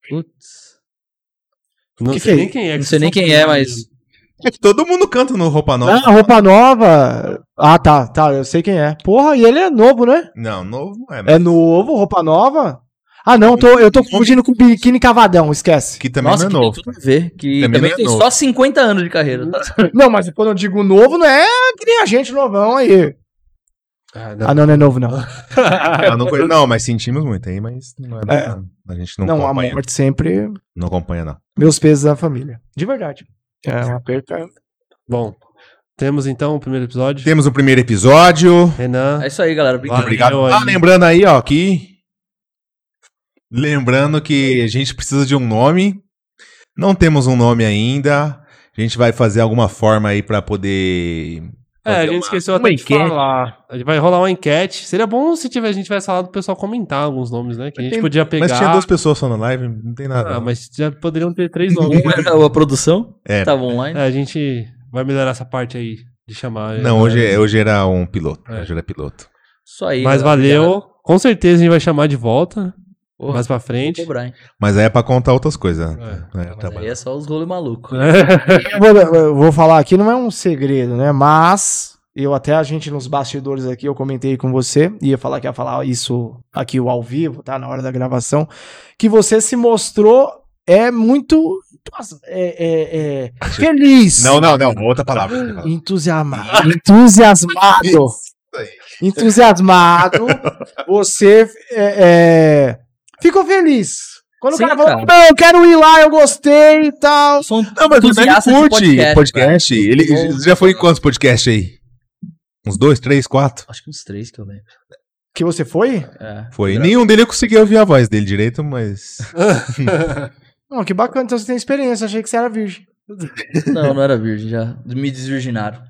Putz. Não
Que
sei
que é
nem
isso?
quem é.
Não
que
sei nem
vocês
quem é,
estão
mas.
falando.
É que todo mundo canta no Roupa Nova.
Ah, roupa nova. Ah, tá, tá, eu sei quem é. Porra, e ele é novo, né?
Não, novo não é. mas
É novo, roupa nova? Ah, não, tô- eu tô confundindo com biquíni cavadão, esquece.
Que também
Nossa, que
não é
tem
novo.
tudo a ver. Que
Também
também,
não é
tem
novo.
só 50 anos de carreira. tá?
Não, mas quando eu digo novo, não é que nem a gente novão aí.
Ah, não.
Ah, não, não é novo, não.
é
Ah, não, conhe- não, mas sentimos muito aí, mas não é,
É.
nada. A gente não,
Não, a
acompanha.
morte sempre.
Não acompanha, não.
Meus pesos à família. De verdade. É uma perca.
Bom, temos então o primeiro episódio.
Temos o primeiro episódio.
Renan.
É isso aí, galera. Obrigado.
Valeu
Obrigado.
aí.
Ah, lembrando aí, ó, que. Lembrando que a gente precisa de um nome. Não temos um nome ainda. A gente vai fazer alguma forma aí pra poder.
É, a
fazer
gente
uma-
esqueceu até de falar. A gente vai rolar uma enquete. Seria bom se tiver, a gente tivesse falado o pessoal comentar alguns nomes, né? Que a gente
Tem-
podia pegar.
Mas tinha duas pessoas só na live, não tem nada.
Ah, mas já poderiam ter três nomes. né?
Um era a produção,
É.
que tava online.
É, a gente vai melhorar essa parte aí de chamar.
Não, hoje, é- hoje era um piloto.
É.
Hoje era piloto.
Isso aí.
Mas
galera.
valeu.
Obrigado.
Com certeza a gente vai chamar de volta
Porra,
mais pra
vou
frente.
cobrar, hein?
Mas aí é pra contar outras coisas.
É.
né,
Mas
tá bom. É.
aí é só os rolos malucos.
Eu vou, eu vou falar aqui, não é um segredo, né? Mas. Eu até a gente nos bastidores aqui, eu comentei com você, ia falar que ia falar isso aqui o ao vivo, tá? Na hora da gravação, que você se mostrou é muito é, é, é, feliz.
Não, não,
assim.
não. Outra palavra. outra palavra.
Entusiasmado. Entusiasmado.
aí.
Entusiasmado. Você é, é, ficou feliz. Quando
Sim,
o cara
cara.
falou, não, eu quero ir lá, eu gostei e tal.
Sou um
Não, mas o Dani
entusiasta de
curte podcast.
podcast, né?
Ele
Bom.
já foi em quantos podcasts aí? Uns dois, três, quatro?
Acho que uns três que eu lembro.
Que você foi?
É.
Foi.
Gra-
Nenhum dele eu consegui ouvir a voz dele direito, mas.
Não, que bacana, então você tem experiência, achei que você era virgem.
Não, não era virgem, já. Me desvirginaram.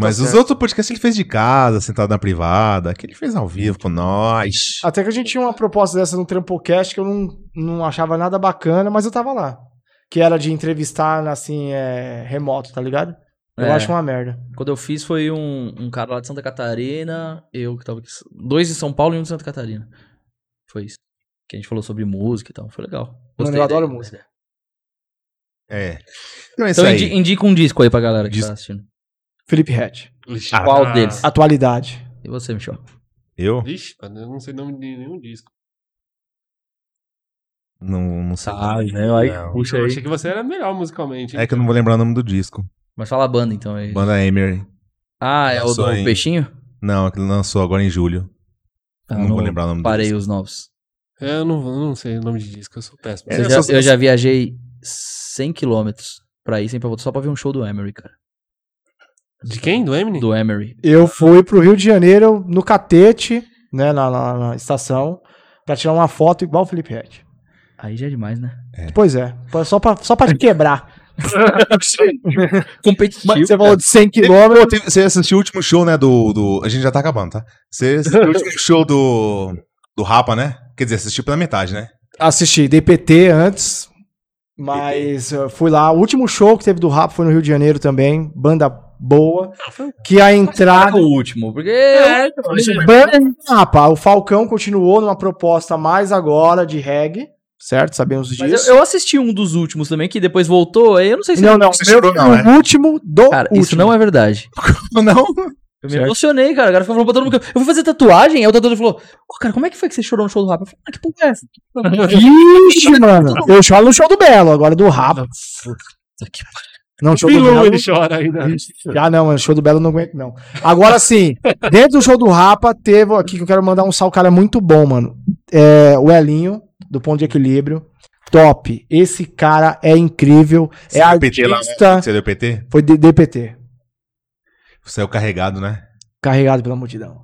Mas os
certo.
outros podcasts ele fez de casa, sentado na privada, que ele fez ao vivo com nós.
Até que a gente tinha uma proposta dessa no Trampocast que eu não, não achava nada bacana, mas eu tava lá. Que era de entrevistar, assim, é, remoto, tá ligado? Eu
É.
acho uma merda.
Quando eu fiz foi um, um cara lá de Santa Catarina, eu que tava aqui. Dois de São Paulo e um de Santa Catarina. Foi isso. Que a gente falou sobre música e tal. Foi legal.
Mano, eu
da
adoro
ideia,
música.
da ideia.
É. Então é isso
Então
aí.
indi- indica um disco aí pra galera que
Disco.
tá assistindo.
Felipe Red.
Ixi,
Qual
ah,
deles?
Atualidade.
E você, Michel?
Eu?
Ixi, mano, eu não sei o nome de nenhum disco.
Não, não sei.
né?
Aí,
puxa
Eu achei que você era melhor musicalmente. hein?
É que eu não vou lembrar o nome do disco.
Mas fala a banda então aí.
Banda Emery.
Ah, é o
Lançou
do
em-
Peixinho?
Não, aquele lançou agora em julho.
Ah,
não, vou lembrar o nome
Parei
do
os novos.
É, Eu não, eu não sei o nome de disco, eu sou péssimo.
É,
Eu
eu
já,
só-
eu já viajei 100 km pra ir, sem pra voltar, só pra ver um show do Emery, cara.
De quem? Do Eminem?
Do Emery.
Eu fui pro Rio de Janeiro no Catete, né, na, na- na estação, pra tirar uma foto igual o Felipe Red.
Aí já é demais, né?
Pois é, só pra, só pra te quebrar.
competitivo.
Você falou de 100
Teve-
quilômetros.
pô, teve- Você assistiu o último show, né? Do, do. A gente já tá acabando, tá? Você assistiu o último show do. Do Rapa, né? Quer dizer, assistiu pela metade, né?
Assisti DPT antes. Mas eu fui lá. O último show que teve do Rap foi no Rio de Janeiro também. Banda boa. Que a
Traga
entrada.
o último, porque É,
Banda Rapa. O Falcão continuou numa proposta mais agora de reggae. Certo? Sabemos
Mas
disso.
eu, eu assisti um dos últimos também, que depois voltou, aí eu não sei se...
Não, não. é.
Você chorou, não,
o
né?
último do
Cara,
último.
isso não é verdade.
Não.
Eu me emocionei, cara. O cara falou pra todo mundo que eu eu fui fazer tatuagem, aí o tatuador falou, pô, cara, como é que foi que você chorou no show do rap? Eu falei, ah, que porra é essa?
Vixe, mano. Eu choro no show do Belo, agora do Rapa. Não, show do
Pilou,
Belo.
ele chora ainda.
Ah, não, mano, show do Belo eu não aguento, não. Agora sim, dentro do show do Rapa, teve aqui que eu quero mandar um salve, cara, muito bom, mano. É, o Elinho, do Ponto de Equilíbrio. Top. Esse cara é incrível.
Você
é
deu PT lá, né?
artista.
Você deu PT?
Foi de DPT.
Saiu carregado, né?
Carregado pela multidão.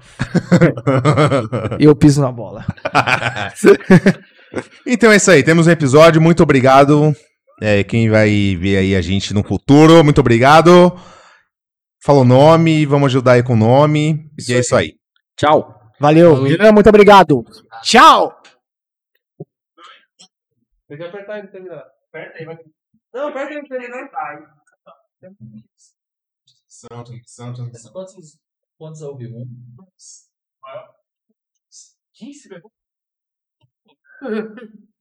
E eu piso na bola.
então é isso aí, temos um episódio. Muito obrigado. É, quem vai ver aí a gente no futuro, muito obrigado. Fala o nome, vamos ajudar aí com o nome. e é isso aí.
Tchau.
Valeu.
Valeu.
Guilherme, muito obrigado. Tchau.
Tem que apertar ele pra terminar. Aperta aí, vai. Não, aperta ele pra terminar.
Quantos, quantos ao vivo? Um?
15, velho.